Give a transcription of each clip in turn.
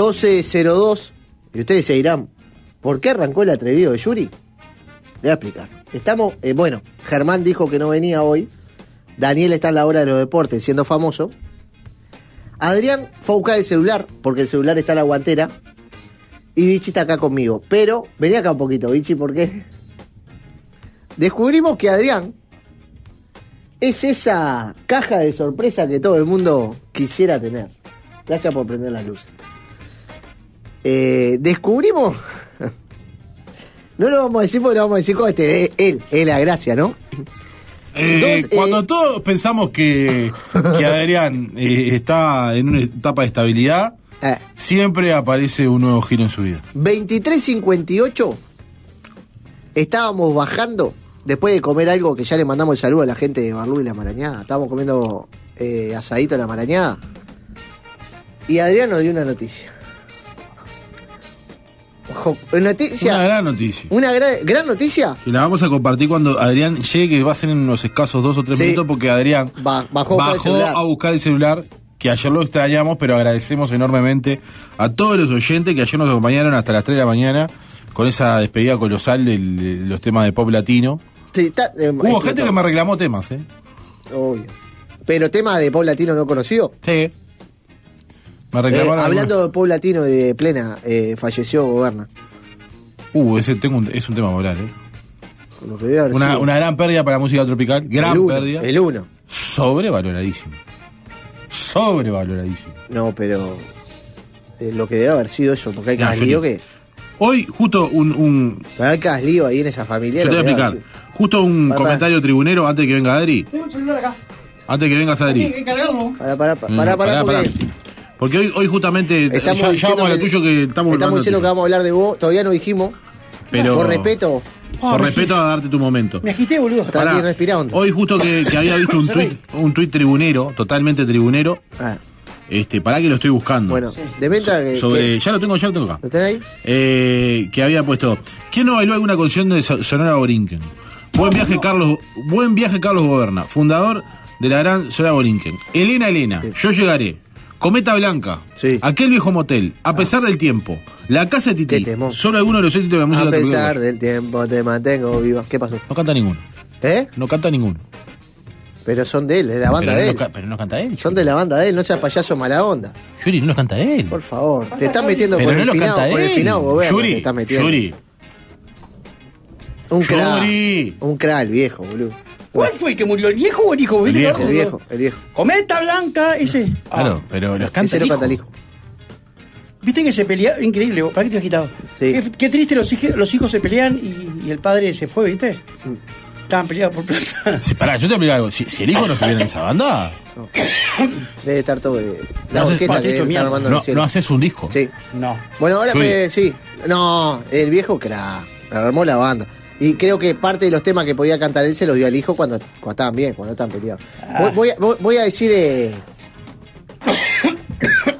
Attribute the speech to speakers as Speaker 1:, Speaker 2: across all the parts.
Speaker 1: 12.02. Y ustedes se dirán, ¿por qué arrancó el atrevido de Yuri? Le voy a explicar. Estamos, eh, bueno, Germán dijo que no venía hoy. Daniel está en la hora de los deportes, siendo famoso. Adrián fue a buscar el celular, porque el celular está en la guantera. Y Vichy está acá conmigo. Pero, vení acá un poquito, Vichy, porque descubrimos que Adrián es esa caja de sorpresa que todo el mundo quisiera tener. Gracias por prender las luces. Eh, descubrimos. No lo vamos a decir porque lo vamos a decir con este. eh, Él, es la gracia, ¿no?
Speaker 2: Eh,
Speaker 1: Dos,
Speaker 2: cuando
Speaker 1: eh,
Speaker 2: todos pensamos que, que Adrián eh, está en una etapa de estabilidad,
Speaker 1: Eh,
Speaker 2: siempre aparece un nuevo giro en su vida.
Speaker 1: 23.58 estábamos bajando después de comer algo que ya le mandamos el saludo a la gente de Barlú y la Marañada. Estábamos comiendo eh, asadito en la Marañada. Y Adrián nos dio una noticia. Jo- noticia.
Speaker 2: Una gran noticia.
Speaker 1: Una gran, gran noticia.
Speaker 2: Que la vamos a compartir cuando Adrián llegue, que va a ser en unos escasos dos o tres
Speaker 1: Sí.
Speaker 2: minutos, porque Adrián
Speaker 1: Ba- bajó a buscar el celular.
Speaker 2: a buscar el celular, que ayer lo extrañamos, pero agradecemos enormemente a todos los oyentes que ayer nos acompañaron hasta las 3 de la mañana con esa despedida colosal de los temas de pop latino.
Speaker 1: Sí, está- eh,
Speaker 2: Hubo
Speaker 1: explotó.
Speaker 2: gente que me reclamó temas, ¿eh?
Speaker 1: Obvio. Pero tema de Paul Latino no conocido.
Speaker 2: Sí. Me
Speaker 1: Eh,
Speaker 2: reclamaron.
Speaker 1: hablando de Paul Latino y de plena, eh, falleció Goberna.
Speaker 2: algunos. Uh, ese tengo un- es un tema moral, ¿eh?
Speaker 1: Lo que debe haber
Speaker 2: Una,
Speaker 1: sido.
Speaker 2: una gran pérdida para la música tropical. Gran
Speaker 1: el uno,
Speaker 2: pérdida.
Speaker 1: El uno.
Speaker 2: Sobrevaloradísimo. Sobrevaloradísimo.
Speaker 1: No, pero eh, lo que debe haber sido eso, porque hay
Speaker 2: No,
Speaker 1: cada
Speaker 2: yo
Speaker 1: lío
Speaker 2: ni-
Speaker 1: que.
Speaker 2: Hoy, justo un. un-
Speaker 1: pero hay cada lío ahí en esa familia.
Speaker 2: yo te
Speaker 1: lo
Speaker 2: voy a
Speaker 1: que debe
Speaker 2: explicar.
Speaker 1: haber sido.
Speaker 2: Justo un
Speaker 1: Pará,
Speaker 2: comentario tribunero antes que venga Adri. Antes que vengas Adri.
Speaker 1: Pará, pará,
Speaker 2: Mm,
Speaker 1: pará, pará,
Speaker 2: pará,
Speaker 1: porque
Speaker 2: pará. Porque hoy, hoy justamente. Ya,
Speaker 1: Estamos
Speaker 2: ya
Speaker 1: diciendo
Speaker 2: vamos a lo tuyo que estamos, hablando
Speaker 1: diciendo que
Speaker 2: tuyo.
Speaker 1: vamos a hablar de vos, todavía no dijimos.
Speaker 2: Pero-
Speaker 1: Por respeto,
Speaker 2: Por respeto a darte tu momento.
Speaker 3: Me agité, boludo.
Speaker 1: Está bien,
Speaker 2: Pará.
Speaker 1: respirá hondo.
Speaker 2: Hoy justo que, que había visto un tuit un tuit tribunero, totalmente tribunero.
Speaker 1: Ah,
Speaker 2: Este, pará que lo estoy buscando.
Speaker 1: bueno, eh, de mientras que,
Speaker 2: Sobre,
Speaker 1: que-
Speaker 2: ya lo tengo, ya lo tengo acá.
Speaker 1: ¿Lo tenés ahí?
Speaker 2: Eh, que había puesto. ¿Quién no bailó alguna canción de So- Sonora Borinquen? Buen viaje, Carlos. Buen viaje, Carlos Goberna, fundador de la gran Sonora Borinquen. Elena Elena, yo llegaré. Cometa Blanca.
Speaker 1: Sí. Ah.
Speaker 2: Aquel viejo motel. A pesar del tiempo. La casa de
Speaker 1: Qué
Speaker 2: Tití.
Speaker 1: temón.
Speaker 2: Solo algunos de los éxitos de la música
Speaker 1: A
Speaker 2: tropical
Speaker 1: pesar
Speaker 2: uruguaya.
Speaker 1: del tiempo te mantengo viva. ¿Qué pasó?
Speaker 2: No canta ninguno.
Speaker 1: ¿Eh?
Speaker 2: No canta ninguno.
Speaker 1: Pero son de él, de la banda
Speaker 2: pero,
Speaker 1: de
Speaker 2: no
Speaker 1: él.
Speaker 2: ca- pero no canta él.
Speaker 1: Son de la banda de él, no seas payaso mala onda.
Speaker 2: Yuri, no los canta él.
Speaker 1: Por favor, te estás metiendo
Speaker 2: Pero
Speaker 1: con,
Speaker 2: no
Speaker 1: el
Speaker 2: los
Speaker 1: finado,
Speaker 2: canta
Speaker 1: con el
Speaker 2: él.
Speaker 1: finado, gobierno. te
Speaker 2: Yuri,
Speaker 1: estás metiendo.
Speaker 2: Yuri.
Speaker 1: Un crack.
Speaker 2: Yuri.
Speaker 1: Un crack, el viejo, boludo.
Speaker 3: ¿Cuál fue el que murió? ¿El viejo o el hijo?
Speaker 2: El
Speaker 3: ¿Viste,
Speaker 2: viejo.
Speaker 3: gordo?
Speaker 1: El viejo, el viejo.
Speaker 3: Cometa Blanca, ese. Ah,
Speaker 2: Claro, pero los
Speaker 1: Ese
Speaker 2: canta el
Speaker 1: no
Speaker 2: hijo.
Speaker 1: canta el hijo.
Speaker 3: Viste que se pelearon. Increíble, vos, ¿para qué te has quitado?
Speaker 1: Sí.
Speaker 3: Qué, qué triste, los, hij- los hijos se pelean y, y el padre se fue, ¿viste?
Speaker 1: Mm.
Speaker 3: Estaban peleados por plata.
Speaker 2: Sí, pará, yo te explico algo. Si, si el hijo no estuviera en esa banda,
Speaker 1: Debe estar todo. eh, la
Speaker 2: No haces
Speaker 1: orquesta que
Speaker 3: patito,
Speaker 1: debe estar
Speaker 3: mierda.
Speaker 1: armando
Speaker 2: no,
Speaker 1: recién.
Speaker 2: no haces un disco.
Speaker 1: Sí.
Speaker 3: No.
Speaker 1: Bueno, ahora
Speaker 2: Yuri.
Speaker 1: me- sí. No, el viejo crack. Armó la banda. Y creo que parte de los temas que podía cantar él se los dio al hijo cuando, cuando estaban bien, cuando estaban peleados.
Speaker 2: Ah.
Speaker 1: Voy, voy a- voy- voy a decir. Eh...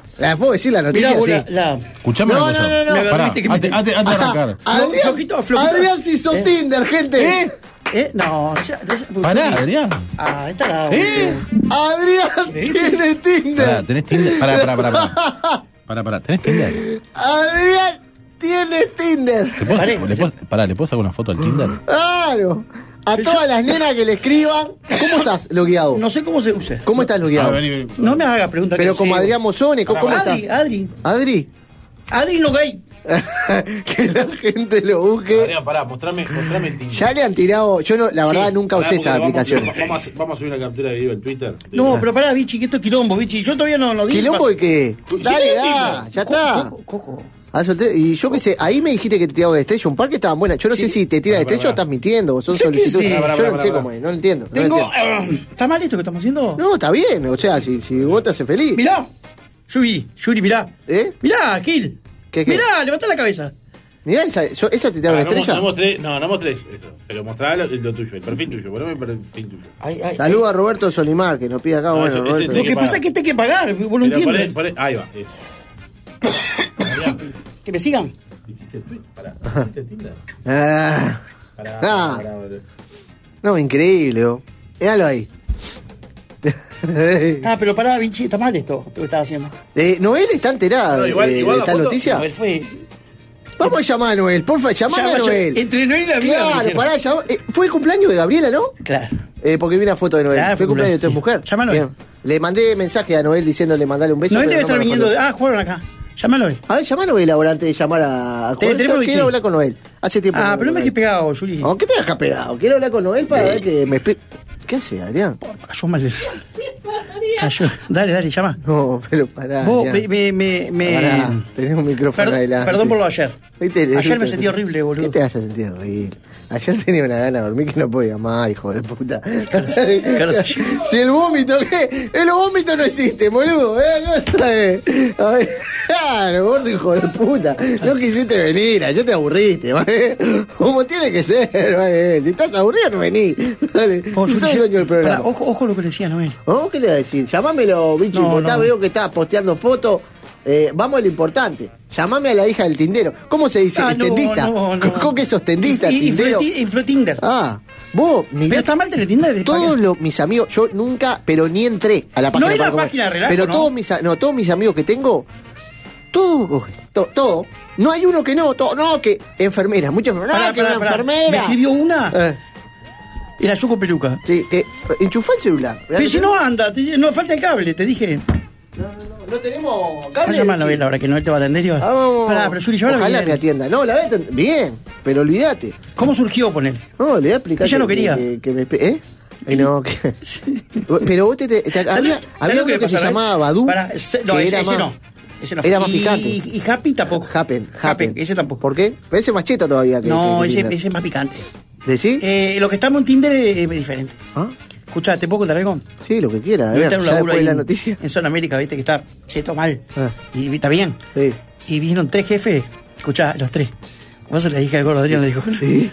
Speaker 1: ¿La puedo decir la noticia?
Speaker 3: Mirá, vos, la-
Speaker 1: sí.
Speaker 3: la-
Speaker 2: Escuchame
Speaker 1: No,
Speaker 2: una cosa.
Speaker 1: no, no,
Speaker 3: no.
Speaker 2: Pará,
Speaker 3: Me permití que me-
Speaker 2: antes, antes- antes de arrancar.
Speaker 1: Ah, Adrián,
Speaker 3: Flojito, flojito.
Speaker 1: Adrián se hizo
Speaker 3: Eh.
Speaker 1: Tinder, gente.
Speaker 2: ¿Eh?
Speaker 3: ¿Eh? No, ya. ya- pues,
Speaker 2: Pará, Adrián.
Speaker 3: Ah, esta la.
Speaker 2: ¿Eh?
Speaker 1: Adrián tiene Tinder.
Speaker 2: Pará, tenés Tinder. Pará, pará, pará. Pará, pará, pará. ¿Tenés Tinder?
Speaker 1: Adrián tiene Tinder.
Speaker 2: ¿Te puedo-
Speaker 3: Pará,
Speaker 2: le puedo- pará, ¿le puedo sacar una foto al Tinder?
Speaker 1: Claro. A todas las nenas que le escriban. ¿Cómo estás logueado?
Speaker 3: No sé cómo se usa.
Speaker 1: ¿Cómo estás
Speaker 2: A
Speaker 1: logueado?
Speaker 2: ver, Ah, vení, vení.
Speaker 3: No me hagas preguntas. que
Speaker 1: Pero
Speaker 3: no
Speaker 1: como
Speaker 3: sé.
Speaker 1: Adrián Mozones, ¿cómo
Speaker 3: Pará,
Speaker 1: estás?
Speaker 3: Adri, Adri.
Speaker 1: Adri.
Speaker 3: Adri no gay.
Speaker 1: que la gente lo busque.
Speaker 2: Adrián, pará, mostrame, mostrame el Tinder.
Speaker 1: Ya le han tirado. Yo no, la verdad nunca usé esa aplicación.
Speaker 2: a, subir una captura de video en Twitter.
Speaker 3: No, pero pará, bichi, que esto es quilombo, bichi. Yo todavía no lo dije.
Speaker 1: Ah. Quilombo y qué.
Speaker 3: Sí,
Speaker 1: Dale,
Speaker 3: sí,
Speaker 1: da,
Speaker 3: sí.
Speaker 1: Ah, ya
Speaker 3: Co-
Speaker 1: está.
Speaker 3: co- cojo.
Speaker 1: Ah, solté- y yo qué sé, ahí me dijiste que te tiraban de estrecho, un par que estaban buenas. Yo no sé si te tiran de estrecho o estás mintiendo, vos son
Speaker 3: Yo qué
Speaker 1: solicitudes.
Speaker 3: sé.
Speaker 1: Yo
Speaker 3: Pará,
Speaker 1: no sé cómo es, no lo entiendo. no lo
Speaker 3: Tengo. ah,
Speaker 1: entiendo.
Speaker 3: ¿Está mal esto que estamos haciendo?
Speaker 1: No, está bien, o sea, si, si vos te haces feliz.
Speaker 3: Mirá. Yuri, Yuri, mirá.
Speaker 1: ¿Eh?
Speaker 3: Mirá, Gil.
Speaker 1: ¿Qué, qué?
Speaker 3: Mirá, levantá la cabeza.
Speaker 1: Mirá, esa, yo- esa te tiraron de
Speaker 4: Ah,
Speaker 1: estrella.
Speaker 4: No, mostré, no, no mostré eso. Pero mostrá lo, lo tuyo, el perfil tuyo. Poneme el perfil tuyo.
Speaker 3: Ay, ay,
Speaker 1: Saluda a Roberto Solimar, que nos pide acá,
Speaker 3: Ah,
Speaker 4: No,
Speaker 1: bueno,
Speaker 4: ese- ese
Speaker 1: Roberto.
Speaker 3: Lo
Speaker 4: tiene
Speaker 3: que pasa
Speaker 4: pagar.
Speaker 3: es que este hay que pagar, vos no
Speaker 4: Pero poné-
Speaker 3: entiendes.
Speaker 4: poné- ahí va. eso. Adrián,
Speaker 3: Que me sigan.
Speaker 4: ¿Hiciste tweet? Pará, ¿hiciste Tinder?
Speaker 1: Ah,
Speaker 4: Pará,
Speaker 1: Ah.
Speaker 4: pará, pará.
Speaker 1: no, increíble, vos. Míralo ahí.
Speaker 3: Ah, pero pará, Vinci, está mal esto, tú estás haciendo.
Speaker 1: Eh, Noel está enterado
Speaker 4: No, igual-
Speaker 1: eh,
Speaker 4: igual
Speaker 1: de
Speaker 4: la
Speaker 1: esta
Speaker 4: foto-
Speaker 1: noticia.
Speaker 3: Noel fue.
Speaker 1: Vamos a llamar a Noel, porfa, llamar a
Speaker 3: Llama-
Speaker 1: Noel.
Speaker 3: Entre Noel y la vida.
Speaker 1: claro, pará, llamá- eh, fue el cumpleaños de Gabriela, ¿no?
Speaker 3: Claro.
Speaker 1: Eh, porque vi una foto de Noel.
Speaker 3: Claro,
Speaker 1: fue el cumpleaños de tu
Speaker 3: sí.
Speaker 1: mujer.
Speaker 3: Llámalo.
Speaker 1: Bien. Le mandé mensaje a Noel diciéndole mandale un beso.
Speaker 3: Noel
Speaker 1: pero
Speaker 3: debe
Speaker 1: no
Speaker 3: estar
Speaker 1: me
Speaker 3: viniendo.
Speaker 1: respondió.
Speaker 3: de- Ah, jugaron acá. Llámalo hoy.
Speaker 1: A ver, llama a Noel ahora antes de llamar a. al
Speaker 3: Te-
Speaker 1: jugador.
Speaker 3: tenemos
Speaker 1: Yo quiero
Speaker 3: que decir.
Speaker 1: hablar con Noel. Hace tiempo.
Speaker 3: Ah,
Speaker 1: que no
Speaker 3: pero no me
Speaker 1: hablo
Speaker 3: has pegado, Juli.
Speaker 1: con Noel. No, ¿Qué te dejas pegado? Quiero hablar con Noel para ver que me expli- ¿Qué hace, Adrián?
Speaker 3: Cayó Ah, mal. el- Cayó. Dale, dale, llama.
Speaker 1: No, pero pará.
Speaker 3: Vos,
Speaker 1: Adrián.
Speaker 3: me. me, me, me-
Speaker 1: Ah, Pará, tenés un micrófono
Speaker 3: Perdón-
Speaker 1: adelante.
Speaker 3: perdón por lo de ayer.
Speaker 1: ¿Viste?
Speaker 3: Ayer me
Speaker 1: ¿Viste?
Speaker 3: sentí horrible, boludo.
Speaker 1: ¿Qué te vas a sentir horrible? Ayer tenía una gana de dormir que no podía más, hijo de puta. si el vómito, ¿qué? El vómito no existe, boludo. ¿eh? No, eh. A ver, claro, gordo, hijo de puta. No quisiste venir, ayer te aburriste, ¿vale? Como tiene que ser, ¿vale? Si estás aburrido, no vení. ¿vale?
Speaker 3: Oh,
Speaker 1: Soy
Speaker 3: Juli,
Speaker 1: dueño del programa.
Speaker 3: pará, ojo, ojo lo que le decía Noel.
Speaker 1: ¿No? ¿Qué le voy a decir? Llamámelo, bicho,
Speaker 3: No,
Speaker 1: porque está-
Speaker 3: no.
Speaker 1: veo que estás posteando fotos. Eh, vamos a lo importante. Llamame a la hija del tindero. ¿Cómo se dice?
Speaker 3: Ah,
Speaker 1: ¿Es ¿Tendista?
Speaker 3: no, no.
Speaker 1: ¿Con qué sos tendista,
Speaker 3: Y, y, y
Speaker 1: tindero?
Speaker 3: fue ti- y fue Tinder.
Speaker 1: Ah, vos, mi
Speaker 3: Pero está mal Teletinder.
Speaker 1: todos los, mis amigos, yo nunca, pero ni entré a la
Speaker 3: No
Speaker 1: página.
Speaker 3: era
Speaker 1: para comer.
Speaker 3: página de relajo,
Speaker 1: Pero
Speaker 3: ¿no?
Speaker 1: todos mis, a- no, todos mis amigos que tengo, todos cogen, to- todo. No hay uno que no, to- no, que enfermera, muchas enfermeras.
Speaker 3: Pará,
Speaker 1: no, que
Speaker 3: pará,
Speaker 1: una
Speaker 3: pará.
Speaker 1: enfermera.
Speaker 3: Me escribió una,
Speaker 1: Eh,
Speaker 3: era yo con peluca.
Speaker 1: sí, que enchufá el celular.
Speaker 3: Pero si no anda, te- no falta el cable, te dije.
Speaker 1: No tenemos
Speaker 3: Está
Speaker 1: cable.
Speaker 3: llamando a ver ahora que Noel te va a atender y va
Speaker 1: Vamos.
Speaker 3: Pará, pero Yuri, llamala
Speaker 1: Ojalá
Speaker 3: bien.
Speaker 1: me atienda. No, la verdad, bien, pero olvídate.
Speaker 3: ¿Cómo surgió poner?
Speaker 1: No, le voy a explicar.
Speaker 3: Ella
Speaker 1: que-
Speaker 3: lo quería.
Speaker 1: Que, que me espe- ¿Eh? Eh, no, que- Pero vos te. te- te- había había uno que se llamaba Badu.
Speaker 3: eh? Pará, ese- no, ese, ese
Speaker 1: más,
Speaker 3: no. Ese no
Speaker 1: Era
Speaker 3: fue.
Speaker 1: más
Speaker 3: Y-
Speaker 1: picante.
Speaker 3: Y, y Happy tampoco.
Speaker 1: Happen, happen.
Speaker 3: Ese tampoco.
Speaker 1: ¿Por qué? Pero ese es más cheto todavía que.
Speaker 3: no,
Speaker 1: que- que
Speaker 3: ese,
Speaker 1: Tinder.
Speaker 3: ese es más picante.
Speaker 1: ¿Decí?
Speaker 3: Eh, lo que estamos en Tinder es, es diferente.
Speaker 1: ¿Ah?
Speaker 3: Escuchá, ¿te puedo contar algo?
Speaker 1: Sí, lo que quiera. a
Speaker 3: Yo
Speaker 1: ver,
Speaker 3: estaba en un
Speaker 1: ya
Speaker 3: laburo
Speaker 1: después de
Speaker 3: ahí
Speaker 1: la
Speaker 3: en-
Speaker 1: noticia.
Speaker 3: En Sudamérica, viste que está cheto mal.
Speaker 1: Ah.
Speaker 3: Y está bien.
Speaker 1: Sí.
Speaker 3: Y vinieron tres jefes. Escuchá, los tres. Vos sos la hija de Gordo Adrián, le dijo.
Speaker 1: Sí.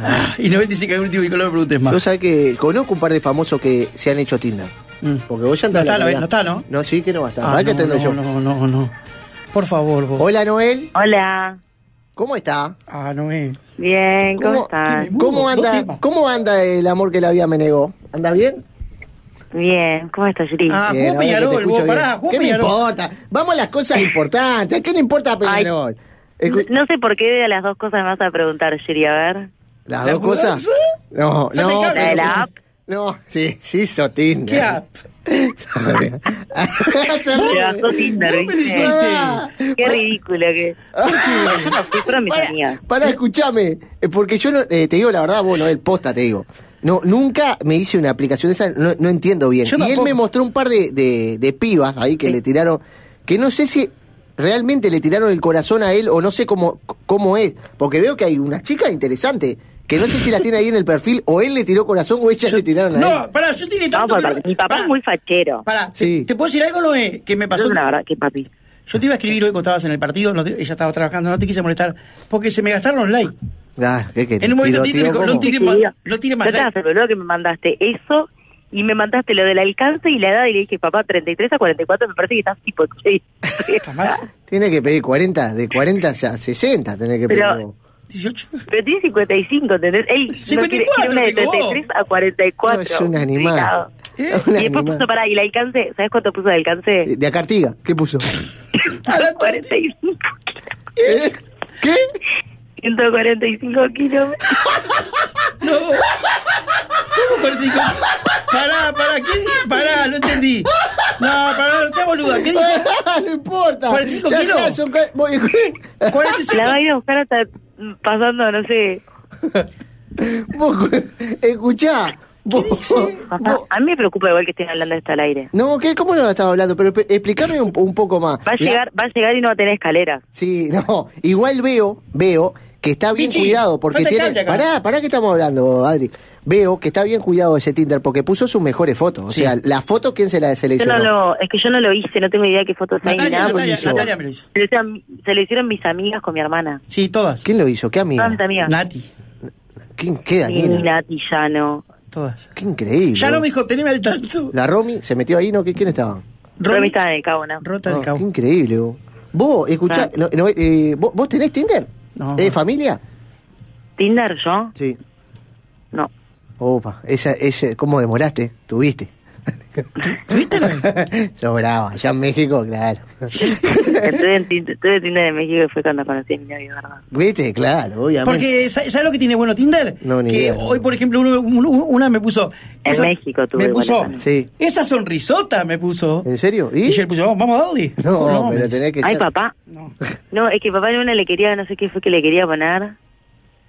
Speaker 3: Ah, y no dice que el último y que no me preguntes
Speaker 1: Yo
Speaker 3: más.
Speaker 1: sabés que conozco un par de famosos que se han hecho Tinder.
Speaker 3: Mm.
Speaker 1: Porque vos ya entras
Speaker 3: No
Speaker 1: en
Speaker 3: está,
Speaker 1: la
Speaker 3: no
Speaker 1: realidad.
Speaker 3: está, ¿no?
Speaker 1: No, sí, que no va a estar.
Speaker 3: Ah,
Speaker 1: Va que
Speaker 3: no,
Speaker 1: atendo
Speaker 3: no,
Speaker 1: yo.
Speaker 3: no, no, no. Por favor, vos.
Speaker 1: Hola, Noel.
Speaker 5: Hola,
Speaker 1: ¿Cómo está?
Speaker 3: Ah, no es.
Speaker 5: bien, ¿cómo,
Speaker 1: ¿Cómo-
Speaker 5: estás?
Speaker 3: qué
Speaker 1: ¿Cómo
Speaker 3: Dos
Speaker 1: anda,
Speaker 3: temas.
Speaker 1: ¿Cómo anda el amor que la vida me negó? ¿Anda bien?
Speaker 5: Bien, ¿cómo estás, Yuri?
Speaker 3: Ah,
Speaker 1: Bien,
Speaker 3: jugó
Speaker 1: ahora que te
Speaker 3: Peñarol,
Speaker 1: escucho
Speaker 3: vos,
Speaker 1: bien.
Speaker 3: pará, jugó
Speaker 1: ¿Qué me
Speaker 3: Peñarol.
Speaker 1: importa? Vamos a las cosas importantes. ¿Qué le importa a Peñarol? Escu-
Speaker 5: no sé por qué de las dos cosas me vas a preguntar, Yuri, a ver.
Speaker 1: ¿Las
Speaker 3: ¿La
Speaker 1: dos cosas?
Speaker 3: mudanza?
Speaker 1: No,
Speaker 3: Falta
Speaker 1: no.
Speaker 3: el cable,
Speaker 1: pero-
Speaker 5: ¿La de la app?
Speaker 1: No, sí, sí hizo Tinder.
Speaker 3: ¿Qué app?
Speaker 1: Se
Speaker 5: Te
Speaker 1: ríe.
Speaker 5: bajó Tinder,
Speaker 3: vos eh, me lo Ah.
Speaker 5: ¿viste?
Speaker 3: este,
Speaker 1: Ah,
Speaker 5: Qué ridículo que... Yo no fui, fueron mis amigas.
Speaker 1: Para, escuchame, eh, porque yo no, eh, te digo la verdad, vos, Noel, posta te digo. No, nunca me hice una aplicación esa, no, no entiendo bien.
Speaker 3: Yo
Speaker 1: y él
Speaker 3: tampoco.
Speaker 1: me mostró un par de, de- de pibas ahí que le tiraron, que no sé si realmente le tiraron el corazón a él o no sé cómo, cómo es, porque veo que hay unas chicas interesantes, que no sé si las tiene ahí en el perfil, o él le tiró corazón o ellas le tiraron a él.
Speaker 3: No, pará, yo tiré
Speaker 5: No,
Speaker 3: tanto.
Speaker 5: porque
Speaker 3: que no-
Speaker 5: Ah, mi papá
Speaker 3: pará,
Speaker 5: es muy fachero.
Speaker 3: Pará, ¿te-
Speaker 1: Sí.
Speaker 3: ¿te puedo decir algo, Noé? Que me pasó.
Speaker 5: Yo la verdad que papi.
Speaker 3: Yo te iba a escribir hoy cuando estabas en el partido, no te- ella estaba trabajando, no te quise molestar, porque se me gastaron los likes.
Speaker 1: Ah, ¿qué querés?
Speaker 3: En un
Speaker 1: Tiro,
Speaker 3: momento Tinder
Speaker 1: tiro,
Speaker 3: dijo,
Speaker 1: ¿cómo?
Speaker 3: no tire- Tire más- no tire más,
Speaker 5: Yo te
Speaker 3: dale.
Speaker 5: hace boludo que me mandaste eso y me mandaste lo del alcance y la edad y le dije, papá, 33 a 44 me parece que estás tipo...
Speaker 3: ¿Estás mal?
Speaker 1: Tiene que pedir 40, de 40 a 60, tiene que pedir.
Speaker 5: Pero-
Speaker 1: No,
Speaker 3: 18.
Speaker 5: Pero tiene 55, ¿entendés? Él no
Speaker 3: 54,
Speaker 5: quiere- quiere una de
Speaker 3: digo vos.
Speaker 5: 33 a 44.
Speaker 1: es un animal.
Speaker 5: Cuidado.
Speaker 3: ¿Eh?
Speaker 1: Es
Speaker 5: Y
Speaker 1: un
Speaker 5: después
Speaker 1: animal. Eh,
Speaker 5: puso para, y el alcance, ¿sabes cuánto puso de alcance?
Speaker 1: De acá Artiga, ¿qué puso?
Speaker 5: 145.
Speaker 1: ¿Eh? ¿Qué?
Speaker 5: 145 kilómetros.
Speaker 3: No. ¿Cómo 45? Pará, pará, ¿qué di- Pará, no entendí. No, pará, no sea boluda. ¿Qué dijo?
Speaker 1: no importa.
Speaker 3: 45
Speaker 1: Ya
Speaker 3: kilos.
Speaker 1: está, son ca- voy-
Speaker 3: 45.
Speaker 5: La va a ir a buscar hasta mm, pasando, no sé.
Speaker 1: Vos, escuchá. Vos,
Speaker 5: Papá,
Speaker 1: vos-
Speaker 5: a mí me preocupa igual que estén hablando esto al aire.
Speaker 1: no, ¿qué? ¿cómo no lo estaba hablando? Pero pe- explícame un, un poco más.
Speaker 5: Va
Speaker 1: La-
Speaker 5: a llegar, va a llegar y no va a tener escalera.
Speaker 1: Sí, no. Igual veo, veo que está bien
Speaker 3: Pichi,
Speaker 1: cuidado porque
Speaker 3: falta
Speaker 1: tiene.
Speaker 3: cable acá.
Speaker 1: Pará, pará que estamos hablando, Adri. Veo que está bien cuidado ese Tinder porque puso sus mejores fotos. O
Speaker 3: Sí.
Speaker 1: sea, las fotos, ¿quién se las
Speaker 5: Yo
Speaker 1: seleccionó?
Speaker 5: no lo, es que yo no lo hice, no tengo idea qué fotos hay ni
Speaker 3: Natalia,
Speaker 5: nada.
Speaker 3: Natalia,
Speaker 1: buenísimo.
Speaker 3: Natalia me lo hizo.
Speaker 5: Se lo hicieron- se lo hicieron mis amigas con mi hermana.
Speaker 3: Sí, todas.
Speaker 1: ¿Quién lo hizo? ¿Qué amiga?
Speaker 5: Todas mis amigas.
Speaker 3: Nati,
Speaker 1: ¿Quién? ¿Qué
Speaker 5: Y
Speaker 1: Daniela?
Speaker 5: Nati Llano.
Speaker 3: todas.
Speaker 1: Qué increíble.
Speaker 3: Ya no me dijo, teneme al tanto.
Speaker 1: La Romy se metió ahí, ¿no? ¿Qui- ¿Quién estaba?
Speaker 5: Romy
Speaker 3: Romy-
Speaker 5: está en el cabo, ¿no?
Speaker 3: Rota
Speaker 1: Ah,
Speaker 3: el
Speaker 1: qué
Speaker 3: cabo.
Speaker 1: increíble, vos. Vos, escuchá,
Speaker 5: Ah.
Speaker 1: no- no, eh, ¿vos, vos tenés Tinder?
Speaker 3: No.
Speaker 1: ¿Eh, familia?
Speaker 5: ¿Tinder yo?
Speaker 1: Sí.
Speaker 5: No.
Speaker 1: Opa, esa, ese, ¿cómo demoraste? Tuviste.
Speaker 3: ¿Tuviste la.?
Speaker 1: Sobraba, allá en México, claro.
Speaker 5: Estuve en, Tin- estuve en Tinder de México y fue cuando conocí a mi novio, ¿verdad?
Speaker 1: ¿Viste? Claro, obviamente.
Speaker 3: Porque, ¿sa- ¿sabes lo que tiene bueno Tinder?
Speaker 1: No, ni
Speaker 3: que
Speaker 1: idea, no.
Speaker 3: hoy, por ejemplo, uno- uno- una me puso.
Speaker 5: En México tuve
Speaker 3: Me
Speaker 5: igual
Speaker 3: puso.
Speaker 5: también.
Speaker 1: Sí.
Speaker 3: Esa sonrisota me puso.
Speaker 1: ¿En serio? ¿Y?
Speaker 3: Y yo le puse, "Oh, vamos a darle.
Speaker 1: No,
Speaker 3: me
Speaker 1: pero
Speaker 3: dice.
Speaker 1: tenés que
Speaker 5: Ay,
Speaker 1: ser-
Speaker 5: papá.
Speaker 3: No.
Speaker 5: No, es que papá en una le quería, no sé qué fue que le quería poner.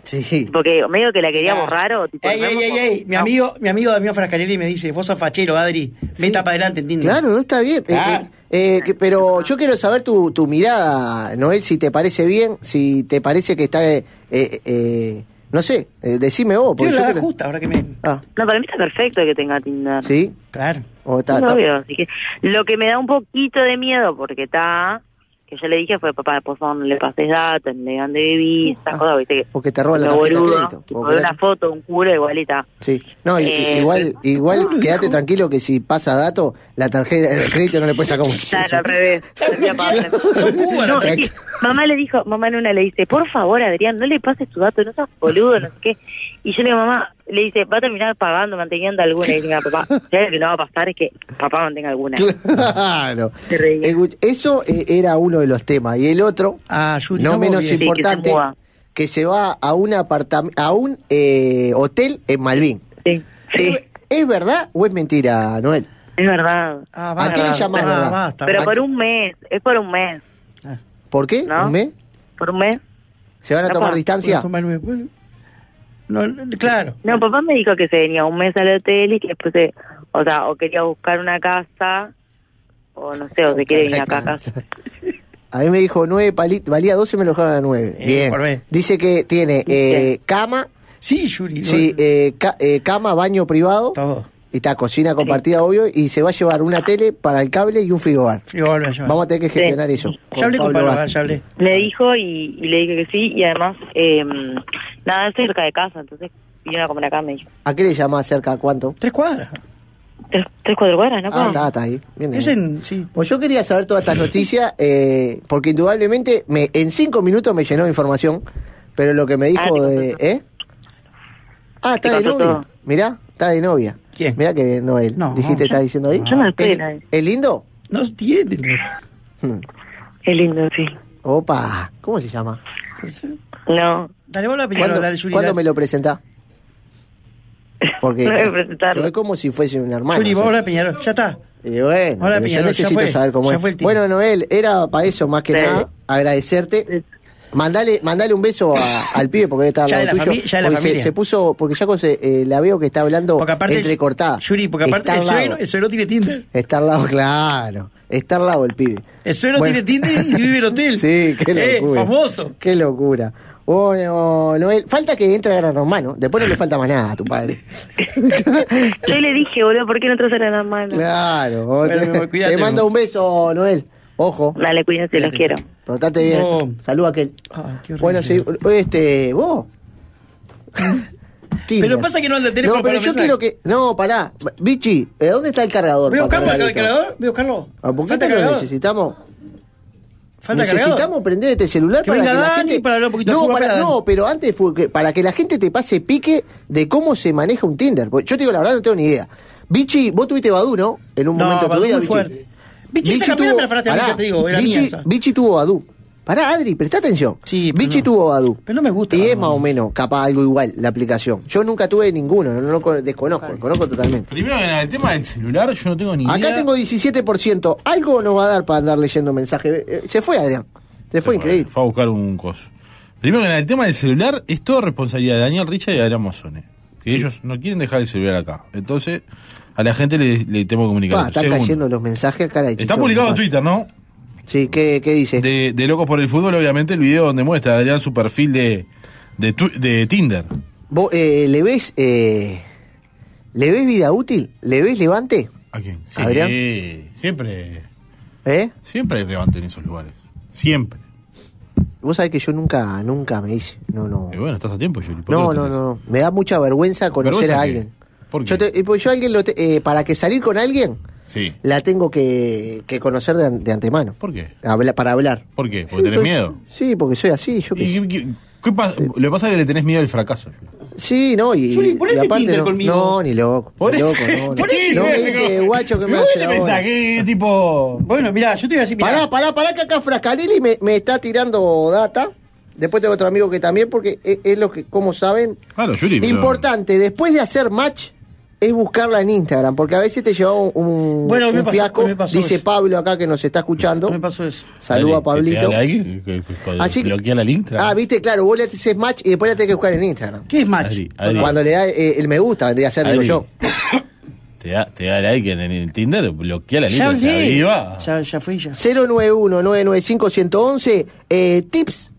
Speaker 1: Sí.
Speaker 5: Porque medio que la quería
Speaker 3: Ah.
Speaker 5: borrar o tipo.
Speaker 3: Ey,
Speaker 5: no,
Speaker 3: ey,
Speaker 5: no,
Speaker 3: ey, ey. Mi
Speaker 5: no.
Speaker 3: amigo, mi amigo Damián Frascarelli me dice, vos sos fachero, Adri. Meta para adelante, ¿entiendes?
Speaker 1: Claro, no está bien. Eh,
Speaker 3: Claro.
Speaker 1: eh, eh, que- pero yo quiero saber tu, tu mirada, Noel, si te parece bien, si te parece que está... eh, eh, eh, no sé, eh, decime vos.
Speaker 3: Yo
Speaker 1: porque
Speaker 3: la
Speaker 1: yo
Speaker 3: edad
Speaker 1: creo-
Speaker 3: justa, ahora que me.
Speaker 1: Ah,
Speaker 5: No, para mí está perfecto que tenga Tinder.
Speaker 1: ¿sí?
Speaker 3: Claro.
Speaker 1: O está-
Speaker 5: Sí,
Speaker 1: está-
Speaker 5: obvio, así que lo que me da un poquito de miedo, porque está, que yo le dije fue, papá, por favor no le pases datos, no le digan de vivir, esas cosas, viste que...
Speaker 1: O que te roban la
Speaker 5: lo
Speaker 1: tarjeta de
Speaker 5: boludo,
Speaker 1: crédito.
Speaker 5: y
Speaker 1: O
Speaker 5: por
Speaker 1: que-
Speaker 5: una foto, un culo igualita.
Speaker 1: Sí. No, i-
Speaker 5: Eh,
Speaker 1: igual, igual
Speaker 3: ¿cómo lo
Speaker 1: quédate
Speaker 3: dijo?
Speaker 1: tranquilo que si pasa dato, la tarjeta de crédito no le puedes sacar un
Speaker 5: Claro, al revés.
Speaker 3: Son Cuba,
Speaker 5: No,
Speaker 3: la
Speaker 5: es que mamá le dijo, mamá en una le dice, por favor, Adrián, no le pases tu dato, no seas boludo, no sé qué. Y yo le digo, mamá, le dice, va a terminar pagando, manteniendo alguna. Y dice, "Mira, papá, ya lo que no va a pasar es que papá mantenga alguna.
Speaker 1: Claro.
Speaker 5: Se reía.
Speaker 1: Escu- Eso eh, era uno de los temas. Y el otro,
Speaker 3: Ah, Yuri,
Speaker 1: no
Speaker 3: estamos
Speaker 1: menos
Speaker 3: bien.
Speaker 5: Sí, que se
Speaker 1: importante,
Speaker 5: mueva.
Speaker 1: que se va a un apartam- a un eh, hotel en Malvin.
Speaker 5: Sí, sí,
Speaker 1: ¿Es verdad o es mentira, Noel?
Speaker 5: es verdad.
Speaker 3: Ah,
Speaker 1: ¿A qué le llamás,
Speaker 3: ah,
Speaker 1: verdad?
Speaker 3: basta.
Speaker 5: Pero
Speaker 1: Ah,
Speaker 5: por un mes, es por un mes,
Speaker 3: Ah,
Speaker 1: ¿Por qué?
Speaker 5: ¿No?
Speaker 1: ¿Un mes?
Speaker 5: por un mes.
Speaker 1: ¿Se van a
Speaker 5: No,
Speaker 1: tomar
Speaker 5: pa-
Speaker 1: distancia?
Speaker 3: bueno, toma el nueve, bueno. No, no, claro.
Speaker 5: No, papá me dijo que se venía un mes al hotel y que después, se- o sea, o quería buscar una casa, o no sé, o se quiere venir acá a casa.
Speaker 1: A mí me dijo nueve palitos, valía 12 me lo dejaron a 9.
Speaker 3: Eh,
Speaker 1: Bien.
Speaker 3: por mes.
Speaker 1: Dice que tiene eh, cama,
Speaker 3: Sí, Yuri.
Speaker 1: sí,
Speaker 3: bueno,
Speaker 1: eh, ca- eh, cama, baño privado.
Speaker 3: Todo.
Speaker 1: Y está cocina compartida, obvio, y se va a llevar una tele para el cable y un frigobar.
Speaker 3: Frío, vuelve a llamar.
Speaker 1: Vamos a tener que
Speaker 5: Sí.
Speaker 1: gestionar eso.
Speaker 3: Ya hablé con Pablo,
Speaker 1: Vázquez.
Speaker 3: ya hablé.
Speaker 5: Le dijo y, y le dije que sí, y además, eh,
Speaker 6: em,
Speaker 5: nada, es cerca de casa, entonces vino a comer acá, me dijo.
Speaker 1: ¿A qué le llamás cerca? ¿Cuánto?
Speaker 3: Tres cuadras.
Speaker 5: Tres, tres cuatro cuadras, ¿no?
Speaker 1: Ah, está, está ahí. Bien,
Speaker 3: Es
Speaker 1: bien.
Speaker 3: en. Sí.
Speaker 1: Pues yo quería saber todas estas noticias, eh, porque indudablemente me, en cinco minutos me llenó de información, pero lo que me dijo
Speaker 5: Ah, te
Speaker 1: de... ¿Eh? Ah,
Speaker 5: Te
Speaker 1: está de
Speaker 5: contó
Speaker 1: novia.
Speaker 5: todo.
Speaker 1: Mirá, está de novia.
Speaker 3: ¿Quién?
Speaker 1: Mirá que bien, Noel.
Speaker 3: No,
Speaker 1: Dijiste,
Speaker 3: yo-
Speaker 1: está diciendo ahí.
Speaker 5: yo no estoy
Speaker 1: ¿Es,
Speaker 5: de novia.
Speaker 1: ¿Es lindo?
Speaker 3: Nos tienen.
Speaker 1: Hmm.
Speaker 5: Qué lindo, sí.
Speaker 1: Opa, ¿cómo se llama?
Speaker 5: No,
Speaker 3: Dale, vos la película,
Speaker 1: ¿Cuándo,
Speaker 3: dale, Yuri.
Speaker 1: cuándo
Speaker 3: dale.
Speaker 1: me lo presentás? Porque
Speaker 5: No voy a
Speaker 1: eh,
Speaker 5: presentarlo.
Speaker 1: yo es como si fuese un hermano. o
Speaker 3: Yuri,
Speaker 1: sea.
Speaker 3: vos hablar de Peñarol. Ya está.
Speaker 1: Y bueno,
Speaker 3: Hola,
Speaker 1: pero yo
Speaker 3: Peñarol, ya
Speaker 1: necesito
Speaker 3: fue,
Speaker 1: saber cómo
Speaker 3: ya
Speaker 1: es.
Speaker 3: fue el tiempo.
Speaker 1: Bueno, Noel, era para eso más que
Speaker 5: Sí.
Speaker 1: nada, agradecerte.
Speaker 5: Sí.
Speaker 1: Mandale, mandale un beso a- al pibe porque está al
Speaker 3: Ya de
Speaker 1: lado
Speaker 3: la
Speaker 1: tuyo.
Speaker 3: fami- ya de la
Speaker 1: Porque se-
Speaker 3: familia.
Speaker 1: Se, puso, porque ya con se- eh, la veo que está hablando
Speaker 3: Porque aparte.
Speaker 1: entrecortada.
Speaker 3: Yuri, porque aparte
Speaker 1: está
Speaker 3: el
Speaker 1: al lado.
Speaker 3: suegro, el suegro tiene Tinder.
Speaker 1: Está al lado, claro. Está al lado el pibe.
Speaker 3: El suegro
Speaker 1: Bueno.
Speaker 3: tiene Tinder y vive en hotel.
Speaker 1: Sí, qué
Speaker 3: Eh,
Speaker 1: locura.
Speaker 3: famoso.
Speaker 1: Qué locura. Bueno, Noel, falta que entre Gran Hermano. Después no le falta más nada a tu padre.
Speaker 5: yo le dije, boludo, ¿por qué no traes a la hermana?
Speaker 1: claro.
Speaker 3: Bueno, mi
Speaker 1: te,
Speaker 3: amor, cuídate,
Speaker 1: te mando
Speaker 3: vos.
Speaker 1: un beso, Noel. Ojo,
Speaker 5: Dale, cuídense, los quiero.
Speaker 1: portate bien.
Speaker 3: No.
Speaker 1: Saluda a aquel.
Speaker 3: Ah, qué horrible.
Speaker 1: Bueno, sí, este, vos. Tinder.
Speaker 3: Pero pasa que no anda el teléfono
Speaker 1: No, pero
Speaker 3: para
Speaker 1: yo
Speaker 3: pensar.
Speaker 1: quiero que. No, pará. Bichi, ¿eh, ¿dónde está el cargador?
Speaker 3: ¿Voy a
Speaker 1: para
Speaker 3: buscarlo acá
Speaker 1: cargar
Speaker 3: el
Speaker 1: esto?
Speaker 3: cargador? ¿Voy a buscarlo?
Speaker 1: Ah, ¿Por qué
Speaker 3: ¿Falta
Speaker 1: te lo
Speaker 3: cargador?
Speaker 1: necesitamos?
Speaker 3: ¿Falta
Speaker 1: necesitamos
Speaker 3: cargador?
Speaker 1: prender este celular
Speaker 3: Que
Speaker 1: para
Speaker 3: venga
Speaker 1: que la
Speaker 3: Dani
Speaker 1: gente.
Speaker 3: para hablar un poquito de
Speaker 1: no,
Speaker 3: fútbol,
Speaker 1: para-
Speaker 3: para Dani.
Speaker 1: no, pero antes fue que- para que la gente te pase pique de cómo se maneja un Tinder. Porque yo te digo la verdad, no tengo ni idea. Bichi, vos tuviste Badu, ¿no? En un
Speaker 3: No,
Speaker 1: momento de tu
Speaker 3: Badu
Speaker 1: vida,
Speaker 3: muy
Speaker 1: Bichi.
Speaker 3: fuerte. Bichi, esa
Speaker 1: tuvo-
Speaker 3: campeona me la fanaste a mí,
Speaker 1: pará,
Speaker 3: ya te digo, era
Speaker 1: Bichi,
Speaker 3: mía esa.
Speaker 1: Bichi tuvo Badu. Pará, Adri, presta atención.
Speaker 3: Sí, pero
Speaker 1: Bichi
Speaker 3: no.
Speaker 1: tuvo Badu.
Speaker 3: Pero no me gusta
Speaker 1: Y
Speaker 3: Badoo.
Speaker 1: es más o menos, capaz, algo igual, la aplicación. Yo nunca tuve ninguno, no, lo con- desconozco, desconozco totalmente.
Speaker 7: Primero que nada, el tema del celular, yo no tengo ni idea.
Speaker 1: Acá tengo 17%. Algo nos va a dar para andar leyendo mensajes. Eh, Se fue, Adrián. Se fue, increíble.
Speaker 7: Fue a buscar un coso. Primero que nada, el tema del celular es toda responsabilidad de Daniel Richard y Adrián Mozone. Que ellos no quieren dejar el celular acá. Entonces, a la gente le, le tengo que comunicar.
Speaker 1: Pa,
Speaker 7: eso.
Speaker 1: Ah, están
Speaker 7: Segundo,
Speaker 1: cayendo los mensajes, cara.
Speaker 7: está publicado en Twitter, ¿no?
Speaker 1: Sí, ¿qué, qué dice?
Speaker 7: De, de Locos por el Fútbol, obviamente, el video donde muestra a Adrián su perfil de, de, tu- de Tinder.
Speaker 1: ¿Vos, eh, ¿Le ves eh, le ves vida útil? ¿Le ves levante?
Speaker 7: ¿A quién? Sí,
Speaker 1: ¿Adrián?
Speaker 7: Siempre,
Speaker 1: ¿Eh?
Speaker 7: siempre hay levante en esos lugares. Siempre.
Speaker 1: Vos sabés que yo nunca nunca me hice. No, no.
Speaker 7: Y bueno, estás a tiempo, Yuri. ¿por qué
Speaker 1: No,
Speaker 7: lo
Speaker 1: no,
Speaker 7: estás haciendo?
Speaker 1: no. Me da mucha vergüenza conocer
Speaker 7: ¿Vergüenza
Speaker 1: a
Speaker 7: qué?
Speaker 1: alguien.
Speaker 7: ¿Por qué?
Speaker 1: Yo, te- eh, pues yo a alguien lo te- eh, para que salir con alguien,
Speaker 7: Sí.
Speaker 1: la tengo que, que conocer de, an- de antemano.
Speaker 7: ¿Por qué?
Speaker 1: Habla- para hablar.
Speaker 7: ¿Por qué? ¿Porque tenés
Speaker 1: Pues,
Speaker 7: miedo?
Speaker 1: Sí, porque soy así. Yo qué
Speaker 7: ¿Y
Speaker 1: sé.
Speaker 7: qué- qué- qué pasa? Lo que pasa es que le tenés miedo al fracaso. Yuri.
Speaker 1: Sí, no, y.
Speaker 3: Juli,
Speaker 1: y
Speaker 3: ponete
Speaker 1: aparte
Speaker 3: Tinder
Speaker 1: no,
Speaker 3: conmigo.
Speaker 1: No, ni loco.
Speaker 7: Por-
Speaker 1: ni loco, no, no.
Speaker 7: Ponete
Speaker 1: No me
Speaker 7: Tinder,
Speaker 1: dice guacho que me
Speaker 7: Pero
Speaker 1: hace
Speaker 7: vos te
Speaker 1: ahora.
Speaker 7: pensás que tipo.
Speaker 3: Bueno, mirá, yo te voy a decir, mirá.
Speaker 1: Pará, pará, pará, que acá Frascarelli me, me está tirando data. Después tengo otro amigo que también, porque es, es lo que, como saben.
Speaker 7: Claro, Yuri. pero-
Speaker 1: Importante, después de hacer match, es buscarla en Instagram, porque a veces te lleva un, un-
Speaker 3: Bueno,
Speaker 1: un
Speaker 3: me pasó-
Speaker 1: fiasco.
Speaker 3: me pasó
Speaker 1: dice
Speaker 3: eso.
Speaker 1: Pablo acá que nos está escuchando.
Speaker 3: No me pasó eso.
Speaker 1: Saluda a
Speaker 2: Dale, que te
Speaker 1: Pablito.
Speaker 2: da like, que- que- que- bloquea la link. tra-
Speaker 1: Ah, viste, claro, vos le haces match y después la tenés que buscar en Instagram.
Speaker 3: ¿Qué es match?
Speaker 2: Adri, Adri,
Speaker 1: Cuando le da eh, el me gusta, vendría a ser, digo
Speaker 2: Adri,
Speaker 1: yo.
Speaker 2: Te da, te da like en, en Tinder, bloquea la link.
Speaker 3: Ya
Speaker 2: o sea,
Speaker 3: vi.
Speaker 2: ahí va.
Speaker 3: Ya, ya fui, ya.
Speaker 1: 091-995-111, eh, tips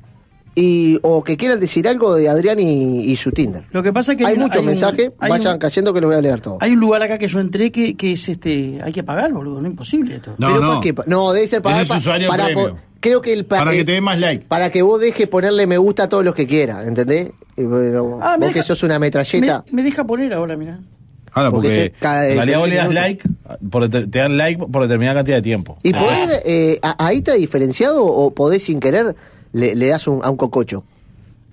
Speaker 1: y, o que quieran decir algo de Adrián y, y su Tinder.
Speaker 3: Lo que pasa es que
Speaker 1: hay
Speaker 3: un-
Speaker 1: muchos
Speaker 3: un-
Speaker 1: mensajes,
Speaker 3: hay un-
Speaker 1: vayan cayendo que los voy a leer todos.
Speaker 3: Hay un lugar acá que yo entré que, que es este. Hay que pagar, boludo. No imposible esto.
Speaker 7: No,
Speaker 1: Pero
Speaker 7: no.
Speaker 1: ¿para qué? Pa- no, debe ser para,
Speaker 2: Ese es usuario premium.
Speaker 1: po- creo que el pa-
Speaker 7: Para que
Speaker 1: eh,
Speaker 7: te dé más like.
Speaker 1: Para que vos dejes ponerle me gusta a todos los que quieras, ¿entendés? Y bueno,
Speaker 3: Ah, me
Speaker 1: vos que
Speaker 3: deja-
Speaker 1: sos una metralleta.
Speaker 3: Me, me deja poner ahora, mirá.
Speaker 7: Ahora,
Speaker 1: Porque
Speaker 7: porque.
Speaker 1: se cae-
Speaker 2: En realidad vos le das
Speaker 1: minutos.
Speaker 2: like, por, dete- te dan like por determinada cantidad de tiempo.
Speaker 1: ¿Y
Speaker 7: Ah.
Speaker 1: podés, eh, a- ahí te ha diferenciado o podés sin querer le, le das un- a un cococho?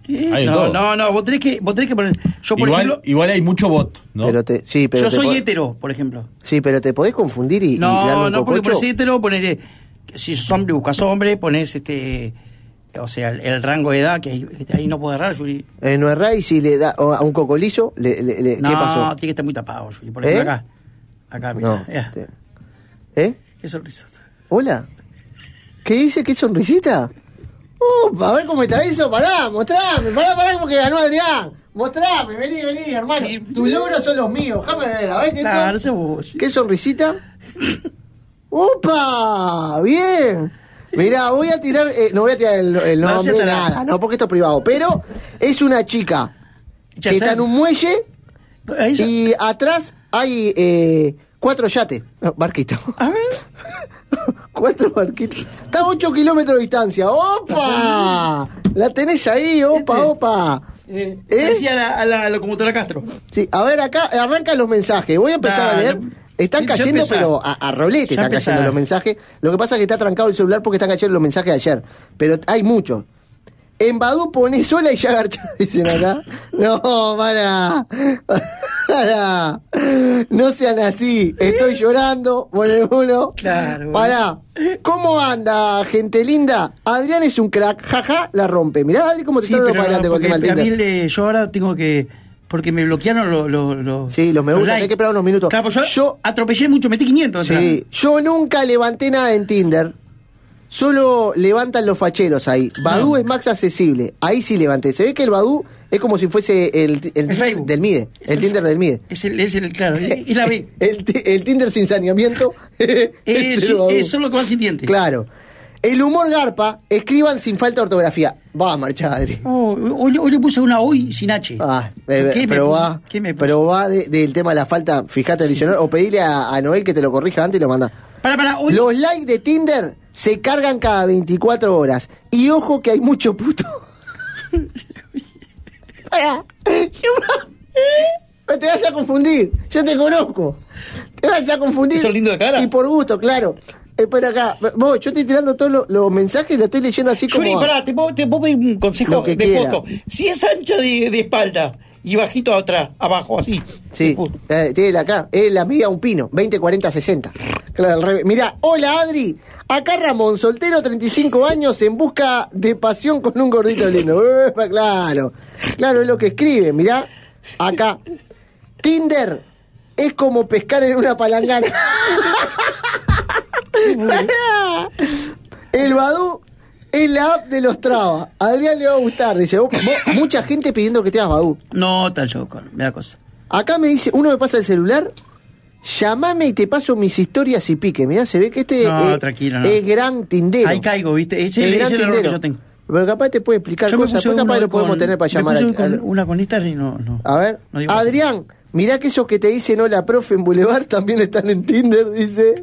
Speaker 3: Eh,
Speaker 2: Hay de
Speaker 3: no,
Speaker 2: todo.
Speaker 3: no, no, vos tenés que, vos tenés que poner. Yo, por
Speaker 2: igual,
Speaker 3: ejemplo,
Speaker 2: igual hay mucho bot, ¿no?
Speaker 1: Pero te, sí, pero
Speaker 3: yo
Speaker 1: te
Speaker 3: soy
Speaker 1: pod-
Speaker 3: hetero, por ejemplo.
Speaker 1: Sí, pero te podés confundir y, y darle
Speaker 3: No,
Speaker 1: un
Speaker 3: no, porque
Speaker 1: cococho.
Speaker 3: por ser hetero, poner. eh, que Si sos hombre, buscas hombre, ponés este. O sea, el, el rango de edad, que ahí, ahí no puedo errar, Yuri.
Speaker 1: En y si le da o a un cocolizo, le, le- le-
Speaker 3: No,
Speaker 1: ¿qué pasó?
Speaker 3: tiene que estar muy tapado, Yuri. Por ejemplo,
Speaker 1: ¿Eh?
Speaker 3: acá. Acá, mirá.
Speaker 1: No. este.
Speaker 3: Ya.
Speaker 1: te- ¿Eh?
Speaker 3: Qué sonrisa.
Speaker 1: ¿Hola? ¿Qué dice? ¿Qué sonrisita? Uh, a ver cómo está eso, pará, mostrame, pará, pará, porque ganó Adrián. Mostrame, vení, vení, hermano.
Speaker 3: Sí.
Speaker 1: Tus logros son los míos, déjame ver, a ver qué
Speaker 3: No,
Speaker 1: tal.
Speaker 3: no sé vos.
Speaker 1: ¿Qué sonrisita? ¡Opa! ¡Bien! Mirá, voy a tirar, eh, no voy a tirar el, el
Speaker 3: No,
Speaker 1: nombre,
Speaker 3: ya está la-
Speaker 1: nada, no, porque esto es privado, pero es una chica
Speaker 3: Ya
Speaker 1: que
Speaker 3: está.
Speaker 1: está en un muelle
Speaker 3: Ahí ya-
Speaker 1: y atrás hay eh, cuatro yates, no, barquitos.
Speaker 3: A ver.
Speaker 1: Cuatro barquitos. Está a 8 kilómetros de distancia. ¡Opa! La tenés ahí, opa,
Speaker 3: ¿Viste?
Speaker 1: opa.
Speaker 3: Eh,
Speaker 1: ¿Eh?
Speaker 3: decía a la, a la locomotora Castro.
Speaker 1: Sí, a ver, acá arrancan los mensajes. Voy a empezar a
Speaker 3: Dale.
Speaker 1: leer. Están
Speaker 3: Ya
Speaker 1: cayendo,
Speaker 3: empezá.
Speaker 1: pero a, a rolete
Speaker 3: Ya
Speaker 1: están
Speaker 3: empezá.
Speaker 1: cayendo los mensajes. Lo que pasa es que está trancado el celular porque están cayendo los mensajes de ayer. Pero hay muchos. En Badú ponés sola y ya garchás, dicen acá. No, para. Para. No sean así. Estoy llorando. Pone uno.
Speaker 3: Claro.
Speaker 1: Para. ¿Cómo anda, gente linda? Adrián es un crack. Jaja, la rompe. Mirá, Adri, cómo te
Speaker 3: Sí,
Speaker 1: está dando
Speaker 3: pero
Speaker 1: para adelante con el
Speaker 3: porque
Speaker 1: tema del
Speaker 3: a mí
Speaker 1: Tinder.
Speaker 3: le- yo ahora tengo que. Porque me bloquearon los. los, los
Speaker 1: Sí, los me gusta,
Speaker 3: likes.
Speaker 1: tenés que esperar unos minutos.
Speaker 3: Claro, pues yo,
Speaker 1: Yo-
Speaker 3: atropellé mucho, metí 500. atrás.
Speaker 1: Sí, yo nunca levanté nada en Tinder. Solo levantan los facheros ahí. Badú es más accesible. Ahí sí levanté. Se ve que el Badú es como si fuese el, ti- el
Speaker 3: El Facebook.
Speaker 1: del MIDE.
Speaker 3: Es
Speaker 1: El
Speaker 3: el-
Speaker 1: Tinder del MIDE.
Speaker 3: Es el, es el, claro, y, y la vi.
Speaker 1: El, ti- el Tinder sin saneamiento. es el
Speaker 3: Es,
Speaker 1: Badoo.
Speaker 3: es solo que van sin dientes.
Speaker 1: Claro. El humor garpa, escriban sin falta de ortografía. Va, marcha, Adri.
Speaker 3: Oh, hoy, le- hoy le puse una hoy sin H.
Speaker 1: Ah, eh,
Speaker 3: ¿Qué me
Speaker 1: probá,
Speaker 3: puse? ¿Qué me puse?
Speaker 1: probá de- del tema de la falta, fijate el diccionario, o pedile a, a Noel que te lo corrija antes y lo manda.
Speaker 3: Para, para, hoy.
Speaker 1: Los likes de Tinder se cargan cada 24 horas. Y ojo que hay mucho puto. Pará. No te vas a confundir. Yo te conozco. Te vas a confundir.
Speaker 3: ¿Eso es lindo de cara?
Speaker 1: Y por gusto, claro. Espera acá. Vos, yo estoy tirando todos los, los mensajes y los estoy leyendo así como.
Speaker 3: Yuri, pará, te puedo, te puedo pedir un consejo
Speaker 1: Lo que
Speaker 3: de
Speaker 1: quiera.
Speaker 3: foto. Si es ancha de, de espalda y bajito atrás, abajo, así.
Speaker 1: Sí,
Speaker 3: Tipo,
Speaker 1: eh, tiene la acá. Es la medida un pino. 20, 40, 60. Claro, al revés. Mirá, hola Adri. Acá Ramón, soltero, 35 años, en busca de pasión con un gordito lindo. Uepa, claro. Claro, es lo que escribe. Mirá, acá. Tinder es como pescar en una palangana. Pará. El Badú es la app de los trabas. A Adrián le va a gustar. Dice, vos- vos- mucha gente pidiendo que te hagas Badú.
Speaker 3: No, tal yo, con- me da cosa.
Speaker 1: Acá me dice, uno me pasa el celular, llamame y te paso mis historias y pique. Mirá, se ve que este
Speaker 3: No,
Speaker 1: eh,
Speaker 3: tranquilo, no.
Speaker 1: es gran tindero.
Speaker 3: Ahí caigo, ¿viste? Ese
Speaker 1: es
Speaker 3: ese
Speaker 1: gran
Speaker 3: es el error que
Speaker 1: tindero.
Speaker 3: yo tengo.
Speaker 1: Pero capaz te puede explicar
Speaker 3: Yo me
Speaker 1: cosas,
Speaker 3: puse
Speaker 1: pues capaz
Speaker 3: uno
Speaker 1: lo podemos
Speaker 3: con-
Speaker 1: tener para
Speaker 3: me
Speaker 1: llamar
Speaker 3: puse
Speaker 1: al-
Speaker 3: con
Speaker 1: al-
Speaker 3: una con Instagram y no, no.
Speaker 1: A ver,
Speaker 3: No digo más.
Speaker 1: Adrián, mirá que esos que te dicen hola, profe, en Boulevard también están en Tinder, dice.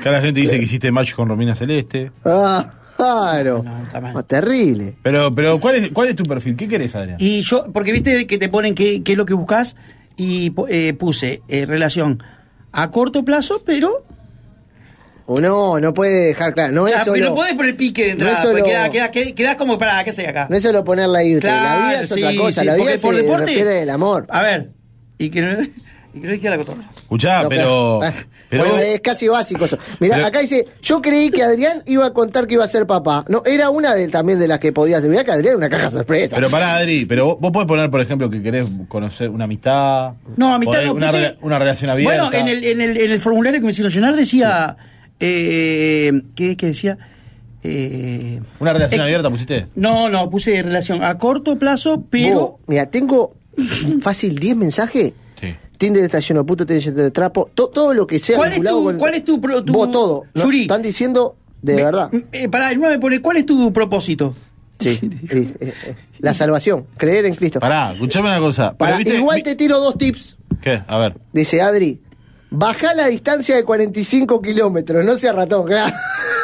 Speaker 2: Acá la gente dice que hiciste match con Romina Celeste.
Speaker 1: Ah, claro.
Speaker 3: No, no, está mal.
Speaker 1: Ah, terrible.
Speaker 2: Pero, pero ¿cuál, es, ¿cuál es tu perfil? ¿Qué querés, Adrián?
Speaker 3: Y yo, porque viste que te ponen qué, qué es lo que buscas y po- eh, puse eh, relación a corto plazo, pero
Speaker 1: Uno no puede dejar claro. No es
Speaker 3: Ah,
Speaker 1: solo,
Speaker 3: pero podés poner pique de entrada.
Speaker 1: No es solo-
Speaker 3: porque queda- queda- queda- Quedás como, pará, ¿qué sé acá?
Speaker 1: no es solo ponerla a irte. la
Speaker 3: Claro,
Speaker 1: vida es otra
Speaker 3: sí,
Speaker 1: cosa.
Speaker 3: sí,
Speaker 1: la vida
Speaker 3: porque
Speaker 1: se
Speaker 3: por deporte-
Speaker 1: refiere al amor.
Speaker 3: A ver. Y que no. Y que no dijera la cotorra.
Speaker 2: Escuchá,
Speaker 1: No,
Speaker 2: Ah, pero. pero
Speaker 1: Bueno,
Speaker 2: vos-
Speaker 1: es casi básico eso. Mirá,
Speaker 2: Pero-
Speaker 1: acá dice, yo creí que Adrián iba a contar que iba a ser papá. No, era una de, también de las que podía ser. Mirá que Adrián era una caja sorpresa.
Speaker 2: Pero pará, Adri, pero vos, vos podés poner, por ejemplo, que querés conocer una amistad.
Speaker 3: No, amistad
Speaker 2: podés-
Speaker 3: no.
Speaker 2: Una,
Speaker 3: puse-
Speaker 2: rela- una relación abierta.
Speaker 3: Bueno, en el, en el, en el formulario que me hicieron llenar decía. Eh, ¿qué, qué decía? Eh,
Speaker 2: Una relación
Speaker 3: eh,
Speaker 2: abierta pusiste.
Speaker 3: No, no, puse relación a corto plazo, pero.
Speaker 1: Vos, Mira, tengo fácil 10 mensajes.
Speaker 2: Sí.
Speaker 1: Tinder está lleno de puto, Tinder está lleno de trapo. to- todo lo que sea
Speaker 3: ¿Cuál es
Speaker 1: vinculado
Speaker 3: tu-
Speaker 1: con-
Speaker 3: cuál es tu pro- tu-
Speaker 1: Vos todo. ¿no?
Speaker 3: Yuri.
Speaker 1: Están diciendo de
Speaker 3: Me-
Speaker 1: verdad.
Speaker 3: eh, pará, el 9 pone, ¿cuál es tu propósito?
Speaker 1: Sí, sí, eh, eh, La salvación, creer en Cristo.
Speaker 2: Pará, escuchame una cosa. Pero
Speaker 1: Pará,
Speaker 2: viste-
Speaker 1: igual
Speaker 2: vi-
Speaker 1: te tiro dos tips.
Speaker 2: ¿Qué? A ver.
Speaker 1: Dice Adri, baja la distancia de 45 kilómetros, no sea ratón, claro.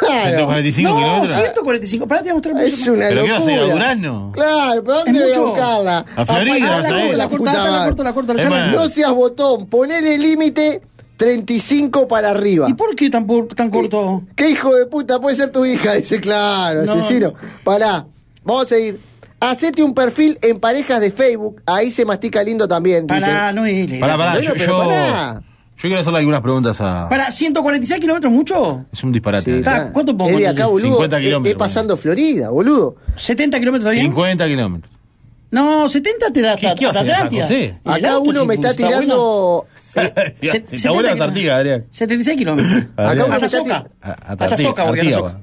Speaker 2: 145
Speaker 3: no,
Speaker 2: kilómetros.
Speaker 3: 145. Pará, te voy a mostrar Ah, un
Speaker 1: Es
Speaker 3: poquito más.
Speaker 1: una
Speaker 2: ¿Pero qué
Speaker 1: locura.
Speaker 2: vas a ir a Urano?
Speaker 1: Claro, pero ¿dónde
Speaker 3: Es
Speaker 1: voy a
Speaker 3: mucho.
Speaker 1: buscarla?
Speaker 2: A Florida,
Speaker 1: Apagá
Speaker 2: hasta ahí.
Speaker 1: la,
Speaker 2: La
Speaker 3: corta,
Speaker 1: puta
Speaker 3: la
Speaker 1: madre.
Speaker 3: corta, la corta, la
Speaker 2: Es
Speaker 3: corta.
Speaker 2: más-
Speaker 1: No seas botón, ponele límite 35 para arriba.
Speaker 3: ¿Y por qué tan, por- tan corto?
Speaker 1: ¿Qué hijo de puta puede ser tu hija? Dice, claro,
Speaker 3: No.
Speaker 1: asesino. Pará, vamos a seguir. Hacete un perfil en parejas de Facebook, ahí se mastica lindo también, dice.
Speaker 3: Pará, no es él.
Speaker 2: Pará, pará.
Speaker 1: Bueno,
Speaker 2: yo,
Speaker 1: pero
Speaker 2: yo,
Speaker 1: pará.
Speaker 2: yo quiero hacerle algunas preguntas a.
Speaker 3: Pará, 146 kilómetros, mucho.
Speaker 2: Es un disparate.
Speaker 3: Está-
Speaker 1: Mirá,
Speaker 3: ¿cuánto pongo
Speaker 1: es de acá,
Speaker 3: entonces?
Speaker 1: boludo.
Speaker 2: 50
Speaker 1: es- Es
Speaker 2: kilómetros,
Speaker 1: pasando Florida, boludo.
Speaker 3: 70 kilómetros está bien.
Speaker 2: 50 kilómetros.
Speaker 3: No, 70 te da
Speaker 2: ¿Qué-
Speaker 3: hasta,
Speaker 2: qué vas a
Speaker 3: hasta
Speaker 2: ir a San
Speaker 3: Atlántida.
Speaker 2: José?
Speaker 3: Y el
Speaker 1: Acá
Speaker 3: auto,
Speaker 1: uno me
Speaker 3: chico,
Speaker 1: está tirando. eh,
Speaker 2: Si
Speaker 3: Se-
Speaker 2: te abuela
Speaker 3: 70
Speaker 2: Tartiga, Adrián.
Speaker 3: bueno. 76 kilómetros.
Speaker 2: Adrián.
Speaker 1: Acá uno
Speaker 3: Hasta
Speaker 1: me está
Speaker 3: Soca.
Speaker 1: tirando.
Speaker 2: A- a
Speaker 3: Hasta
Speaker 2: Tartiga,
Speaker 3: Soca, voy a
Speaker 2: Tartiga,
Speaker 3: Soca.
Speaker 2: va.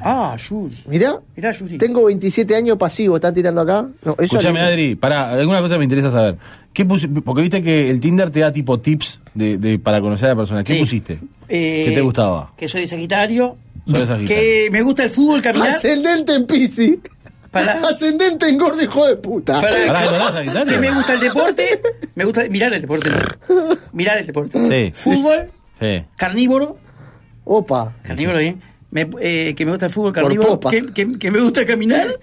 Speaker 3: Ah, Yuri.
Speaker 1: Mirá,
Speaker 3: Mirá, Yuri.
Speaker 1: tengo 27 años pasivo, están tirando acá. No, eso
Speaker 2: Escuchame,
Speaker 1: no-
Speaker 2: Adri, pará, alguna cosa me interesa saber. ¿Qué pusi- Porque viste que el Tinder te da tipo tips de, de- para conocer a la persona. ¿Qué
Speaker 3: Sí.
Speaker 2: pusiste?
Speaker 3: Eh,
Speaker 2: ¿Qué te gustaba?
Speaker 3: Que soy de Sagitario.
Speaker 2: Soy de Sagitario.
Speaker 3: Que me gusta el fútbol,
Speaker 1: Ah,
Speaker 3: caminar.
Speaker 1: Ascendente en Pisi.
Speaker 3: Pará.
Speaker 1: Ascendente en gordo, hijo de puta.
Speaker 3: Pará,
Speaker 2: Pará,
Speaker 3: que-
Speaker 2: ¿verdad, Sagitario?
Speaker 3: que me gusta el deporte. Me gusta mirar el deporte. Mirar el
Speaker 2: Sí.
Speaker 3: deporte. Fútbol,
Speaker 2: Sí.
Speaker 3: carnívoro.
Speaker 1: Opa.
Speaker 3: Carnívoro, bien. Me- eh, que me gusta el fútbol
Speaker 1: Por
Speaker 3: carnívoro.
Speaker 1: popa.
Speaker 3: Que, que- que me gusta caminar.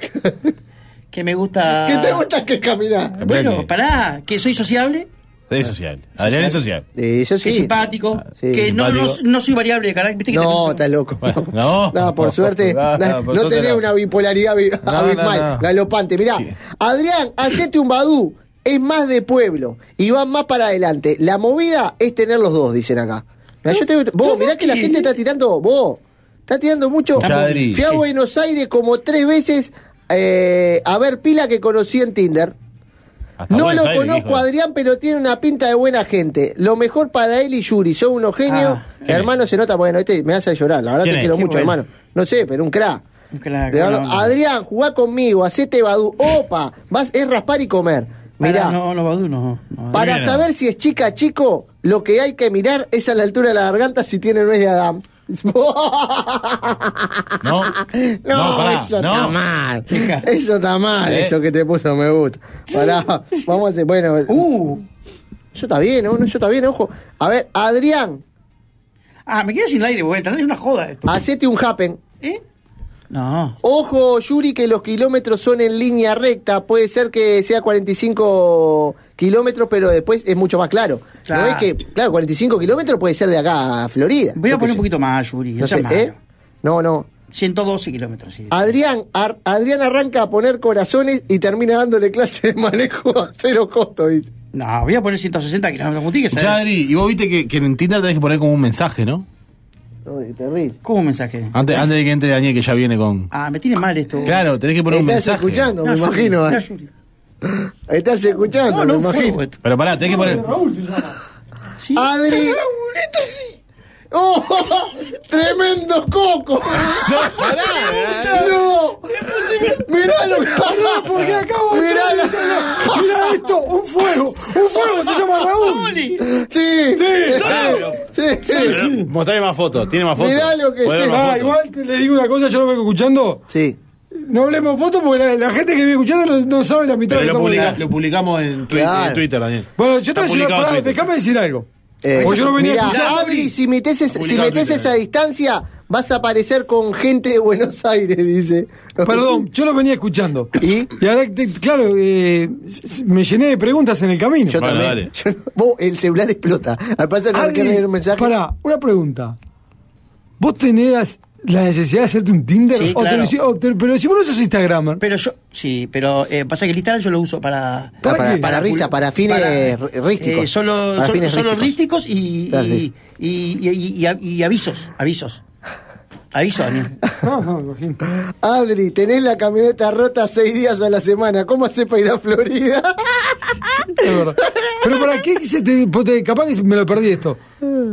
Speaker 3: que me gusta.
Speaker 1: ¿Qué te gusta que caminar?
Speaker 2: Bueno,
Speaker 3: Bueno, pará, que soy sociable,
Speaker 2: Es social. Adrián es eh, social.
Speaker 1: Eso
Speaker 3: que
Speaker 1: Eh, sí. Ah,
Speaker 3: soy simpático,
Speaker 1: Sí.
Speaker 3: que no, no,
Speaker 2: Simpático.
Speaker 3: no soy variable de carácter. ¿viste que
Speaker 1: No,
Speaker 3: te-
Speaker 1: está loco.
Speaker 2: Bueno, no.
Speaker 1: por suerte. No,
Speaker 2: No, no, por
Speaker 1: no
Speaker 2: suerte
Speaker 1: tenés
Speaker 2: no.
Speaker 1: una bipolaridad bi-
Speaker 2: no,
Speaker 1: abismal,
Speaker 2: no.
Speaker 1: galopante. Mirá,
Speaker 2: Sí.
Speaker 1: Adrián, hacete un badú. Es más de pueblo y van más para adelante. La movida es tener los dos, dicen acá. Mirá, yo te- vos,
Speaker 3: ¿Cómo
Speaker 1: mirá que la
Speaker 3: que?
Speaker 1: gente está tirando. Vos, está tirando mucho.
Speaker 2: Escuchá, Adri.
Speaker 1: Fui a
Speaker 2: Sí.
Speaker 1: Buenos Aires como tres veces eh, a ver pila que conocí en Tinder.
Speaker 2: Hasta
Speaker 1: no
Speaker 2: Buenos
Speaker 1: lo
Speaker 2: Aires,
Speaker 1: conozco
Speaker 2: hijo.
Speaker 1: a Adrián, pero tiene una pinta de buena gente. Lo mejor para él y Yuri. Son unos genios.
Speaker 3: Ah,
Speaker 2: ¿quién
Speaker 1: hermano, se nota, bueno, este me hace llorar. La verdad te
Speaker 2: ¿Quién es?
Speaker 1: quiero
Speaker 2: Qué
Speaker 1: mucho,
Speaker 3: bueno.
Speaker 1: hermano. No sé, pero un crack.
Speaker 3: Un crack,
Speaker 1: De verdad,
Speaker 3: buena onda.
Speaker 1: Adrián, jugá conmigo, hacete badú. Opa, vas, es raspar y comer.
Speaker 3: Pará,
Speaker 1: Mirá,
Speaker 3: no, no, Badu, no. no.
Speaker 1: para
Speaker 2: Adrián.
Speaker 1: saber si es chica chico, lo que hay que mirar es a la altura de la garganta si tiene nuez de Adán.
Speaker 2: No,
Speaker 1: No,
Speaker 2: no, pará,
Speaker 1: eso está
Speaker 2: no.
Speaker 1: mal.
Speaker 3: Chica.
Speaker 1: Eso está mal,
Speaker 2: ¿Eh?
Speaker 1: eso que te puso me gusta. Pará, vamos a hacer, bueno.
Speaker 3: Uh,
Speaker 1: Yo está bien, ¿no? yo está bien, ojo. A ver, Adrián,
Speaker 3: ah, me quedé sin aire de vuelta, no es una joda esto.
Speaker 1: hacete un happen.
Speaker 3: ¿Eh? No.
Speaker 1: Ojo, Yuri, que los kilómetros son en línea recta. Puede ser que sea 45 kilómetros, pero después es mucho más claro.
Speaker 3: Claro.
Speaker 1: No es que, claro, 45 kilómetros puede ser de acá a Florida.
Speaker 3: Voy a
Speaker 1: Yo qué
Speaker 3: poner un
Speaker 1: sé.
Speaker 3: poquito más, Yuri.
Speaker 1: No
Speaker 3: No seas
Speaker 1: sé,
Speaker 3: malo.
Speaker 1: ¿eh? Ah, No, no.
Speaker 3: 112 kilómetros, sí.
Speaker 1: Adrián, ar- Adrián arranca a poner corazones y termina dándole clase de manejo a cero costo, dice.
Speaker 3: No, voy a poner 160 kilómetros. Justi, que
Speaker 2: Escuchá,
Speaker 1: eh.
Speaker 3: sabes.
Speaker 2: Adri, y vos viste que, que en Tinder tenés que poner como un mensaje, ¿no?
Speaker 1: No, es terrible.
Speaker 3: ¿Cómo un mensaje?
Speaker 1: Ah.
Speaker 2: Antes, antes de que entre Daniel, que ya viene con.
Speaker 3: Ah, me tiene mal esto.
Speaker 2: Claro, tenés que poner un
Speaker 1: Estás
Speaker 2: mensaje.
Speaker 1: escuchando,
Speaker 3: No,
Speaker 1: me
Speaker 3: Yuri,
Speaker 1: imagino.
Speaker 3: no,
Speaker 1: eh.
Speaker 3: Yuri.
Speaker 1: Estás escuchando,
Speaker 3: No, no,
Speaker 1: me imagino.
Speaker 3: fuego esto.
Speaker 2: Pero pará, tenés que
Speaker 1: Ah,
Speaker 2: poner.
Speaker 3: Sí.
Speaker 1: Adri. ¡Oh! ¡Tremendo coco! ¡No! ¡Pará! ¡No! ¡Mirá lo que porque acabo Mirá de ¡Mirá esto! ¡Un fuego! ¡Un fuego! ¡Se llama Raúl!
Speaker 3: Juli.
Speaker 1: ¡Sí! ¡Sí! ¡Sí! sí.
Speaker 2: Pero, Mostrame más fotos, tiene más fotos.
Speaker 1: Mirá lo que
Speaker 2: Podés
Speaker 1: es.
Speaker 2: ver más
Speaker 8: Ah,
Speaker 2: fotos.
Speaker 8: igual te- les digo una cosa, yo lo vengo escuchando.
Speaker 1: Sí.
Speaker 8: No hablemos fotos porque la, la gente que viene escuchando no, no sabe la mitad
Speaker 2: Pero
Speaker 8: de
Speaker 2: lo,
Speaker 8: que estamos
Speaker 2: publica-
Speaker 8: hablando.
Speaker 2: lo publicamos en, Twi-
Speaker 1: Claro.
Speaker 2: en Twitter, Daniel.
Speaker 8: Bueno, yo
Speaker 2: Está
Speaker 8: te voy a decir una
Speaker 2: publicado
Speaker 8: pará,
Speaker 2: en Twitter.
Speaker 8: déjame decir algo.
Speaker 1: Eh,
Speaker 8: porque yo lo venía
Speaker 1: mirá,
Speaker 8: escuchando.
Speaker 1: Adri, si metes, si
Speaker 2: Publicado en
Speaker 1: metés
Speaker 2: Twitter.
Speaker 1: esa distancia, vas a aparecer con gente de Buenos Aires, dice.
Speaker 8: Perdón, yo lo venía escuchando.
Speaker 1: ¿Y?
Speaker 8: ahora, te- claro, eh, s- s- me llené de preguntas en el camino.
Speaker 1: Yo
Speaker 2: Bueno,
Speaker 1: también.
Speaker 2: dale.
Speaker 1: Yo no- vos, el celular explota. Al pasar, no
Speaker 8: Adri,
Speaker 1: Ah, querés leer un mensaje.
Speaker 8: pará, una pregunta. vos tenés la necesidad de hacerte un Tinder.
Speaker 3: Sí,
Speaker 8: O te lo
Speaker 3: claro.
Speaker 8: hici- o te- pero si vos no sos Instagramer.
Speaker 3: Pero yo, sí, pero eh, pasa que el Instagram yo lo uso para.
Speaker 8: ¿Para
Speaker 1: para,
Speaker 8: qué?
Speaker 1: para risa, para fines
Speaker 3: para-
Speaker 1: r- rísticos.
Speaker 3: eh, solo
Speaker 1: Para
Speaker 3: solo-
Speaker 1: fines
Speaker 3: solo
Speaker 1: rísticos.
Speaker 3: rísticos y,
Speaker 1: Claro,
Speaker 3: y-
Speaker 1: sí.
Speaker 3: y- y- y- y avisos. Avisos. Avisos, Daniel.
Speaker 8: No, no, imagino.
Speaker 1: Adri, tenés la camioneta rota seis días a la semana. ¿Cómo haces para ir a Florida?
Speaker 8: Es verdad. Pero para qué se te, vos te- Capaz que me lo perdí esto.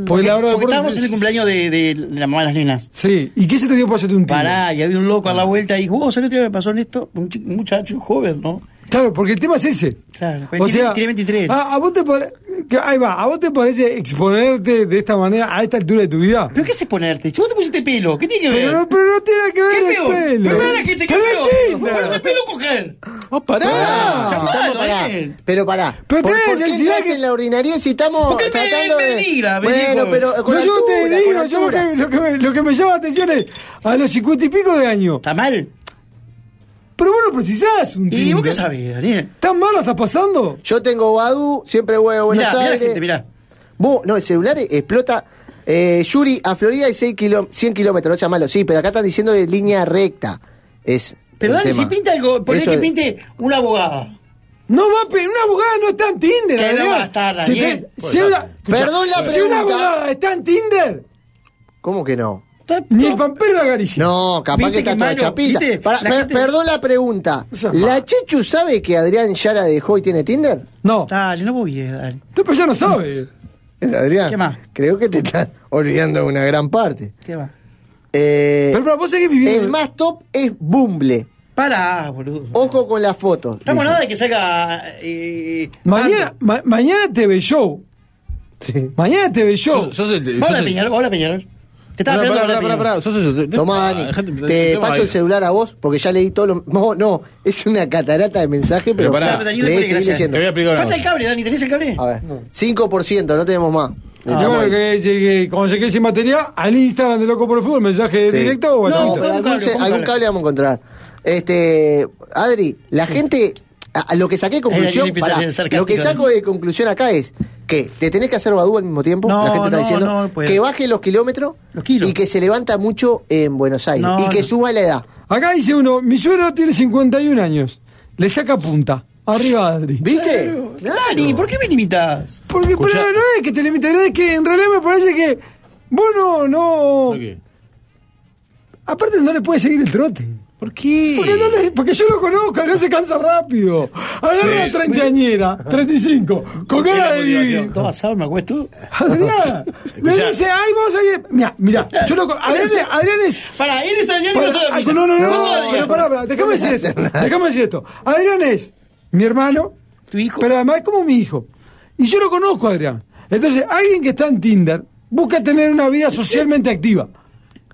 Speaker 8: Porque la hora de
Speaker 3: Porque
Speaker 8: deporte-
Speaker 3: estábamos en el cumpleaños de, de- de la mamá de las nenas.
Speaker 8: Sí. ¿Y qué se te dio para hacerte un Tinder?
Speaker 3: Pará, y había un loco a la vuelta y "Oh, dijo, vos, ¿sabés lo que me pasó en esto? Un, chi- un muchacho joven, ¿no?
Speaker 8: Claro, porque el tema es ese.
Speaker 3: Claro, tiene- tiene 23.
Speaker 8: A, a vos te pare- que- ahí va, ¿a vos te parece exponerte de esta manera a esta altura de tu vida?
Speaker 3: ¿Pero qué es exponerte? Si vos te pusiste pelo, ¿qué tiene que ver?
Speaker 8: Pero, no- pero no tiene nada que ver
Speaker 3: ¿Qué
Speaker 8: el
Speaker 3: feo?
Speaker 8: pelo.
Speaker 3: Perdona, gente, qué
Speaker 8: Pero
Speaker 3: feo.
Speaker 8: Tinder.
Speaker 3: Pero ese pelo coger.
Speaker 1: Si
Speaker 3: Oh, Llamalo,
Speaker 1: estamos- pará,
Speaker 3: eh.
Speaker 1: pero pará.
Speaker 8: Pero
Speaker 1: ¿Por,
Speaker 8: tenés
Speaker 1: por qué
Speaker 8: necesidad
Speaker 1: estás
Speaker 8: que-
Speaker 1: en la urinaría si estamos
Speaker 3: Porque él me-
Speaker 1: tratando
Speaker 3: él me
Speaker 1: de...
Speaker 3: denigra, me
Speaker 1: bueno,
Speaker 3: dijo.
Speaker 1: pero con
Speaker 8: No, yo
Speaker 1: altura,
Speaker 8: te digo,
Speaker 1: con
Speaker 8: yo lo
Speaker 1: altura.
Speaker 8: que, lo, que me, lo que me llama la atención es a los cincuenta y pico de año.
Speaker 3: Está mal.
Speaker 8: Pero vos no precisás un
Speaker 3: ¿Y
Speaker 8: Tinder.
Speaker 3: vos qué sabés, Daniel?
Speaker 8: ¿Tan mal la estás pasando?
Speaker 1: Yo tengo Badu, siempre voy a Buenos
Speaker 3: Mirá, mirá,
Speaker 1: Aires.
Speaker 3: gente, mirá.
Speaker 1: Vos, no, el celular explota. Eh, Yuri, a Florida hay 6 kilo, 100 kilómetros, no sea malo, sí, pero acá están diciendo de línea recta. Es
Speaker 3: Pero
Speaker 1: el
Speaker 3: dale,
Speaker 1: tema.
Speaker 3: si pinta algo, ponle
Speaker 1: Eso
Speaker 3: que
Speaker 1: es-
Speaker 3: pinte una abogada.
Speaker 8: No va a pe- una abogada no está en Tinder.
Speaker 3: Que no
Speaker 8: Adrián.
Speaker 3: va a estar,
Speaker 8: Si
Speaker 3: Daniel.
Speaker 8: te- si una- escuchá,
Speaker 1: Perdón la
Speaker 8: Si una
Speaker 1: pregunta.
Speaker 8: abogada está en Tinder,
Speaker 1: ¿Cómo que no?
Speaker 3: Está-
Speaker 8: ni el pampero la acaricia.
Speaker 1: No, capaz
Speaker 3: ¿Viste
Speaker 1: que está
Speaker 3: qué
Speaker 1: toda
Speaker 3: malo?
Speaker 1: chapita.
Speaker 3: ¿Viste?
Speaker 1: Pará,
Speaker 3: La
Speaker 1: per-
Speaker 3: gente-
Speaker 1: Perdón la pregunta.
Speaker 8: Esa es mala.
Speaker 1: ¿La Chechu sabe que Adrián ya la dejó y tiene Tinder?
Speaker 8: No.
Speaker 3: Dale, no voy a dale.
Speaker 8: No, Pero ya no sabe.
Speaker 1: Adrián,
Speaker 3: ¿Qué más?
Speaker 1: creo que te estás olvidando una gran parte.
Speaker 3: ¿Qué va?
Speaker 1: Eh,
Speaker 8: Pero, pero vos seguís viviendo.
Speaker 1: el más top es Bumble.
Speaker 3: Pará, boludo.
Speaker 1: Ojo con las fotos.
Speaker 3: Estamos nada de que salga. Eh,
Speaker 8: Mañana,
Speaker 3: tanto.
Speaker 8: ma- mañana TV Show.
Speaker 1: Sí.
Speaker 8: Mañana TV Show.
Speaker 2: Sos- sos el- sos
Speaker 3: Hola,
Speaker 2: el-
Speaker 3: Peñarol. Hola, Peñarol. Te estaba
Speaker 2: Pará,
Speaker 3: esperando
Speaker 2: pará, pará,
Speaker 3: hola,
Speaker 2: pará, pará,
Speaker 3: Peñarol.
Speaker 2: sos el- te-
Speaker 1: Tomá,
Speaker 2: Ah, dejate-
Speaker 1: Dani, te
Speaker 2: toma
Speaker 1: paso
Speaker 2: ahí.
Speaker 1: el celular a vos porque ya leí todo lo. No, no, es una catarata de mensajes, pero,
Speaker 2: Pero pará,
Speaker 1: leé,
Speaker 3: Dani, no puede
Speaker 1: seguí
Speaker 3: gracias.
Speaker 1: leyendo.
Speaker 2: Te voy a explicar una
Speaker 3: Falta el
Speaker 2: cosa.
Speaker 3: cable, Dani. ¿Tenés el cable?
Speaker 1: A ver, 5%, no tenemos más.
Speaker 8: Y
Speaker 1: Estamos
Speaker 8: bueno,
Speaker 1: ahí.
Speaker 8: que llegué- cuando llegué sin batería, al Instagram de Loco por el Fútbol, mensaje
Speaker 1: Sí.
Speaker 8: directo o al
Speaker 3: No,
Speaker 1: No,
Speaker 8: Twitter.
Speaker 1: pero
Speaker 3: ¿cómo
Speaker 1: algún,
Speaker 3: cable? ¿Cómo
Speaker 1: algún
Speaker 3: cable?
Speaker 1: cable vamos a encontrar. Este, Adri, la gente, a, a lo que saqué de conclusión,
Speaker 3: Ahí empieza
Speaker 1: pará,
Speaker 3: a ser sarcástico,
Speaker 1: lo que saco de conclusión acá es que te tenés que hacer badú al mismo tiempo,
Speaker 3: No,
Speaker 1: la gente está
Speaker 3: no,
Speaker 1: diciendo,
Speaker 3: no, pues.
Speaker 1: que baje los kilómetros
Speaker 3: Los kilos.
Speaker 1: y que se levanta mucho en Buenos Aires
Speaker 3: No,
Speaker 1: y que
Speaker 3: no.
Speaker 1: suba la edad.
Speaker 8: Acá dice uno, mi suegro tiene 51 años. Le saca punta. Arriba, Adri.
Speaker 1: ¿Viste?
Speaker 3: Dani, ¿por qué me limitas?
Speaker 8: Porque pero
Speaker 2: Escuchá.
Speaker 8: no es que te limiten, es que en realidad me parece que vos no, no.
Speaker 7: qué?
Speaker 8: Aparte no le puedes seguir el trote.
Speaker 2: ¿Por qué?
Speaker 8: Porque, no le- porque yo lo conozco, no se cansa rápido. Agarra la treintañera, 35, con ganas de vivir.
Speaker 3: Todo asado, me acuesto.
Speaker 8: Adrián, me
Speaker 2: Escuchá.
Speaker 8: dice, ay, vamos a ir. Mira, mira, yo lo con- Adrián, es- Adrián es.
Speaker 3: Pará, eres Daniel y
Speaker 8: Pará,
Speaker 3: no sos
Speaker 8: ay,
Speaker 3: Daniel.
Speaker 8: no, no, no,
Speaker 3: Vos sos
Speaker 8: no,
Speaker 3: Daniel.
Speaker 8: pero pará, pará, déjame decir esto. Déjame decir esto. Adrián es mi hermano,
Speaker 3: Tu hijo.
Speaker 8: pero además es como mi hijo. Y yo lo conozco, Adrián. Entonces, alguien que está en Tinder busca tener una vida socialmente activa.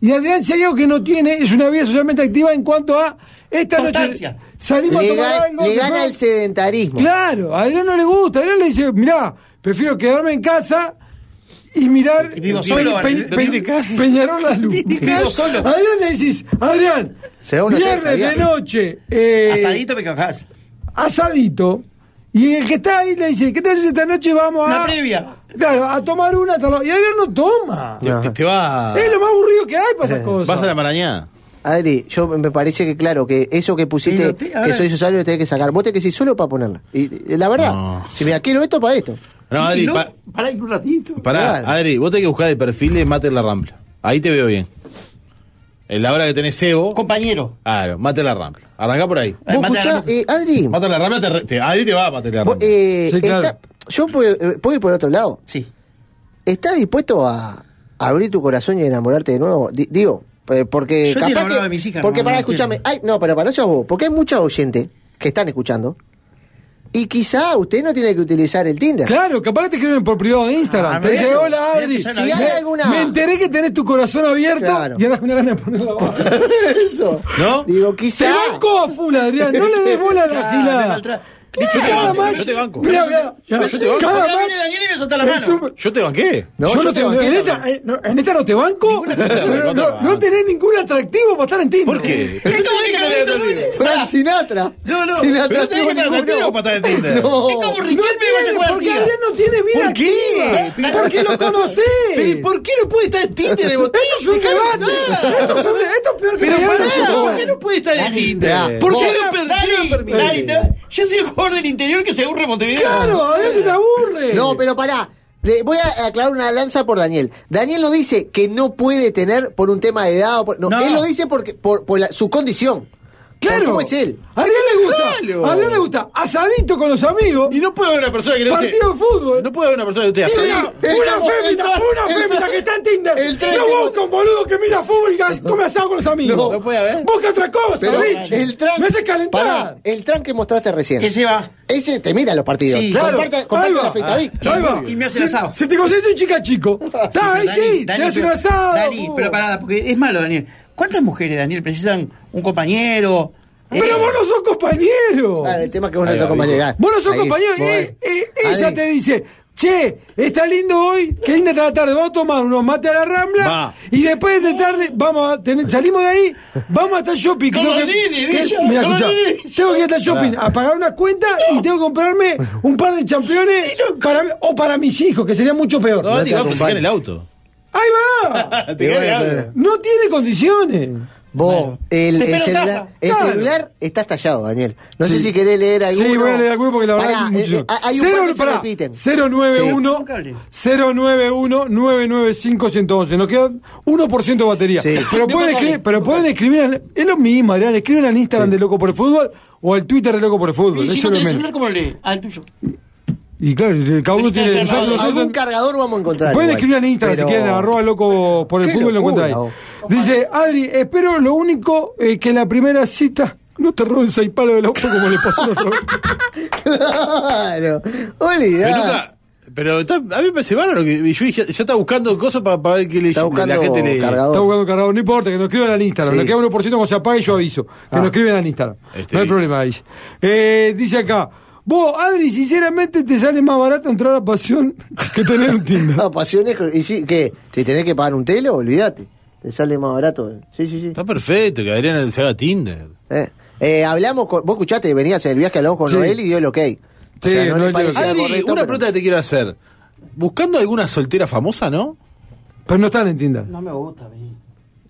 Speaker 8: Y Adrián, si hay algo que no tiene, es una vida socialmente activa en cuanto a esta
Speaker 3: Constancia.
Speaker 8: noche. Salimos
Speaker 1: Le,
Speaker 8: a tomar
Speaker 1: ga-
Speaker 8: algo.
Speaker 1: le
Speaker 8: que
Speaker 1: gana
Speaker 8: fue-
Speaker 1: el sedentarismo.
Speaker 8: Claro, a Adrián no le gusta. Adrián le dice, mirá, prefiero quedarme en casa y mirar
Speaker 3: Y vivo solo,
Speaker 8: Pe- Pe-
Speaker 3: no
Speaker 8: Pe-
Speaker 2: tiene casa.
Speaker 8: Peñarol la luz.
Speaker 3: Vivo solo.
Speaker 8: Adrián le decís, Adrián,
Speaker 1: Se va una salsa,
Speaker 8: viernes de
Speaker 1: Adrián.
Speaker 8: noche, eh,
Speaker 3: Asadito me cagás.
Speaker 8: asadito, y el que está ahí le dice, ¿qué te haces esta noche? Vamos a...
Speaker 3: Una previa.
Speaker 8: Claro, a tomar una, tal- y Adrián no toma.
Speaker 2: Te- Te, te va.
Speaker 8: Es lo más aburrido que hay para esas cosas.
Speaker 2: Eh, Vas a la marañada.
Speaker 1: Adri, yo me parece que claro, que eso que pusiste,
Speaker 3: Pero te- a
Speaker 1: que
Speaker 3: ver.
Speaker 1: soy Susano, lo tenés que sacar. Vos tenés que ir solo para ponerla. Y, y la verdad,
Speaker 2: No.
Speaker 1: si me quiero esto para esto.
Speaker 2: No,
Speaker 3: Y
Speaker 2: Adri,
Speaker 3: no,
Speaker 2: pa-
Speaker 3: pará, ir un ratito.
Speaker 2: pará,
Speaker 1: Claro.
Speaker 2: Adri, vos tenés que buscar el perfil de Mate la Rampla. Ahí te veo bien. En la hora que tenés cebo.
Speaker 3: Compañero.
Speaker 2: Claro, Mate la Rampla. Arrancá por ahí.
Speaker 3: Ay,
Speaker 1: Vos
Speaker 3: mate
Speaker 1: escuchá,
Speaker 3: la luz.
Speaker 1: eh, Adri,
Speaker 2: Mate la Rampla, te, re- te- Adri te va a Mate la
Speaker 1: Vos,
Speaker 2: Rampla.
Speaker 1: eh,
Speaker 8: Sí, claro.
Speaker 1: está- yo por- eh, voy por otro lado.
Speaker 3: Sí.
Speaker 1: ¿Estás dispuesto a abrir tu corazón y enamorarte de nuevo? Di- digo, eh, porque
Speaker 3: Yo te
Speaker 1: capaz
Speaker 3: enamoraba
Speaker 1: que-
Speaker 3: de mis hijas,
Speaker 1: porque
Speaker 3: no,
Speaker 1: para
Speaker 3: no
Speaker 1: escucharme,
Speaker 3: quiero.
Speaker 1: ay, no, pero para eso vos, porque hay mucha oyente que están escuchando y quizá usted no tiene que utilizar el Tinder.
Speaker 8: Claro, capaz te escriben por privado de Instagram.
Speaker 3: Ah,
Speaker 8: te dice,
Speaker 3: eso.
Speaker 8: hola
Speaker 3: Mira,
Speaker 8: Adri.
Speaker 3: te sale
Speaker 1: Si
Speaker 3: la
Speaker 1: hay
Speaker 3: vida.
Speaker 1: alguna
Speaker 8: Me enteré que tenés tu corazón abierto
Speaker 1: Claro.
Speaker 8: y andas con una gana de poner la boca.
Speaker 1: eso,
Speaker 2: ¿No?
Speaker 1: digo
Speaker 8: Se
Speaker 1: quizá
Speaker 8: bancó a full, Adrián. No le des bola a la
Speaker 3: Claro,
Speaker 8: gilada.
Speaker 3: me maltra-
Speaker 8: Yo cada
Speaker 2: banco,
Speaker 8: match.
Speaker 2: yo te banco.
Speaker 8: Mirá, mirá,
Speaker 2: yo te banco.
Speaker 8: cada
Speaker 3: Ahora
Speaker 8: match
Speaker 3: viene Daniel y me soltá la
Speaker 8: es
Speaker 3: mano.
Speaker 8: súper-
Speaker 2: Yo te banqué.
Speaker 1: No,
Speaker 8: yo
Speaker 1: yo
Speaker 8: no
Speaker 1: te
Speaker 8: te,
Speaker 1: banqué
Speaker 8: en, esta, eh, no, en esta no te banco. pero
Speaker 2: no te
Speaker 8: no,
Speaker 2: banco.
Speaker 8: no tenés ninguna atractivo para estar en Tinder.
Speaker 2: ¿Por qué? Pero
Speaker 3: ¿Cómo que no le das sonido?
Speaker 1: Fran Sinatra.
Speaker 3: No, no,
Speaker 7: Pero tenés que
Speaker 1: Sinatra
Speaker 7: tener
Speaker 1: tuvo ningún-
Speaker 7: atractivo para estar en Tinder.
Speaker 1: No.
Speaker 3: Es como
Speaker 8: No
Speaker 3: Riquelme vaya a
Speaker 8: tiene,
Speaker 3: jugar
Speaker 8: porque
Speaker 3: tira.
Speaker 8: Adrián no tiene vida.
Speaker 2: ¿Por qué?
Speaker 8: activa. Porque lo conocés.
Speaker 2: Pero ¿y por qué no puede estar en Tinder el botón?
Speaker 8: Esto es un debate. Esto es un de- esto es peor que
Speaker 2: Pero
Speaker 8: Adrián.
Speaker 2: pará, ¿por qué no puede estar en Tinder?
Speaker 3: ¿Por
Speaker 2: ¿Por
Speaker 3: qué
Speaker 2: qué
Speaker 3: no
Speaker 2: no
Speaker 3: per-
Speaker 2: per- qué
Speaker 3: Dani,
Speaker 2: no permite?
Speaker 3: Dani, te- Yo soy el jugador del interior que se aburre en Montevideo.
Speaker 8: Claro, Adrián se te aburre.
Speaker 1: No, pero pará. Le- voy a aclarar una lanza por Daniel. Daniel no dice que no puede tener por un tema de edad. O por- no,
Speaker 3: No.
Speaker 1: Él lo dice porque por, por la- su condición. Por
Speaker 8: Claro.
Speaker 1: ¿Cómo es él?
Speaker 8: A Adrián le
Speaker 2: Claro.
Speaker 8: gusta. A Adrián le gusta asadito con los amigos.
Speaker 2: Y no puede haber una persona que no esté-
Speaker 8: Partido de fútbol.
Speaker 2: No puede haber una persona que no
Speaker 8: Y
Speaker 2: esté así.
Speaker 8: mira, una fémina, una fémina que está en Tinder.
Speaker 1: el tren que-
Speaker 8: no busca un boludo que mira fútbol y gas- come asado con los amigos.
Speaker 1: No,
Speaker 2: no puede haber.
Speaker 8: Busca otra cosa,
Speaker 1: Pero
Speaker 8: bicho.
Speaker 1: el tran.
Speaker 8: Me hace calentar.
Speaker 1: Pará, el tran que mostraste recién.
Speaker 3: Ese Eh, va.
Speaker 1: Ese te mira los partidos.
Speaker 3: Sí.
Speaker 8: Claro,
Speaker 1: Comparte,
Speaker 8: ahí
Speaker 1: comparte
Speaker 8: va.
Speaker 1: la feita, Vic.
Speaker 8: Ahí va.
Speaker 3: Y me hace
Speaker 8: Si-
Speaker 3: asado.
Speaker 8: Si te conseguís un chica chico, está ahí
Speaker 3: Dani,
Speaker 8: sí,
Speaker 3: Dani,
Speaker 8: te hace un
Speaker 3: pero-
Speaker 8: asado.
Speaker 3: Dani,
Speaker 8: uh.
Speaker 3: pero parada, porque es malo, Daniel. ¿Cuántas mujeres, Daniel, precisan un compañero? Eh,
Speaker 8: Pero vos no sos compañero.
Speaker 1: Ah, el tema es que vos no
Speaker 2: Ahí
Speaker 1: sos
Speaker 2: va,
Speaker 1: compañero. Ah,
Speaker 8: Vos no sos
Speaker 1: ahí,
Speaker 8: compañero.
Speaker 1: vos
Speaker 8: eh,
Speaker 1: ahí.
Speaker 8: eh, ella
Speaker 1: Adri,
Speaker 8: te dice, che, está lindo hoy, qué linda está la tarde, vamos a tomar unos mates a la rambla
Speaker 2: Va.
Speaker 8: y después de tarde vamos a tener- salimos de ahí, vamos hasta el shopping.
Speaker 3: Con los nenes, ella,
Speaker 8: mirá,
Speaker 3: con los
Speaker 8: escuchá,
Speaker 3: nenes.
Speaker 8: tengo que ir hasta el shopping a pagar unas cuentas y tengo que comprarme un par de championes para, mi- o para mis hijos, que sería mucho peor.
Speaker 2: No, Dani,
Speaker 1: te
Speaker 2: va, pues se queda en
Speaker 1: acompaño.
Speaker 2: el auto.
Speaker 8: ¡Ahí va!
Speaker 2: Te queda en el auto.
Speaker 8: No tiene condiciones.
Speaker 1: Vos, el,
Speaker 3: Te
Speaker 1: el
Speaker 3: espero en
Speaker 1: celular,
Speaker 3: casa.
Speaker 1: el
Speaker 8: Claro.
Speaker 1: celular está estallado, Daniel. No sé si querés leer alguno.
Speaker 8: Sí, voy a leer alguno porque la verdad
Speaker 1: Pará,
Speaker 8: que hay
Speaker 1: eh, eh,
Speaker 8: mucho.
Speaker 1: hay un
Speaker 8: Cero-
Speaker 1: par que se
Speaker 8: pará,
Speaker 1: repiten.
Speaker 8: 091
Speaker 3: Sí.
Speaker 8: 091 995 111. Nos queda 1% de batería.
Speaker 1: Sí.
Speaker 8: Pero pueden escribir, pero pueden escribir al- es lo mismo, Adrián, escriben al Instagram de Loco por el Fútbol o al Twitter de Loco por el Fútbol,
Speaker 3: Y si
Speaker 8: eso
Speaker 3: no
Speaker 8: es lo
Speaker 3: tenés celular,
Speaker 8: menos.
Speaker 3: ¿cómo lo lees? Al Ah, tuyo.
Speaker 8: Y claro, cada
Speaker 3: Tenés que
Speaker 8: uno tiene
Speaker 3: cargar
Speaker 8: nosotros-
Speaker 3: algo.
Speaker 8: nosotros-
Speaker 1: Algún cargador vamos a encontrar.
Speaker 8: Pueden
Speaker 1: igual,
Speaker 8: escribir en Instagram
Speaker 1: pero-
Speaker 8: si quieren, arroba loco por el
Speaker 1: Qué
Speaker 8: fútbol, lo
Speaker 1: locura,
Speaker 8: encuentran ahí.
Speaker 1: vos.
Speaker 8: Dice, Adri, espero lo único eh, que en la primera cita no te roben seis palos del auto como le pasó al otro.
Speaker 1: Claro.
Speaker 2: Pero
Speaker 1: Olvidá.
Speaker 2: nunca- Pero está- a mí me parece bárbaro que yo dije, ya está buscando cosas para ver qué le
Speaker 1: Está buscando
Speaker 2: la gente le.
Speaker 1: cargador.
Speaker 8: Está buscando cargador, no importa, que nos escriban al Instagram.
Speaker 1: Oh. Sí. Ah.
Speaker 8: Nos queda 1% cuando se apague, yo aviso. Que nos escriben al Instagram.
Speaker 2: Este
Speaker 8: no hay
Speaker 2: bien.
Speaker 8: problema ahí. Eh, dice acá, vos, Adri, sinceramente te sale más barato entrar a pasión que tener un Tinder.
Speaker 1: No, pasiones. con- Y sí, ¿qué? Si tenés que pagar un telo, olvídate. Te sale más barato. eh. Sí, sí, sí.
Speaker 2: Está perfecto que Adrián se haga Tinder.
Speaker 1: Eh, eh, hablamos con- vos escuchaste, venías en el viaje, hablamos con
Speaker 8: Sí.
Speaker 1: Noel y dio el ok.
Speaker 8: Sí, Noel dio el ok. Ah,
Speaker 1: parecía
Speaker 2: Adri,
Speaker 1: correcto,
Speaker 2: una
Speaker 1: pero-
Speaker 2: pregunta que te quiero hacer. Buscando alguna soltera famosa, ¿no?
Speaker 8: Pero no están en Tinder.
Speaker 3: No me gusta a mí.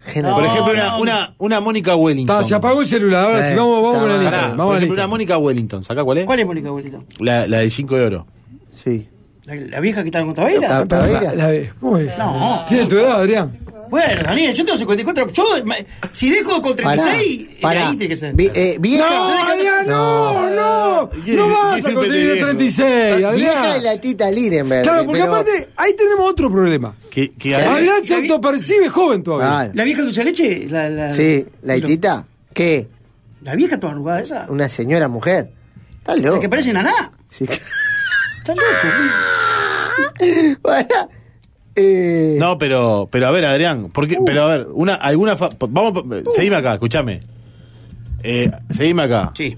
Speaker 1: General.
Speaker 2: Por
Speaker 3: No,
Speaker 2: ejemplo, una,
Speaker 3: no.
Speaker 2: una, una Mónica Wellington.
Speaker 8: Está, se apagó el celular, ahora
Speaker 1: Eh,
Speaker 8: sí, vamos, vamos
Speaker 1: está
Speaker 8: con el
Speaker 1: mal.
Speaker 2: Pará,
Speaker 8: Instagram. Vamos
Speaker 2: por
Speaker 8: al
Speaker 2: ejemplo, una
Speaker 8: Instagram.
Speaker 2: Mónica Wellington. ¿Sacá cuál es?
Speaker 3: ¿Cuál es Mónica, abuelito?
Speaker 2: La, la de 5 de oro.
Speaker 1: Sí.
Speaker 3: ¿La, la vieja que está con Tabeira?
Speaker 1: Está-
Speaker 8: Pará, pará,
Speaker 1: Tavera.
Speaker 8: la ve- ¿Cómo es?
Speaker 3: No.
Speaker 8: Tiene tu edad, Adrián.
Speaker 3: Bueno, Daniel, yo tengo 54. Yo, ma- si dejo con 36, eh,
Speaker 1: pará.
Speaker 3: ahí tiene que ser.
Speaker 1: Vi- eh, vieja.
Speaker 8: No, Adrián,
Speaker 1: No.
Speaker 8: no, no. No
Speaker 2: ¿Qué-
Speaker 8: vas
Speaker 2: qué
Speaker 8: a
Speaker 2: siempre
Speaker 8: conseguir
Speaker 2: te
Speaker 8: de
Speaker 2: digo?
Speaker 8: 36,
Speaker 1: vieja de
Speaker 8: Adrián.
Speaker 1: la tita Lirenberg. eh,
Speaker 8: Claro, porque
Speaker 1: pero-
Speaker 8: aparte, ahí tenemos otro problema.
Speaker 2: Que, que Adrián-
Speaker 8: Adrián se autopercibe joven todavía.
Speaker 1: Claro.
Speaker 3: ¿La vieja dulce de leche? La, la,
Speaker 1: Sí, la tita. ¿Qué?
Speaker 3: ¿La vieja toda arrugada esa?
Speaker 1: Una señora mujer. Está
Speaker 3: ¿La
Speaker 1: loco.
Speaker 3: que parece naná?
Speaker 1: Sí.
Speaker 3: Está loco.
Speaker 1: Pará. Eh,
Speaker 2: No, pero, pero a ver, Adrián, porque, pero a ver, una, alguna, fa- vamos, seguime acá, escúchame. Eh, seguime acá.
Speaker 3: Sí.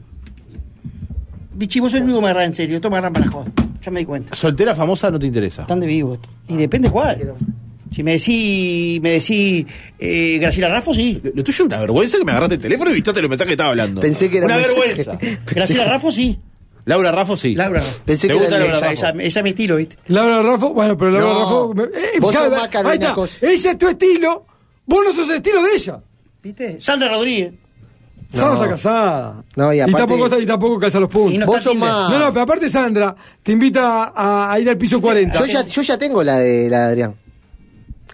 Speaker 3: Bichi, vos sos el único que me agarra en serio. Esto me agarran para la joda. Ya me di cuenta.
Speaker 2: Soltera famosa no te interesa.
Speaker 3: Están de vivo esto. Y depende cuál. Si me decís, me decís eh, Graciela Raffo, sí.
Speaker 2: Lo tuyo es una vergüenza que me agarraste el teléfono y viste los mensajes que estaba hablando.
Speaker 1: Pensé que era
Speaker 2: una
Speaker 1: muy-
Speaker 2: vergüenza.
Speaker 3: Graciela Raffo, sí.
Speaker 2: Laura Raffo sí.
Speaker 3: Laura.
Speaker 1: Pensé
Speaker 2: ¿Te
Speaker 1: que
Speaker 2: gusta
Speaker 1: era
Speaker 2: Laura
Speaker 3: Esa,
Speaker 2: Raffo?
Speaker 3: esa, esa es mi estilo, ¿viste?
Speaker 8: Laura Raffo, bueno, pero Laura
Speaker 1: No.
Speaker 8: Raffo. eh, eh,
Speaker 1: Vos sos
Speaker 8: cada-
Speaker 1: más Carolina
Speaker 8: ahí está.
Speaker 1: Cos.
Speaker 8: Ella es tu estilo, vos no sos el estilo de ella.
Speaker 3: ¿Viste? Sandra Rodríguez.
Speaker 8: Sandra está casada.
Speaker 1: No, y aparte-
Speaker 8: tampoco, está- y tampoco calza los puntos.
Speaker 3: Y no
Speaker 1: vos
Speaker 3: está
Speaker 1: sos
Speaker 3: Tinder.
Speaker 1: más.
Speaker 8: No, no, pero aparte Sandra te invita a, a ir al piso 40.
Speaker 1: yo, ya, yo ya tengo la de la de Adrián.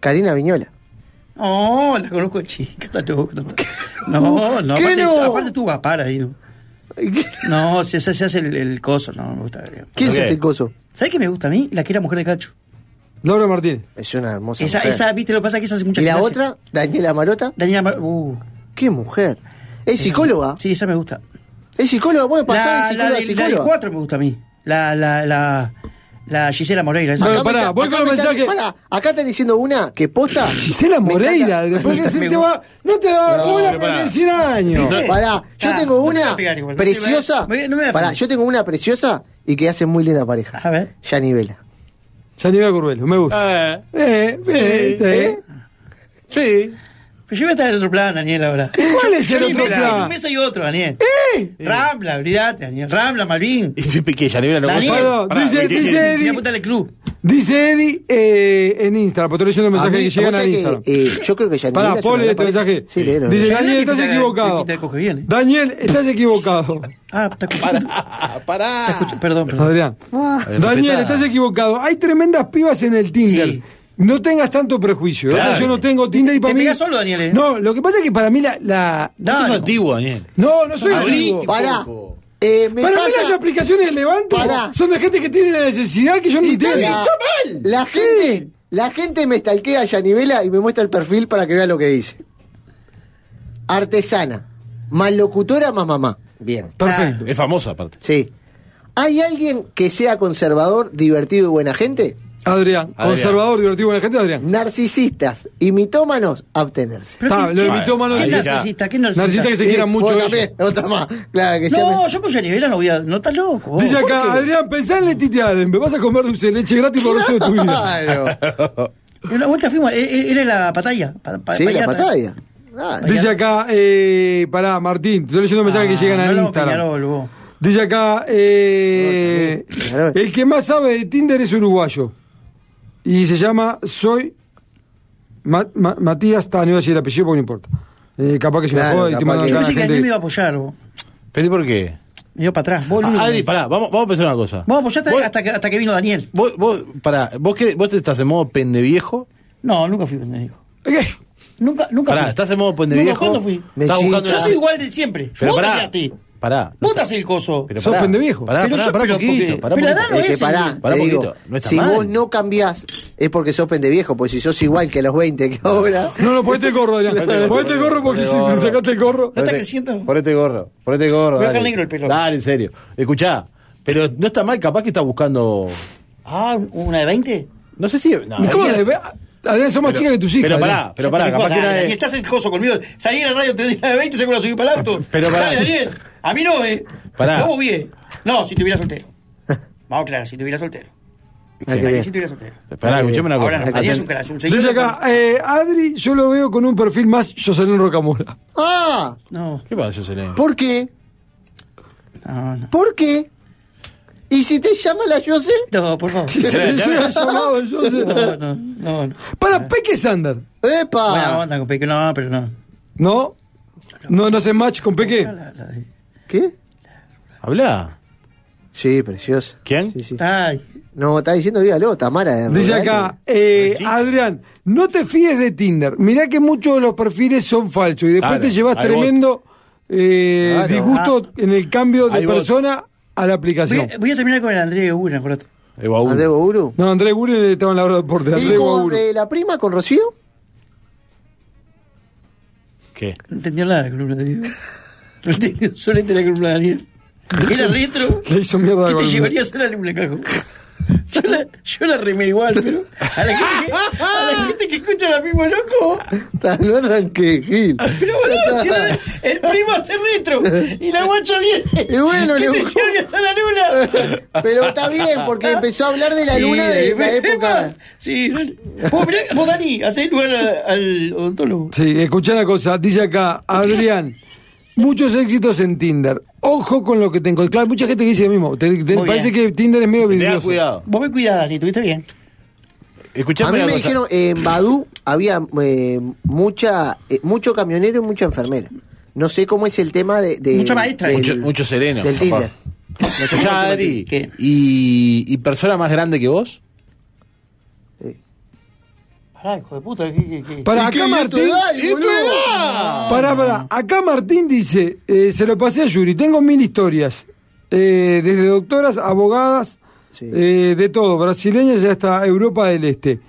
Speaker 1: Karina Viñola.
Speaker 3: No, la conozco de chica, está loco. está- No, no,
Speaker 1: ¿Qué
Speaker 3: aparte,
Speaker 1: no?
Speaker 3: aparte tú vas para ahí, ¿no? No, se, se- se hace el, el coso, no, me gusta.
Speaker 1: ¿Quién es
Speaker 2: Ok.
Speaker 1: ese coso?
Speaker 3: ¿Sabes qué me gusta a mí? La que era mujer de Cacho.
Speaker 8: Laura Martínez.
Speaker 1: Es una hermosa
Speaker 3: Esa,
Speaker 1: mujer.
Speaker 3: esa, viste, lo que pasa es que esa hace muchas
Speaker 1: ¿Y la
Speaker 3: clases.
Speaker 1: otra? Daniela Marota.
Speaker 3: Daniela Mar- uh,
Speaker 1: ¿Qué mujer? ¿Es psicóloga?
Speaker 3: Sí, esa me gusta.
Speaker 1: ¿Es psicóloga? ¿Puede pasar
Speaker 3: La,
Speaker 1: de
Speaker 3: la,
Speaker 1: psicóloga a
Speaker 3: del, la del
Speaker 1: psicóloga?
Speaker 3: cuatro me gusta a mí. La, la, la. La Gisela Moreira. esa.
Speaker 8: Bueno,
Speaker 1: Acá me
Speaker 8: pará,
Speaker 1: está-
Speaker 8: voy
Speaker 1: acá
Speaker 8: con
Speaker 1: me
Speaker 8: los
Speaker 1: está-
Speaker 8: mensajes.
Speaker 1: pará, acá están diciendo una que posta.
Speaker 8: Gisela
Speaker 1: Me
Speaker 8: Moreira,
Speaker 1: encanta.
Speaker 8: después que
Speaker 3: Me
Speaker 8: se te va, no te da
Speaker 2: No,
Speaker 8: bola
Speaker 2: pero
Speaker 8: por
Speaker 2: pará.
Speaker 8: 100 años.
Speaker 1: Eh, Pará, yo tengo
Speaker 3: Ah, no te voy a
Speaker 1: una
Speaker 3: pegar igual, no te voy a-
Speaker 1: preciosa.
Speaker 3: me- no me voy a
Speaker 1: Pará,
Speaker 3: ofender.
Speaker 1: yo tengo una preciosa y que hace muy linda pareja.
Speaker 3: A ver.
Speaker 1: Yanivela.
Speaker 8: Yanivela Curbelo, me gusta.
Speaker 2: Eh,
Speaker 8: Eh, eh,
Speaker 2: Sí.
Speaker 8: eh.
Speaker 2: sí.
Speaker 3: Pero yo voy a estar en otro plan, Daniel, ahora.
Speaker 1: Eh.
Speaker 8: ¿Cuál es el
Speaker 3: Yo
Speaker 8: otro
Speaker 3: tengo un mes-
Speaker 8: plan?
Speaker 3: Un mes y otro, Daniel.
Speaker 8: ¡Eh!
Speaker 3: Rambla, olvidate, Daniel. Rambla, Malvin.
Speaker 2: Y Pipe que ya nivel la
Speaker 3: Daniel.
Speaker 2: cosa.
Speaker 8: Bueno,
Speaker 2: Pará,
Speaker 8: dice-
Speaker 2: ¿qué-
Speaker 8: dice-
Speaker 2: qué-
Speaker 8: Eddie.
Speaker 3: Y apuntale club.
Speaker 8: Dice Eddie eh, en Instagram, porque estoy leyendo mensajes
Speaker 1: A mí-
Speaker 8: que llegan
Speaker 1: vos
Speaker 8: a
Speaker 1: sabés que,
Speaker 8: Instagram.
Speaker 1: eh, yo creo que Yanivela.
Speaker 8: Pará,
Speaker 1: es
Speaker 8: Paul,
Speaker 1: una
Speaker 8: este
Speaker 1: gran pareja.
Speaker 8: mensaje.
Speaker 1: Sí, léelo.
Speaker 8: Dice,
Speaker 1: léelo.
Speaker 8: Daniel,
Speaker 3: Daniel,
Speaker 8: estás
Speaker 3: quita-
Speaker 8: equivocado.
Speaker 3: quita el coge bien, eh.
Speaker 8: Daniel, estás equivocado.
Speaker 3: Ah, está escuchando.
Speaker 8: ah,
Speaker 2: Pará.
Speaker 3: Perdón, perdón.
Speaker 8: Adrián. Daniel, estás equivocado. Hay tremendas pibas en el Tinder.
Speaker 3: Sí.
Speaker 8: No tengas tanto prejuicio.
Speaker 2: Claro.
Speaker 8: Ahora Yo no tengo Tinder y
Speaker 3: Te
Speaker 8: para mí.
Speaker 3: pegás solo, Daniel, eh.
Speaker 8: No, lo que pasa es que para mí la. la-
Speaker 2: Vos sos
Speaker 3: Dale.
Speaker 2: antiguo, Daniel.
Speaker 8: No, no soy
Speaker 2: Abrí.
Speaker 8: antiguo.
Speaker 1: Pará.
Speaker 2: poco.
Speaker 1: Eh, me
Speaker 8: Para mí
Speaker 1: pasa-
Speaker 8: las aplicaciones de Levante
Speaker 1: Pará.
Speaker 8: son de gente que tiene la necesidad que yo no tengo.
Speaker 1: la, la
Speaker 8: Sí.
Speaker 1: gente, la gente me stalkea a Yanivela y me muestra el perfil para que vea lo que dice. Artesana, más locutora, más mamá. Bien.
Speaker 8: Perfecto.
Speaker 2: Es famosa, aparte.
Speaker 1: Sí. ¿Hay alguien que sea conservador, divertido y buena gente?
Speaker 8: Adrián, conservador, divertido, buena gente, Adrián.
Speaker 1: Narcisistas y mitómanos, abstenerse.
Speaker 3: Pero
Speaker 8: Está,
Speaker 3: qué-
Speaker 8: lo de
Speaker 3: qué-
Speaker 8: mitómano
Speaker 3: ¿Qué
Speaker 2: Ahí ya.
Speaker 3: narcisista? ¿Qué narcisista?
Speaker 8: Narcisista que se
Speaker 1: Sí,
Speaker 8: quieran mucho.
Speaker 1: vos
Speaker 8: ellos.
Speaker 1: también, otra más. Claro, que sea-
Speaker 3: No, yo con Yanivela no voy a. No estás loco. vos.
Speaker 8: Dice
Speaker 1: Oh, ¿Por
Speaker 8: acá,
Speaker 1: qué?
Speaker 8: Adrián, pensá en Letitia Allen, me vas a comer dulce de leche gratis por el resto de tu vida.
Speaker 1: Claro.
Speaker 3: Una vuelta fuimos. eh, eh, Era la batalla.
Speaker 1: Sí, la pantalla. Claro.
Speaker 8: Dice acá, eh, pará, Martín, te estoy leyendo mensajes
Speaker 1: Ah,
Speaker 8: que
Speaker 3: Ah,
Speaker 8: llegan a Instagram. Dice acá, eh,
Speaker 1: Peñarol.
Speaker 8: el que más sabe de Tinder es uruguayo. Y se llama Soy Ma- Ma- Matías Tano, iba a decir el apellido porque no importa. Eh, capaz que se
Speaker 1: Claro,
Speaker 8: me jode y te
Speaker 1: capaz
Speaker 8: mandan
Speaker 1: que-
Speaker 8: acá
Speaker 3: Yo
Speaker 8: a la
Speaker 3: pensé que Daniel me
Speaker 8: gente.
Speaker 3: iba a apoyar, vos.
Speaker 2: ¿Pero por qué?
Speaker 3: Me iba para atrás. Vos,
Speaker 2: Ah,
Speaker 3: Luis.
Speaker 2: Adri, pará, vamos, vamos a pensar una cosa.
Speaker 3: Vamos a apoyar hasta,
Speaker 2: Vos-
Speaker 3: pues hasta que, hasta que vino Daniel.
Speaker 2: Vos, vos, pará, vos, qué, vos te estás en modo pendeviejo.
Speaker 3: No, nunca fui pendejo.
Speaker 8: Ok.
Speaker 3: Nunca, nunca
Speaker 2: Pará,
Speaker 3: fui.
Speaker 2: estás en modo
Speaker 3: Nunca,
Speaker 2: pendeviejo.
Speaker 3: ¿Cuándo fui?
Speaker 1: Me
Speaker 2: Estás
Speaker 1: chica.
Speaker 2: buscando
Speaker 3: Yo
Speaker 1: Claro.
Speaker 3: soy igual de siempre.
Speaker 2: Pero
Speaker 3: vos te
Speaker 2: pará,
Speaker 3: creaste.
Speaker 2: pará.
Speaker 3: Vos te haces el coso.
Speaker 2: Pero
Speaker 8: Sos
Speaker 2: pará,
Speaker 8: pendejo.
Speaker 2: Pará,
Speaker 3: Pero
Speaker 2: pará,
Speaker 3: yo-
Speaker 2: pará
Speaker 3: pero
Speaker 2: poquito,
Speaker 3: porque-
Speaker 2: pará
Speaker 3: pero la
Speaker 2: poquito.
Speaker 3: edad no
Speaker 1: Es que
Speaker 3: ese,
Speaker 1: pará,
Speaker 3: Miguel.
Speaker 2: Pará
Speaker 1: te
Speaker 2: poquito,
Speaker 1: digo,
Speaker 2: no está
Speaker 1: si
Speaker 2: mal.
Speaker 1: vos no cambiás es porque sos pendeviejo, porque si sos igual que a los 20 que ahora.
Speaker 8: No, no, ponete el gorro, Adrián. Ponete el gorro porque si te sacaste el gorro.
Speaker 3: ¿No está
Speaker 2: Ponete-
Speaker 3: creciendo?
Speaker 2: Ponete gorro, ponete gorro.
Speaker 3: Voy a
Speaker 2: dale.
Speaker 3: dejar negro el pelo.
Speaker 2: Dale, en serio. Escuchá, pero no está mal, capaz que está buscando.
Speaker 3: Ah, ¿una de 20?
Speaker 2: No sé si. no,
Speaker 8: ¿Y cómo
Speaker 2: Adrián-
Speaker 8: de- Adrián, sos más chica que tus hijas.
Speaker 2: Pero
Speaker 8: Adrián.
Speaker 2: pará, pero pará, capaz que era.
Speaker 3: Y
Speaker 2: de-
Speaker 3: estás el coso conmigo. Salí a la radio, te di la de 20, seguro la subí para el auto.
Speaker 2: Pero pará.
Speaker 3: Dale, Daniel. A mí no, eh.
Speaker 2: Pará.
Speaker 3: ¿Cómo bien? No, si tuviera soltero. Vamos, claro, si tuviera soltero.
Speaker 1: Ah, qué
Speaker 3: Ahí
Speaker 1: bien.
Speaker 3: Si tuviera soltero.
Speaker 2: Pará, escuchame una
Speaker 3: Ahora
Speaker 2: cosa.
Speaker 3: no, tenías un
Speaker 2: Aten-
Speaker 3: crash, un señor.
Speaker 8: Dice acá, eh, Adri, yo lo veo con un perfil más Jocelyn Rocamora.
Speaker 1: Ah,
Speaker 3: No,
Speaker 2: ¿Qué pasa, Jocelyn?
Speaker 1: ¿por qué?
Speaker 3: no, no.
Speaker 1: ¿Por qué? ¿Y si te llama la Jose?
Speaker 3: No, por favor.
Speaker 8: Si se le llega llamado Jocelyn.
Speaker 3: No, no, no. no.
Speaker 8: Para Peque Sander,
Speaker 1: ¡Epa!
Speaker 3: Buena onda con Peque, no, pero no.
Speaker 8: ¿no? No, no hace match con Peque.
Speaker 3: La- la de-
Speaker 1: ¿Qué?
Speaker 2: Hablá.
Speaker 1: Sí, preciosa.
Speaker 2: ¿Quién?
Speaker 1: Sí, sí.
Speaker 3: Ay,
Speaker 1: No, está diciendo dígalo, Tamara. de
Speaker 8: Dice
Speaker 1: Rodales.
Speaker 8: acá, eh, Adrián, no te fíes de Tinder. Mirá que muchos de los perfiles son falsos y después
Speaker 2: Claro,
Speaker 8: te llevas
Speaker 2: hay
Speaker 8: tremendo eh,
Speaker 1: Claro.
Speaker 8: disgusto en el cambio de
Speaker 2: Hay bot.
Speaker 8: persona a la
Speaker 3: voy,
Speaker 8: aplicación.
Speaker 3: a- voy a terminar con el André Ugura, por otro.
Speaker 2: El Eh, baúl.
Speaker 1: Andrés Boguru.
Speaker 8: No, Andrés Guren estaba en la hora de deporte.
Speaker 1: ¿Y
Speaker 8: Andrés
Speaker 1: con
Speaker 8: Guren.
Speaker 1: eh, la prima, con Rocío?
Speaker 2: ¿Qué?
Speaker 3: No entendió nada la columna de Diego. No entendió solamente la columna de Daniel. Era retro.
Speaker 8: Le hizo mierda a
Speaker 3: ¿Qué
Speaker 8: la
Speaker 3: te
Speaker 8: columna.
Speaker 3: llevarías a la columna, cajo? Yo la, yo la remé igual, pero a la gente que, a la gente que escucha la mismo loco,
Speaker 1: Está no tranqui, Gil.
Speaker 3: pero boludo, si era el primo hace retro y la guacha viene.
Speaker 1: Y bueno,
Speaker 3: ¿Qué
Speaker 1: le
Speaker 3: te
Speaker 1: buscó.
Speaker 3: llevarías a la luna?
Speaker 1: Pero está bien, porque empezó a hablar de la luna de la
Speaker 3: es
Speaker 1: época.
Speaker 3: más, Sí, dale. Vos, mirá, vos Dani, hacés lugar a- al odontólogo.
Speaker 8: Sí, escuchá la cosa. Dice acá, Adrián, muchos éxitos en Tinder. Ojo con lo que te encontrás. Claro, hay mucha gente que dice lo mismo. Te- te-
Speaker 3: Muy
Speaker 8: parece
Speaker 3: bien.
Speaker 8: que Tinder es medio
Speaker 2: Tenga
Speaker 8: vidrioso.
Speaker 2: cuidado.
Speaker 3: Vos me cuidás, Dani, estuviste bien.
Speaker 2: Escuchame
Speaker 1: A mí
Speaker 2: una
Speaker 1: me
Speaker 2: cosa.
Speaker 1: dijeron, eh, en Badú había eh, mucha, eh, mucho camionero y mucha enfermera. No sé cómo es el tema de... de-
Speaker 3: Mucha maestra.
Speaker 1: del-
Speaker 2: Mucho, mucho sereno.
Speaker 1: Del Tinder.
Speaker 2: Escuchá, Adri.
Speaker 3: ¿Qué?
Speaker 2: ¿Y, ¿Y persona más grande que vos?
Speaker 3: Pará, hijo de puta, ¿qué, qué, qué?
Speaker 8: Para
Speaker 1: ¿Y qué?
Speaker 8: acá
Speaker 1: ¿Y
Speaker 8: Martín.
Speaker 1: tu edad? ¿Y tu
Speaker 8: boludo?
Speaker 1: edad?
Speaker 8: Pará, pará. Acá Martín dice, eh, se lo pasé a Yuri, tengo mil historias. Eh, desde doctoras, abogadas,
Speaker 1: Sí.
Speaker 8: eh, de todo, brasileñas y hasta Europa del Este.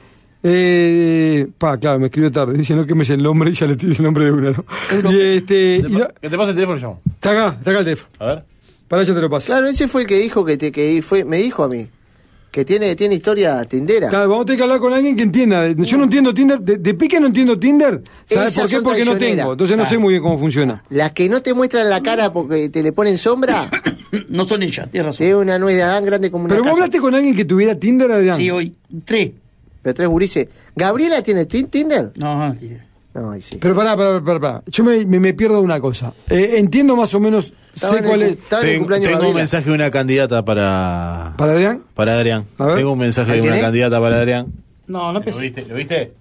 Speaker 8: Eh, pa, claro, me escribió tarde, diciendo que me es el nombre y ya le tiré el nombre de una, ¿no? Y este, y no-
Speaker 2: ¿Qué te pasa el teléfono, llamo?
Speaker 8: está acá, está acá el teléfono.
Speaker 2: A ver.
Speaker 8: Pará, ya te lo paso.
Speaker 1: Claro, ese fue el que dijo que te que fue me dijo a mí que tiene, tiene historia tindera.
Speaker 8: Claro, vamos a tener que hablar con alguien que entienda. Yo no entiendo Tinder, de, de pique no entiendo Tinder. ¿Sabes
Speaker 1: Esas
Speaker 8: por qué?
Speaker 1: son
Speaker 8: Porque no
Speaker 1: traicioneras.
Speaker 8: tengo. Entonces
Speaker 2: Ah.
Speaker 8: no sé muy bien cómo funciona.
Speaker 1: Las que no te muestran la cara porque te le ponen sombra,
Speaker 3: No son ellas, tienes razón.
Speaker 1: tiene una nuez de Adán grande como una
Speaker 8: Pero vos
Speaker 1: casa.
Speaker 8: hablaste con alguien que tuviera Tinder, Adrián.
Speaker 3: Sí, hoy. Tres.
Speaker 1: Pero tres gurises. ¿Gabriela tiene tin- Tinder?
Speaker 3: No, no, tío.
Speaker 1: No, ahí sí.
Speaker 8: Pero pará, pará, pará, pará. Yo me, me- me pierdo una cosa. Eh, entiendo más o menos,
Speaker 1: Estaba
Speaker 8: sé
Speaker 1: en el
Speaker 8: cuál
Speaker 1: cu-
Speaker 8: es.
Speaker 1: estaba en el
Speaker 2: Ten-
Speaker 1: cumpleaños de
Speaker 2: tengo un
Speaker 1: Gabriela.
Speaker 2: mensaje de una candidata para.
Speaker 8: ¿Para Adrián?
Speaker 2: Para Adrián.
Speaker 8: A ver.
Speaker 2: Tengo un mensaje
Speaker 1: ¿Ahí
Speaker 2: de una
Speaker 1: tenés?
Speaker 2: candidata para Adrián.
Speaker 3: No, no
Speaker 4: ¿Lo
Speaker 3: pensé.
Speaker 4: viste? ¿Lo viste?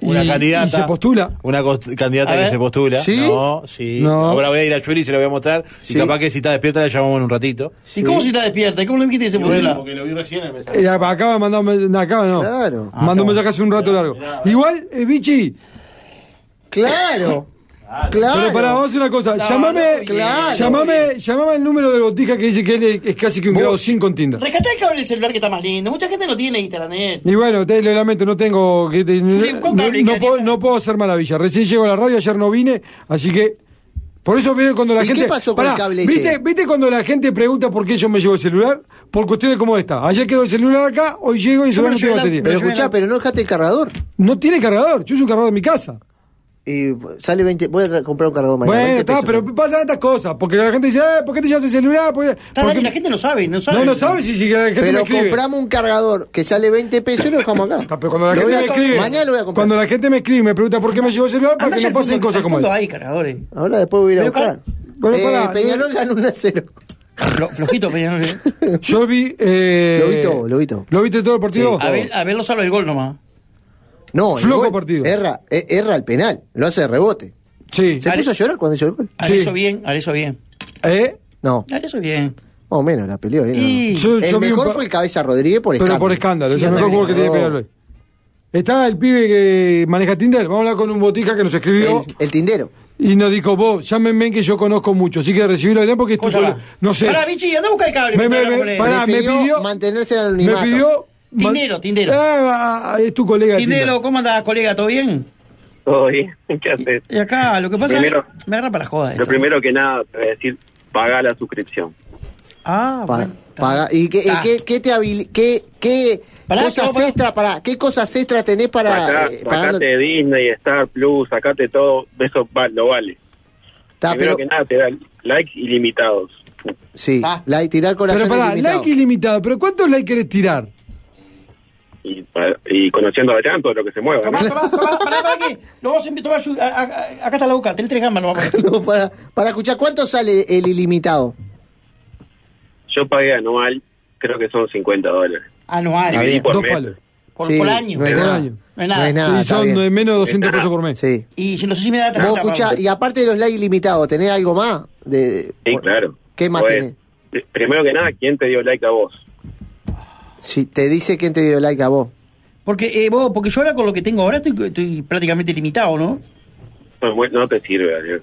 Speaker 2: Una
Speaker 8: Y-
Speaker 2: candidata.
Speaker 8: y se postula.
Speaker 2: Una cost- candidata
Speaker 3: A
Speaker 2: que
Speaker 3: ver.
Speaker 2: se postula.
Speaker 8: ¿Sí?
Speaker 2: No, sí.
Speaker 8: No.
Speaker 2: Ahora voy a ir a Yuri y se la voy a mostrar.
Speaker 1: Sí.
Speaker 2: Y capaz que si está despierta la llamamos en un ratito.
Speaker 3: ¿Y cómo si está despierta? ¿Y ¿Cómo le metiste ese
Speaker 4: Bueno,
Speaker 3: postulado?
Speaker 4: porque lo vi recién en el mensaje.
Speaker 8: Eh, acaba de mandar un men- no, acaba no.
Speaker 1: Claro.
Speaker 8: Ah, Mandó un mensaje hace un rato largo. Igual, eh, Vichy,
Speaker 1: Claro.
Speaker 8: pero pará, vamos a
Speaker 1: Claro.
Speaker 8: hacer una cosa.
Speaker 3: No,
Speaker 8: llamame,
Speaker 3: no,
Speaker 1: claro.
Speaker 8: llamame, llamame el número de botija que dice que él es, es casi que un grado 5 en Tinder.
Speaker 3: Rescatá el cable del celular que está más lindo. Mucha gente no tiene Instagram, eh.
Speaker 8: Y bueno, te lo lamento, no tengo. que te- no,
Speaker 3: ¿cuál cable,
Speaker 8: no
Speaker 3: Clarita?
Speaker 8: puedo, no puedo hacer maravilla. Recién llego a la radio, ayer no vine, así que. Por eso viene cuando la
Speaker 1: ¿Y qué
Speaker 8: gente.
Speaker 1: pasó con el cable
Speaker 8: ¿viste,
Speaker 1: ese?
Speaker 8: ¿Viste cuando la gente pregunta por qué yo me llevo el celular? Por cuestiones como esta. Ayer quedó el celular acá, hoy llego y se
Speaker 3: me
Speaker 8: va
Speaker 3: lo
Speaker 8: no tiene
Speaker 3: llevé la-
Speaker 8: batería.
Speaker 1: Pero
Speaker 3: yo
Speaker 1: escuchá,
Speaker 3: era-
Speaker 1: pero no dejaste el cargador.
Speaker 8: No tiene cargador, yo uso un cargador en mi casa.
Speaker 1: Y sale 20. Voy a tra- comprar un cargador mañana.
Speaker 8: Bueno,
Speaker 1: 20
Speaker 8: está,
Speaker 1: pesos.
Speaker 8: pero pasan estas cosas. Porque la gente dice, eh, ¿por qué te llevas el celular? ¿Por qué-
Speaker 3: Está,
Speaker 8: porque-
Speaker 3: Dani, la gente no sabe, no sabe.
Speaker 8: no, no sabes si, si la gente me
Speaker 1: Pero
Speaker 8: escribe.
Speaker 1: compramos un cargador que sale 20 pesos y lo dejamos acá.
Speaker 8: Está, pero cuando la
Speaker 1: Lo
Speaker 8: gente
Speaker 1: voy a
Speaker 8: me
Speaker 1: com-
Speaker 8: escribe,
Speaker 1: Mañana lo voy a comprar.
Speaker 8: cuando la gente me escribe y me pregunta por qué me llevo el celular, para
Speaker 3: Andá
Speaker 8: que
Speaker 3: ya
Speaker 8: no
Speaker 3: al
Speaker 8: pasen
Speaker 3: fondo,
Speaker 8: cosas
Speaker 3: al
Speaker 8: como
Speaker 3: fondo
Speaker 8: esta.
Speaker 3: hay cargadores.
Speaker 1: Ahora después voy a ir a
Speaker 3: Pero
Speaker 1: buscar.
Speaker 8: Bueno,
Speaker 1: eh,
Speaker 8: pará,
Speaker 1: Peñarol ganó 1 a 0.
Speaker 3: Flo- flojito, Peñarol. eh.
Speaker 8: Yo vi. Eh,
Speaker 1: Lo vi todo, lo vi todo.
Speaker 8: ¿Lo viste todo el partido?
Speaker 1: Sí.
Speaker 3: A ver, a ver, lo salvo el gol nomás.
Speaker 1: No, el
Speaker 8: Flojo
Speaker 1: gol
Speaker 8: partido.
Speaker 1: Erra, eh, erra el penal, lo hace de rebote.
Speaker 8: Sí.
Speaker 1: ¿Se
Speaker 3: Ale-
Speaker 1: puso a llorar cuando hizo el gol?
Speaker 3: Haré
Speaker 8: Sí.
Speaker 3: eso bien, haré eso bien.
Speaker 8: ¿Eh?
Speaker 1: No,
Speaker 3: Haré eso bien.
Speaker 1: más o menos la peleó. eh, no, no.
Speaker 3: Y-
Speaker 8: Yo-
Speaker 1: El
Speaker 8: yo vi un
Speaker 1: mejor
Speaker 8: par-
Speaker 1: fue el Cabeza Rodríguez por
Speaker 8: Pero
Speaker 1: escándalo.
Speaker 8: por escándalo,
Speaker 3: Sí,
Speaker 8: es el mejor
Speaker 3: también.
Speaker 8: jugador que tiene que pegarlo hoy. Está el pibe que maneja Tinder. Vamos a hablar con un botija que nos escribió
Speaker 1: El, el tindero.
Speaker 8: y nos dijo: Vos, llámenme que yo conozco mucho. Así que recibilo Adrián porque
Speaker 3: ¿Cómo
Speaker 8: estoy
Speaker 3: se
Speaker 8: solo.
Speaker 3: llama?
Speaker 8: Este No sé.
Speaker 3: Pará, bichi, anda a buscar el cable.
Speaker 8: Me- me-
Speaker 3: para
Speaker 8: me-
Speaker 3: poner.
Speaker 8: pará. me
Speaker 1: Prefirió
Speaker 8: pidió-
Speaker 1: mantenerse en el
Speaker 8: Me
Speaker 1: anonimato.
Speaker 8: pidió.
Speaker 3: Tindero, Tindero.
Speaker 8: Ah, es tu colega.
Speaker 3: Tinelo, ¿cómo andás, colega? ¿Todo bien?
Speaker 9: Todo bien, ¿qué haces?
Speaker 3: Y acá, lo que pasa
Speaker 9: Primero-
Speaker 3: es me agarra para la joda
Speaker 9: Lo
Speaker 3: esto.
Speaker 9: primero que nada, te voy a decir, paga la suscripción.
Speaker 3: Ah,
Speaker 1: Pa-
Speaker 3: bueno. está.
Speaker 1: paga- ¿Y qué,
Speaker 3: Está.
Speaker 1: qué, qué te habili- qué, qué
Speaker 3: Pará,
Speaker 1: cosas
Speaker 3: pará, pará.
Speaker 1: extra para qué cosas extra tenés para
Speaker 9: Sacá-
Speaker 1: eh, pagando?
Speaker 9: sacate Disney, Star Plus, sacate todo, eso va- lo vale.
Speaker 1: Está, pero,
Speaker 9: primero que nada, te dan likes ilimitados.
Speaker 1: sí,
Speaker 3: Está.
Speaker 1: like, tirar corazón
Speaker 8: Pero pará,
Speaker 1: ilimitado.
Speaker 8: like ilimitado. ¿Pero cuántos like querés tirar?
Speaker 9: Y, pa- y conociendo a Adrián, todo lo que se mueva. ¿no?
Speaker 3: Tomá, tomá, tomá, pará, pará, que lo vamos a invitar a tomar. a- a- a- Acá está la boca, tenés tres gambas nomás.
Speaker 1: No, para, para escuchar, ¿cuánto sale el ilimitado?
Speaker 9: Yo pagué anual, creo que son 50 dólares.
Speaker 1: Está
Speaker 3: Anual,
Speaker 1: bien.
Speaker 9: Por
Speaker 8: Dos
Speaker 9: mes.
Speaker 8: palos.
Speaker 3: por,
Speaker 1: Sí,
Speaker 3: por año.
Speaker 1: No es
Speaker 8: Por
Speaker 1: nada.
Speaker 8: año.
Speaker 3: No es nada.
Speaker 1: No es nada.
Speaker 8: y
Speaker 1: está
Speaker 8: son
Speaker 1: bien.
Speaker 8: de menos de 200 pesos por mes.
Speaker 1: Sí.
Speaker 3: Y si no sé si me da
Speaker 1: Vos
Speaker 3: tarjeta,
Speaker 1: escuchá,
Speaker 3: vamos.
Speaker 1: y aparte de los likes ilimitados, ¿tenés algo más? De,
Speaker 9: Sí,
Speaker 1: por-
Speaker 9: claro.
Speaker 1: ¿Qué más
Speaker 9: Pues,
Speaker 1: tenés?
Speaker 9: pr- Primero que nada, ¿quién te dio like a vos?
Speaker 1: Si te dice quién te dio like a vos.
Speaker 3: Porque, eh, vos, porque yo ahora con lo que tengo ahora estoy, estoy prácticamente limitado, ¿no?
Speaker 9: Pues, bueno, no te sirve, Adrián.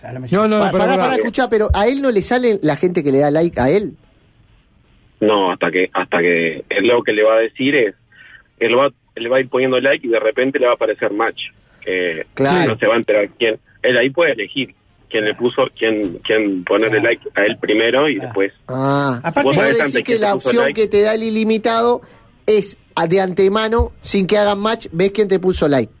Speaker 3: Claro, me-
Speaker 8: No, no,
Speaker 1: Pa- pará,
Speaker 8: no, pará,
Speaker 1: pará,
Speaker 8: pará.
Speaker 1: escuchá, pero a él no le sale la gente que le da like a él.
Speaker 9: No, hasta que hasta que él lo que le va a decir es, él va, él va a ir poniendo like y de repente le va a aparecer match. Que
Speaker 1: Claro.
Speaker 9: no se va a enterar quién. Él ahí puede elegir quién le puso, quién, quién ponerle
Speaker 3: Claro.
Speaker 9: like a él primero y
Speaker 3: Claro.
Speaker 9: después.
Speaker 1: Ah,
Speaker 3: Aparte-
Speaker 1: vos
Speaker 3: Vos
Speaker 9: sabés
Speaker 1: decís
Speaker 9: antes
Speaker 1: que
Speaker 9: que
Speaker 1: la
Speaker 9: te puso
Speaker 1: opción
Speaker 9: like.
Speaker 1: que te da el ilimitado es a- de antemano, sin que hagan match, ves quién te puso like.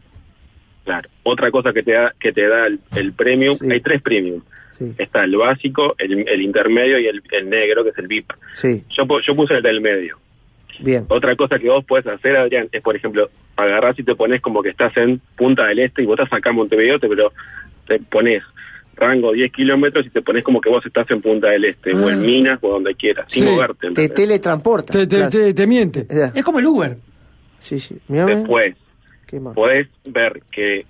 Speaker 9: Claro. Otra cosa que te da, que te da el, el premium,
Speaker 1: Sí.
Speaker 9: hay tres premium.
Speaker 1: Sí,
Speaker 9: Está el básico, el, el intermedio y el, el negro, que es el VIP.
Speaker 1: sí,
Speaker 9: Yo, pu- yo puse el del medio.
Speaker 1: bien.
Speaker 9: Otra cosa que vos puedes hacer, Adrián, es, por ejemplo, agarrás y te pones como que estás en Punta del Este y vos estás acá en Montevideo, te, pero te pones rango 10 kilómetros y te pones como que vos estás en Punta del Este, o en Minas, o donde quieras, sin
Speaker 8: Sí,
Speaker 9: moverte.
Speaker 1: Te
Speaker 9: ¿entendés?
Speaker 1: teletransporta.
Speaker 8: Te, te,
Speaker 1: Claro.
Speaker 8: te- te miente.
Speaker 1: Ya,
Speaker 3: Es como el Uber.
Speaker 1: Sí, sí. Mirá, mirá.
Speaker 9: Después,
Speaker 1: Qué mal.
Speaker 9: podés ver que,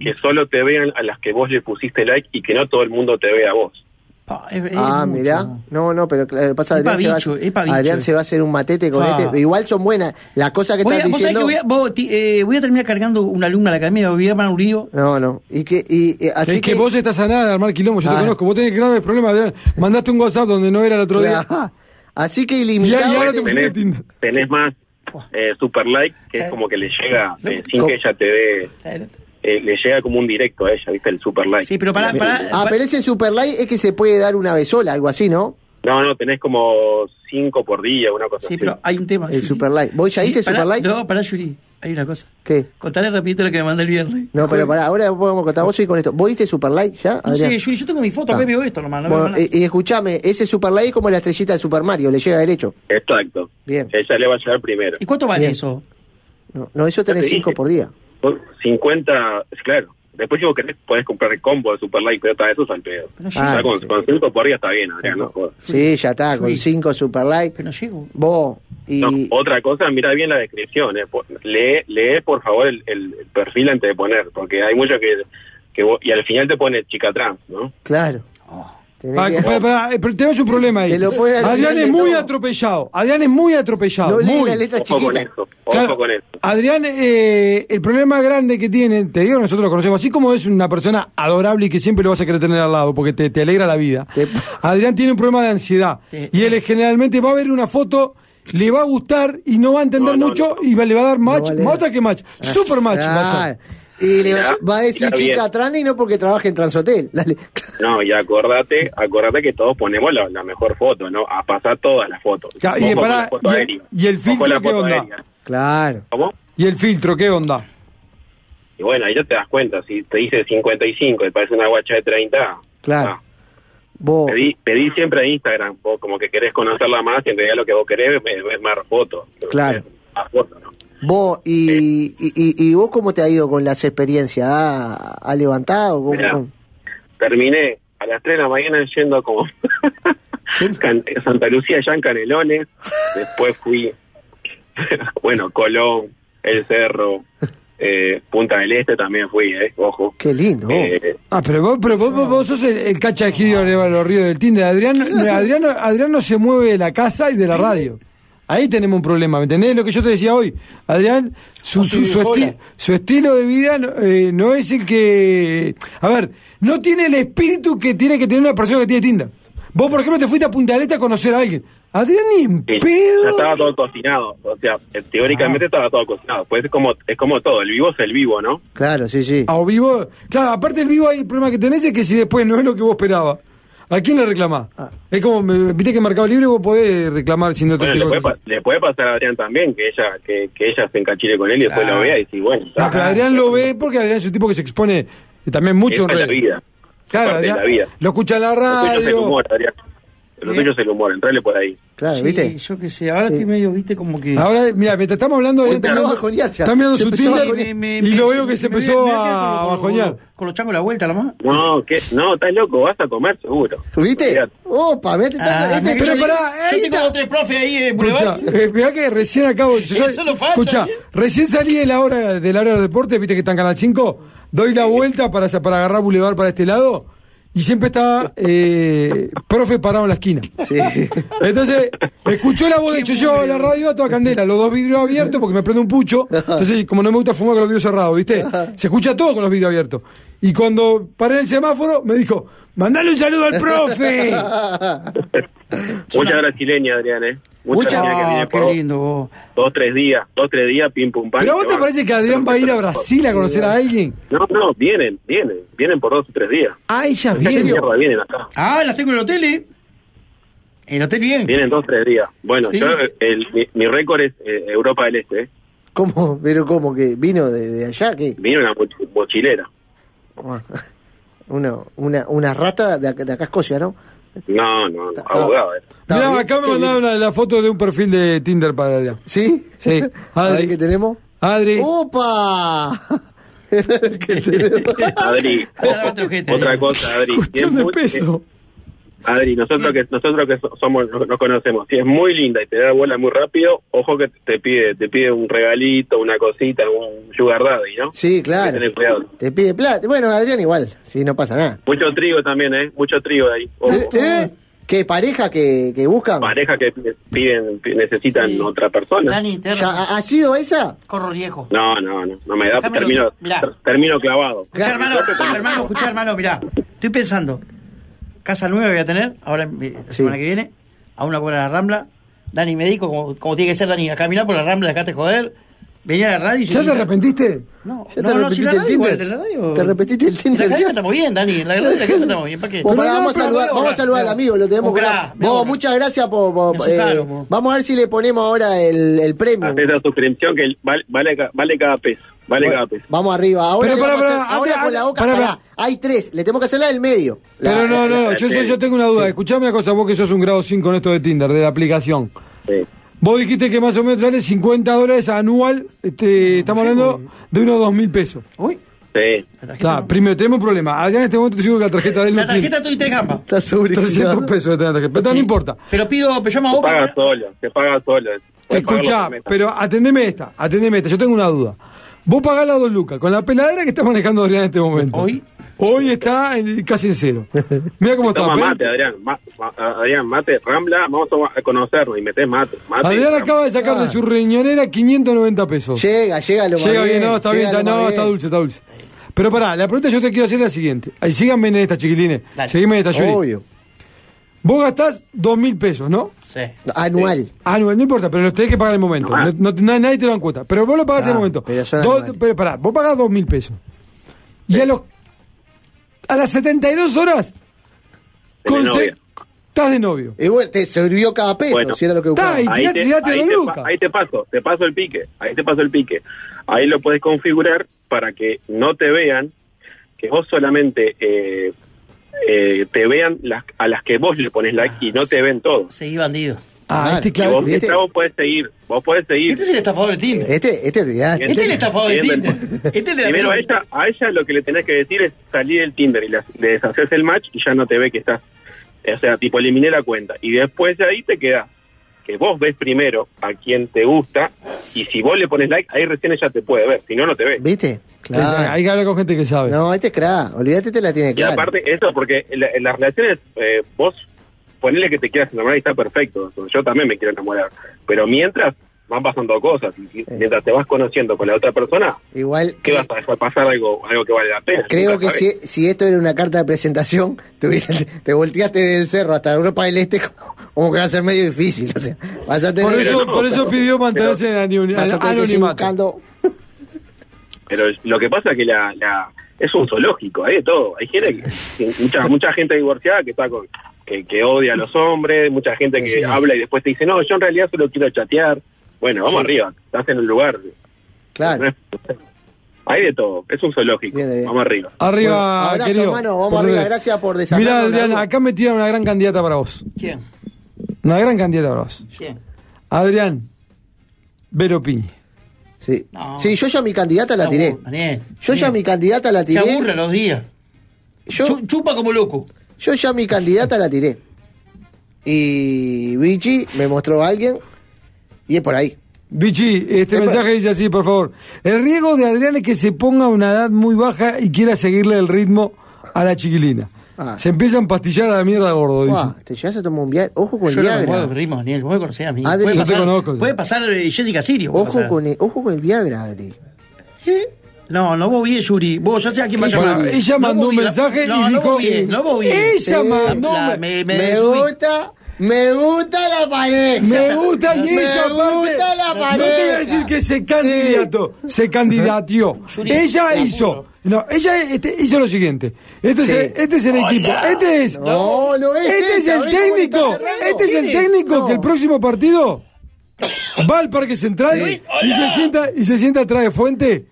Speaker 9: que solo te vean a las que vos le pusiste like y que no todo el mundo te ve a vos.
Speaker 3: Pa, es- es
Speaker 1: Ah,
Speaker 3: mucho.
Speaker 1: mirá. No, no, pero claro, pasa
Speaker 3: Es pa'
Speaker 1: Adrián,
Speaker 3: bicho,
Speaker 1: se
Speaker 3: es
Speaker 1: va,
Speaker 3: pa' bicho.
Speaker 1: Adrián se va a hacer un matete con
Speaker 3: Ah.
Speaker 1: este. Igual son buenas. La cosa que
Speaker 3: Voy a,
Speaker 1: estás
Speaker 3: vos sabés que
Speaker 1: diciendo...
Speaker 3: voy a, vos, ti- eh, voy a terminar cargando una alumna a la academia, voy a armar un lío.
Speaker 1: No, no. Y que, y, eh, así
Speaker 8: es que, vos estás a nada de armar quilombo, yo
Speaker 1: Ah.
Speaker 8: te conozco. Vos tenés graves problemas. Adrián. Mandaste un WhatsApp donde no era el otro día.
Speaker 1: Claro. Así que
Speaker 8: Y ahí- y
Speaker 1: ilimitado.
Speaker 8: ahora
Speaker 1: te-
Speaker 8: te- pusiste
Speaker 9: Tenés,
Speaker 8: Tinder.
Speaker 9: tenés más eh, super like, que es como que le llega eh, sin que ella te dé... eh, le llega como un directo a ella, ¿viste? El super like.
Speaker 3: Sí, pero pará, pará.
Speaker 1: Ah, pero ese super like es que se puede dar una vez sola, algo así, ¿no?
Speaker 9: No, no, tenés como cinco por día, una cosa
Speaker 3: Sí,
Speaker 9: así.
Speaker 3: pero hay un tema.
Speaker 1: El
Speaker 3: Yuri.
Speaker 1: Superlight. ¿Vos ya
Speaker 3: Sí,
Speaker 1: viste el
Speaker 3: pará,
Speaker 1: Superlight?
Speaker 3: No, pará, Yuri. Hay una cosa.
Speaker 1: ¿Qué?
Speaker 3: Contaré rapidito lo que me mandó el viernes.
Speaker 1: No, pero pará, ahora podemos contar. Vos seguís con esto. ¿Vos viste Superlight ya?
Speaker 3: No
Speaker 1: Adrián?
Speaker 3: sé, Yuri, yo tengo mi foto,
Speaker 1: Ah.
Speaker 3: acá y veo esto nomás. No veo
Speaker 1: Bueno, eh,
Speaker 3: nada.
Speaker 1: y, y escuchame, ese Superlight es como la estrellita de Super Mario, le llega derecho.
Speaker 9: Exacto.
Speaker 1: Bien.
Speaker 9: Ella le va a llegar primero.
Speaker 3: ¿Y cuánto vale
Speaker 1: Bien.
Speaker 3: eso?
Speaker 1: No, no, eso
Speaker 9: Ya
Speaker 1: tenés
Speaker 9: te
Speaker 1: cinco
Speaker 9: dije.
Speaker 1: por día.
Speaker 9: Son 50, es claro. Después, si vos querés, podés comprar el combo de Super Light, pero está eso es al pedo.
Speaker 3: Pero no
Speaker 1: Ah,
Speaker 9: Está
Speaker 3: llego.
Speaker 9: con, con cinco por día está bien, Adrián, no jodas.
Speaker 1: Sí, ya está, con
Speaker 3: Sí.
Speaker 1: cinco Superlight.
Speaker 3: Pero no llego.
Speaker 1: Vos y...
Speaker 9: No, otra cosa, mira bien la descripción. Eh. Por- Lee, lee, por favor, el, el perfil antes de poner, porque hay mucho que. que vos- y al final te pone chica trans, ¿no?
Speaker 1: Claro. Tenés
Speaker 8: Pará,
Speaker 1: que-
Speaker 8: pará, pará, eh, pero tenemos un problema ahí.
Speaker 1: Te lo pone al final
Speaker 8: Adrián
Speaker 1: de
Speaker 8: es muy
Speaker 1: todo.
Speaker 8: atropellado. Adrián es muy atropellado.
Speaker 1: No lees
Speaker 8: muy.
Speaker 1: la letra
Speaker 9: Ojo con
Speaker 1: chiquita.
Speaker 9: eso, ojo
Speaker 8: Claro,
Speaker 9: con eso.
Speaker 8: Adrián, eh, el problema grande que tiene, te digo, nosotros lo conocemos, así como es una persona adorable y que siempre lo vas a querer tener al lado porque te, te alegra la vida.
Speaker 1: Te-
Speaker 8: Adrián tiene un problema de ansiedad
Speaker 3: Sí.
Speaker 8: y él es generalmente va a ver una foto, le va a gustar y no va a entender
Speaker 9: No, no,
Speaker 8: mucho
Speaker 9: no.
Speaker 8: y va- le va a dar match,
Speaker 1: va a leer.
Speaker 8: más otra que match, super match. va a ser.
Speaker 1: Ah, Claro. Y le va,
Speaker 9: Mirá,
Speaker 1: va a decir
Speaker 9: mirá
Speaker 1: chica
Speaker 9: bien.
Speaker 1: trans y no porque trabaje en Transhotel. Dale.
Speaker 9: No, y acordate, acordate que todos ponemos la, la mejor foto, ¿no? A pasar todas las fotos.
Speaker 8: Claro, y
Speaker 9: Ojo con
Speaker 8: pará,
Speaker 9: la foto
Speaker 8: y-
Speaker 9: aérea.
Speaker 8: y el
Speaker 9: Ojo con
Speaker 8: filtro,
Speaker 9: la
Speaker 8: ¿qué
Speaker 9: foto
Speaker 8: onda?
Speaker 9: aérea.
Speaker 1: Claro.
Speaker 9: ¿Cómo?
Speaker 8: Y el filtro, ¿qué onda?
Speaker 9: Y bueno, ahí ya te das cuenta, si te dice 55 y parece una guacha de 30.
Speaker 1: Claro.
Speaker 9: ah,
Speaker 1: Vos.
Speaker 9: pedí, pedí siempre a Instagram, vos como que querés conocerla más y en realidad lo que vos querés es, es más fotos.
Speaker 1: Claro.
Speaker 9: Más fotos, ¿no?
Speaker 1: Vos, y,
Speaker 9: Eh.
Speaker 1: y, y- y vos cómo te ha ido con las experiencias? ¿Ha, ha levantado? ¿Cómo-
Speaker 9: Mirá.
Speaker 1: cómo?
Speaker 9: Terminé a las 3 de la mañana yendo como Can- Santa Lucía allá en Canelones, después fui, bueno, Colón, El Cerro, eh, Punta del Este también fui, eh, ojo.
Speaker 1: Qué lindo.
Speaker 9: Eh,
Speaker 8: Ah, pero vos, pero vos, vos- vos sos el, el cacha de Gidio de los ríos del Tinder. Adrián, Adrián, Adrián no se mueve de la casa y de la radio. Ahí tenemos un problema, ¿me entendés? Lo que yo te decía hoy. Adrián, su, su, su esti- su estilo de vida no, eh, no es el que... A ver, no tiene el espíritu que tiene que tener una persona que tiene Tinder. Vos, por ejemplo, te fuiste a Punta del Este a conocer a alguien. Adrián ni en
Speaker 9: sí, ya
Speaker 8: pedo.
Speaker 9: estaba todo cocinado, o sea, eh, teóricamente
Speaker 8: Ah.
Speaker 9: estaba todo cocinado, pues es como, es como todo, el vivo es el vivo, ¿no?
Speaker 1: Claro, sí, sí.
Speaker 8: A Ah, o vivo. Claro, aparte del vivo hay el problema que tenés es que si después no es lo que vos esperabas, ¿a quién le reclamás?
Speaker 1: Ah.
Speaker 8: Es como, me- viste que en Mercado Libre vos podés reclamar si no te
Speaker 9: Bueno, le
Speaker 8: llegó
Speaker 9: puede,
Speaker 8: el-
Speaker 9: pa- le puede pasar a Adrián también, que ella que, que ella se encachile con él y después lo vea y sí, bueno.
Speaker 8: Ah. No,
Speaker 9: está.
Speaker 8: pero Adrián lo ve porque Adrián es un tipo que se expone eh, también mucho
Speaker 9: Esa es la
Speaker 8: redes.
Speaker 9: vida.
Speaker 8: Claro,
Speaker 9: Parte de
Speaker 8: Adrián
Speaker 9: la vida.
Speaker 8: lo escucha en la
Speaker 9: Lo tuyo es el
Speaker 8: radio.
Speaker 9: humor, Adrián. Lo
Speaker 3: Bien.
Speaker 9: tuyo es el humor, entrale por ahí.
Speaker 1: Claro,
Speaker 3: Sí,
Speaker 1: ¿viste?
Speaker 3: yo qué sé. Ahora
Speaker 1: Sí.
Speaker 3: estoy medio, viste, como que...
Speaker 8: Ahora, mira, mientras estamos hablando,
Speaker 1: Se
Speaker 8: Adrián está
Speaker 1: empezó a
Speaker 8: mirando-
Speaker 1: bajonear ya.
Speaker 8: está mirando
Speaker 1: Se
Speaker 8: su
Speaker 1: empezó a
Speaker 8: Tinder
Speaker 1: bajonear.
Speaker 8: y lo veo que se
Speaker 3: me-
Speaker 8: empezó
Speaker 3: me- me-
Speaker 8: a
Speaker 3: con- con-
Speaker 8: bajonear.
Speaker 3: con- Con los changos a la vuelta, nomás.
Speaker 9: No, que no, estás loco, vas a comer seguro.
Speaker 1: ¿Viste?
Speaker 9: Olvídate.
Speaker 1: Opa, mirá, te está-
Speaker 3: Ah,
Speaker 1: este-
Speaker 3: me-
Speaker 8: pero
Speaker 3: yo
Speaker 8: pará,
Speaker 3: digo- yo
Speaker 8: ahí
Speaker 3: tengo
Speaker 8: está.
Speaker 3: dos, tres profes ahí en
Speaker 8: Escucha,
Speaker 3: Boulevard.
Speaker 8: eh, mirá que recién acabo. yo
Speaker 3: Eso
Speaker 8: sal-
Speaker 3: no falta, ¿eh?
Speaker 8: escuchá,
Speaker 3: bien.
Speaker 8: recién salí de la hora de la hora de deporte, viste que está en Canal 5. Doy la vuelta para, sa- para agarrar Boulevard para este lado. Y siempre estaba eh, profe parado en la esquina.
Speaker 1: Sí.
Speaker 8: Entonces, escuchó la voz de yo llevaba la radio a toda candela, los dos vidrios abiertos porque me prende un pucho. Entonces, como no me gusta fumar con los vidrios cerrados, ¿viste? Se escucha todo con los vidrios abiertos. Y cuando paré en el semáforo, me dijo, mandale un saludo al profe.
Speaker 9: Mucha brasileña, Adrián, ¿eh?
Speaker 1: Mucha-
Speaker 9: Mucha brasileña que
Speaker 3: Ah,
Speaker 9: viene
Speaker 3: qué
Speaker 9: por vos.
Speaker 3: lindo vos.
Speaker 9: Dos, tres días, dos, tres días, pim, pum, pam.
Speaker 8: Pero a
Speaker 9: y
Speaker 8: vos
Speaker 9: se
Speaker 8: te
Speaker 9: van.
Speaker 8: parece que Adrián va a ir a Brasil a conocer a alguien.
Speaker 9: No, no, vienen, vienen, vienen por dos o tres días.
Speaker 8: Ah, ella
Speaker 9: ¿En qué
Speaker 8: viene.
Speaker 9: mierda vienen acá?
Speaker 3: Ah, las tengo en el hotel, ¿eh? En el hotel bien.
Speaker 9: Vienen dos, tres días. Bueno,
Speaker 3: Sí.
Speaker 9: yo, el, mi, mi récord es eh, Europa del Este, ¿eh?
Speaker 1: ¿Cómo? ¿Pero cómo? ¿Que vino de, de allá? ¿Qué?
Speaker 9: Vino una moch- mochilera.
Speaker 1: Una, una, una rata de acá, de acá a Escocia, ¿no?
Speaker 9: No, no, no, abogado, ¿eh?
Speaker 8: Mirá,
Speaker 1: ¿Está
Speaker 8: acá me
Speaker 1: bien?
Speaker 8: mandaron la, la foto de un perfil de Tinder para Adrián.
Speaker 1: ¿Sí?
Speaker 8: Sí.
Speaker 1: A ver
Speaker 8: Adri.
Speaker 1: qué tenemos.
Speaker 8: Adri.
Speaker 1: Uh. ¡Opa! ¿Qué tenemos?
Speaker 9: Adri,
Speaker 3: Ahora otro ojete. eh.
Speaker 9: otra cosa, Adri. si es
Speaker 8: Cuestión de
Speaker 9: muy- eh,
Speaker 8: peso.
Speaker 9: Adri, nosotros que nosotros que so- somos no- nos conocemos, si es muy linda y te da bola muy rápido, ojo que te pide te pide un regalito, una cosita, un sugar daddy, ¿no?
Speaker 1: Sí,
Speaker 9: Hay
Speaker 1: claro.
Speaker 9: que tener cuidado.
Speaker 1: Te pide plata. Bueno, Adrián igual, si no pasa nada.
Speaker 9: Mucho trigo también, ¿eh? Mucho trigo ahí. Ojo.
Speaker 1: ¿Eh? ¿Eh? ¿Qué pareja que, que buscan?
Speaker 9: Pareja que pide- piden, pi- necesitan
Speaker 3: Sí.
Speaker 9: otra persona.
Speaker 3: Dani, te
Speaker 1: ¿Ya ha, ha sido esa?
Speaker 3: corro viejo.
Speaker 9: No, no, no, no me da,
Speaker 3: Déjamelo,
Speaker 9: termino,
Speaker 3: mirá.
Speaker 9: ter- termino clavado.
Speaker 3: Escuchá, hermano, escuchá, hermano, escuchá, hermano, mirá. Estoy pensando. Casa nueva voy a tener, ahora en mi- la
Speaker 1: Sí.
Speaker 3: semana que viene, a una cuadra de la Rambla. Dani, médico, como, como tiene que ser, Dani, a caminar por la Rambla, dejate joder. Venía a la radio y
Speaker 8: ¿Ya te arrepentiste?
Speaker 3: No,
Speaker 1: ¿Ya
Speaker 3: no,
Speaker 1: te
Speaker 3: no, si
Speaker 1: repetiste el
Speaker 3: la radio, igual,
Speaker 1: Tinder?
Speaker 3: de la radio.
Speaker 1: ¿Te repetiste el Tinder
Speaker 3: En la
Speaker 1: ya?
Speaker 3: cabina estamos bien, Dani. En la radio de la cabina estamos bien. ¿Para qué?
Speaker 1: Vos, pará,
Speaker 8: no,
Speaker 1: vamos, a
Speaker 8: pero
Speaker 1: saludar, vamos a saludar al amigo, lo tenemos
Speaker 3: Un crack,
Speaker 1: crack.
Speaker 3: mi
Speaker 1: Vos,
Speaker 3: amor.
Speaker 1: muchas gracias por. por-
Speaker 3: Me
Speaker 1: eh,
Speaker 3: asustaron, vos.
Speaker 1: vamos a ver si le ponemos ahora el, el premio.
Speaker 9: Hacer esa suscripción que vale, vale, ca- vale cada peso. Vale cada peso.
Speaker 1: Vamos arriba. Ahora,
Speaker 8: Pero
Speaker 1: le
Speaker 8: pará,
Speaker 1: vamos a hacer-
Speaker 8: pará,
Speaker 1: ahora
Speaker 8: antes-
Speaker 1: con la boca.
Speaker 8: pará,
Speaker 1: pará,
Speaker 8: pará.
Speaker 1: Hay tres. Le tenemos que hacer la del medio. La-
Speaker 8: Pero no,
Speaker 1: la-
Speaker 8: no, yo, yo, yo tengo una duda. Escuchame una cosa, vos que sos un grado 5 en esto de Tinder, de la aplicación.
Speaker 9: Sí.
Speaker 8: Vos dijiste que más o menos sale 50 dólares anual, este, estamos hablando de unos 2 mil pesos.
Speaker 3: Uy,
Speaker 9: Sí.
Speaker 8: Está, primero tenemos un problema. Adrián en este momento te digo que la tarjeta de él no
Speaker 3: la tarjeta tuya tiene gamba.
Speaker 1: Está sobre.
Speaker 8: tiene 300 pesos de tarjeta, pero no importa.
Speaker 3: Pero pido, pero llama a
Speaker 9: Se
Speaker 3: Boca.
Speaker 9: paga solo, se paga solo. Podés pagarlo
Speaker 8: Escuchá,
Speaker 9: por mes.
Speaker 8: pero atendeme esta, atendeme esta, yo tengo una duda. Vos pagás las dos lucas, con la peladera que está manejando Adrián en este momento.
Speaker 3: Hoy.
Speaker 8: Hoy está en- casi en cero. Mira cómo está.
Speaker 9: Toma
Speaker 8: pero-
Speaker 9: mate, Adrián. Ma- ma- Adrián, mate, Rambla, vamos a a conocernos y metés mate. mate
Speaker 8: Adrián
Speaker 9: Rambla.
Speaker 8: acaba de sacar de
Speaker 1: Ah.
Speaker 8: su riñonera 590 pesos.
Speaker 1: Llega, llega lo más
Speaker 8: Llega bien, no, está bien,
Speaker 1: llega
Speaker 8: está,
Speaker 1: lo más
Speaker 8: no, está
Speaker 1: bien.
Speaker 8: dulce, está dulce. Pero pará, la pregunta que yo te quiero hacer es la siguiente. Ahí, síganme en esta, chiquilines.
Speaker 3: Dale.
Speaker 8: Sígueme en esta, Yuri.
Speaker 1: Obvio.
Speaker 8: Vos gastás dos mil pesos, ¿no?
Speaker 3: Sí.
Speaker 1: Anual.
Speaker 8: Anual, Ah, no importa, pero los tenés que pagar en el momento.
Speaker 9: Ah.
Speaker 8: No, no- na- nadie te lo dan cuenta. Pero vos lo pagás en
Speaker 1: Ah,
Speaker 8: el momento.
Speaker 1: pero son
Speaker 8: Dos-
Speaker 1: anuales.
Speaker 8: pero pará, vos pagás dos mil pesos. Y a los. A las 72 horas.
Speaker 9: Tenés
Speaker 8: conse-
Speaker 9: novia.
Speaker 8: Estás de novio.
Speaker 1: Y bueno, te sirvió cada peso,
Speaker 9: Bueno.
Speaker 1: si era lo que
Speaker 8: Está
Speaker 1: buscaba.
Speaker 8: ahí.
Speaker 9: Ahí
Speaker 8: Tirate-
Speaker 9: te,
Speaker 8: tirate
Speaker 9: ahí
Speaker 8: dos
Speaker 9: te
Speaker 8: lucas.
Speaker 9: pa- ahí te paso, te paso el pique, ahí te paso el pique. Ahí lo puedes configurar para que no te vean, que vos solamente eh, eh, te vean las, a las que vos le pones like y no te ven todos.
Speaker 3: Seguí bandido.
Speaker 8: Ah,
Speaker 1: Claro.
Speaker 8: este
Speaker 9: Y
Speaker 8: claro.
Speaker 9: vos,
Speaker 1: ¿viste?
Speaker 9: vos podés seguir, vos podés seguir.
Speaker 3: Este es el estafador de Tinder.
Speaker 1: Este, este, olvidate.
Speaker 9: Bien.
Speaker 3: Este es el estafador de
Speaker 9: Bien,
Speaker 3: Tinder. Este es el de la
Speaker 9: Primero a
Speaker 3: pelota.
Speaker 9: ella, a ella lo que le tenés que decir es salir del Tinder y las- le deshaces el match y ya no te ve que estás. O sea, tipo, eliminé la cuenta. Y después de ahí te queda que vos ves primero a quien te gusta y si vos le pones like, ahí recién ella te puede ver, si no, no te ve.
Speaker 1: ¿Viste? Claro.
Speaker 8: Hay que hablar con gente que sabe.
Speaker 1: No, este es crack. Olvídate, te la tiene
Speaker 9: Y
Speaker 1: clara.
Speaker 9: aparte, eso, porque en la- en las relaciones, eh, vos ponele que te quieras enamorar y está perfecto. Yo también me quiero enamorar. Pero mientras van pasando cosas, y- y mientras te vas conociendo con la otra persona,
Speaker 1: Igual. eh,
Speaker 9: ¿qué vas a dejar pasar algo, algo que vale la pena?
Speaker 1: Creo
Speaker 9: Nunca
Speaker 1: que
Speaker 9: sabés.
Speaker 1: si, si esto era una carta de presentación, te, hubiese- te volteaste del cerro hasta Europa del Este, como, como que va a ser medio difícil. O sea, vas a tener,
Speaker 8: Por eso,
Speaker 9: no,
Speaker 8: por eso
Speaker 9: pero-
Speaker 8: pidió mantenerse en anoni-
Speaker 1: vas a tener que seguir
Speaker 8: anonimato.
Speaker 1: buscando.
Speaker 9: Pero lo que pasa es que la, la- es un zoológico, hay de todo. Hay gente, que- mucha, mucha gente divorciada que está con que, que odia a los hombres, mucha gente que habla y después te dice, no, yo en realidad solo quiero chatear. Bueno, vamos arriba, estás en el lugar.
Speaker 1: Claro.
Speaker 9: Hay de todo, es un zoológico,
Speaker 1: Bien, bien.
Speaker 9: vamos arriba.
Speaker 8: Arriba,
Speaker 1: Bueno, abrazo,
Speaker 8: querido.
Speaker 1: hermano, vamos
Speaker 8: Por
Speaker 1: arriba,
Speaker 8: favor.
Speaker 1: gracias por desahogarnos,
Speaker 8: Mirá, Adrián,
Speaker 1: Nahuel.
Speaker 8: acá me tiran una gran candidata para vos.
Speaker 3: ¿Quién?
Speaker 8: Una gran candidata para vos.
Speaker 3: ¿Quién?
Speaker 8: Adrián, Vero Piñi.
Speaker 1: Sí.
Speaker 3: No.
Speaker 1: sí, yo ya mi candidata la
Speaker 3: No,
Speaker 1: tiré.
Speaker 3: Daniel,
Speaker 1: Yo ya
Speaker 3: Daniel.
Speaker 1: mi candidata la
Speaker 3: Se aburre
Speaker 1: tiré.
Speaker 3: los días.
Speaker 1: Yo,
Speaker 3: Chu- Chupa como loco.
Speaker 1: yo ya mi candidata la tiré. Y Vichy me mostró a alguien y es por ahí.
Speaker 8: Vichy, este
Speaker 1: Epa.
Speaker 8: mensaje dice así, por favor. El riesgo de Adrián es que se ponga a una edad muy baja y quiera seguirle el ritmo a la chiquilina.
Speaker 1: Ah.
Speaker 8: Se empieza a empastillar a la mierda gordo, dice.
Speaker 1: Buah, te llegas a tomar un viaje. Ojo con el
Speaker 3: Yo no me acuerdo,
Speaker 1: Viagra.
Speaker 3: primo, Daniel. Vos me conocés a mí.
Speaker 1: Adri,
Speaker 3: Puede
Speaker 1: yo
Speaker 8: te
Speaker 3: pasar-
Speaker 8: Ah, conozco.
Speaker 3: Puede pasar eh, Jessica Sirio. puede
Speaker 1: Ojo
Speaker 3: pasar.
Speaker 1: con, el, ojo con el Viagra, Adri.
Speaker 3: No, no vos bien, Yuri. Vos, yo sé a quién va a
Speaker 8: Bueno,
Speaker 3: llamar.
Speaker 8: ella
Speaker 3: No
Speaker 8: mandó
Speaker 3: vos
Speaker 8: un
Speaker 3: bien,
Speaker 8: mensaje
Speaker 3: no,
Speaker 8: y
Speaker 3: no
Speaker 8: dijo-
Speaker 3: vos bien, No vos bien.
Speaker 8: Ella
Speaker 1: Sí.
Speaker 8: mandó.
Speaker 3: La-
Speaker 8: me-
Speaker 1: Me,
Speaker 3: me- me desubicó.
Speaker 1: gusta, me gusta la pareja.
Speaker 8: Me gusta y
Speaker 1: Me
Speaker 8: ella aparte-
Speaker 1: gusta la
Speaker 8: No te voy a
Speaker 1: pareja.
Speaker 8: decir que se candidató, se candidateó.
Speaker 3: Yuri,
Speaker 8: ella
Speaker 3: la
Speaker 8: hizo.
Speaker 3: apuro.
Speaker 8: No, ella este, hizo lo siguiente. Este,
Speaker 1: Sí.
Speaker 8: es, el- este es el equipo. Este es.
Speaker 1: No, no es
Speaker 8: Este es
Speaker 1: esa, ¿ves
Speaker 8: el
Speaker 1: cómo le está
Speaker 8: técnico.
Speaker 1: cerrando?
Speaker 8: Este es el
Speaker 1: ¿Quién es?
Speaker 8: técnico
Speaker 1: No.
Speaker 8: que el próximo partido va al Parque Central
Speaker 1: Sí.
Speaker 8: y se sienta y se sienta atrás de Fuente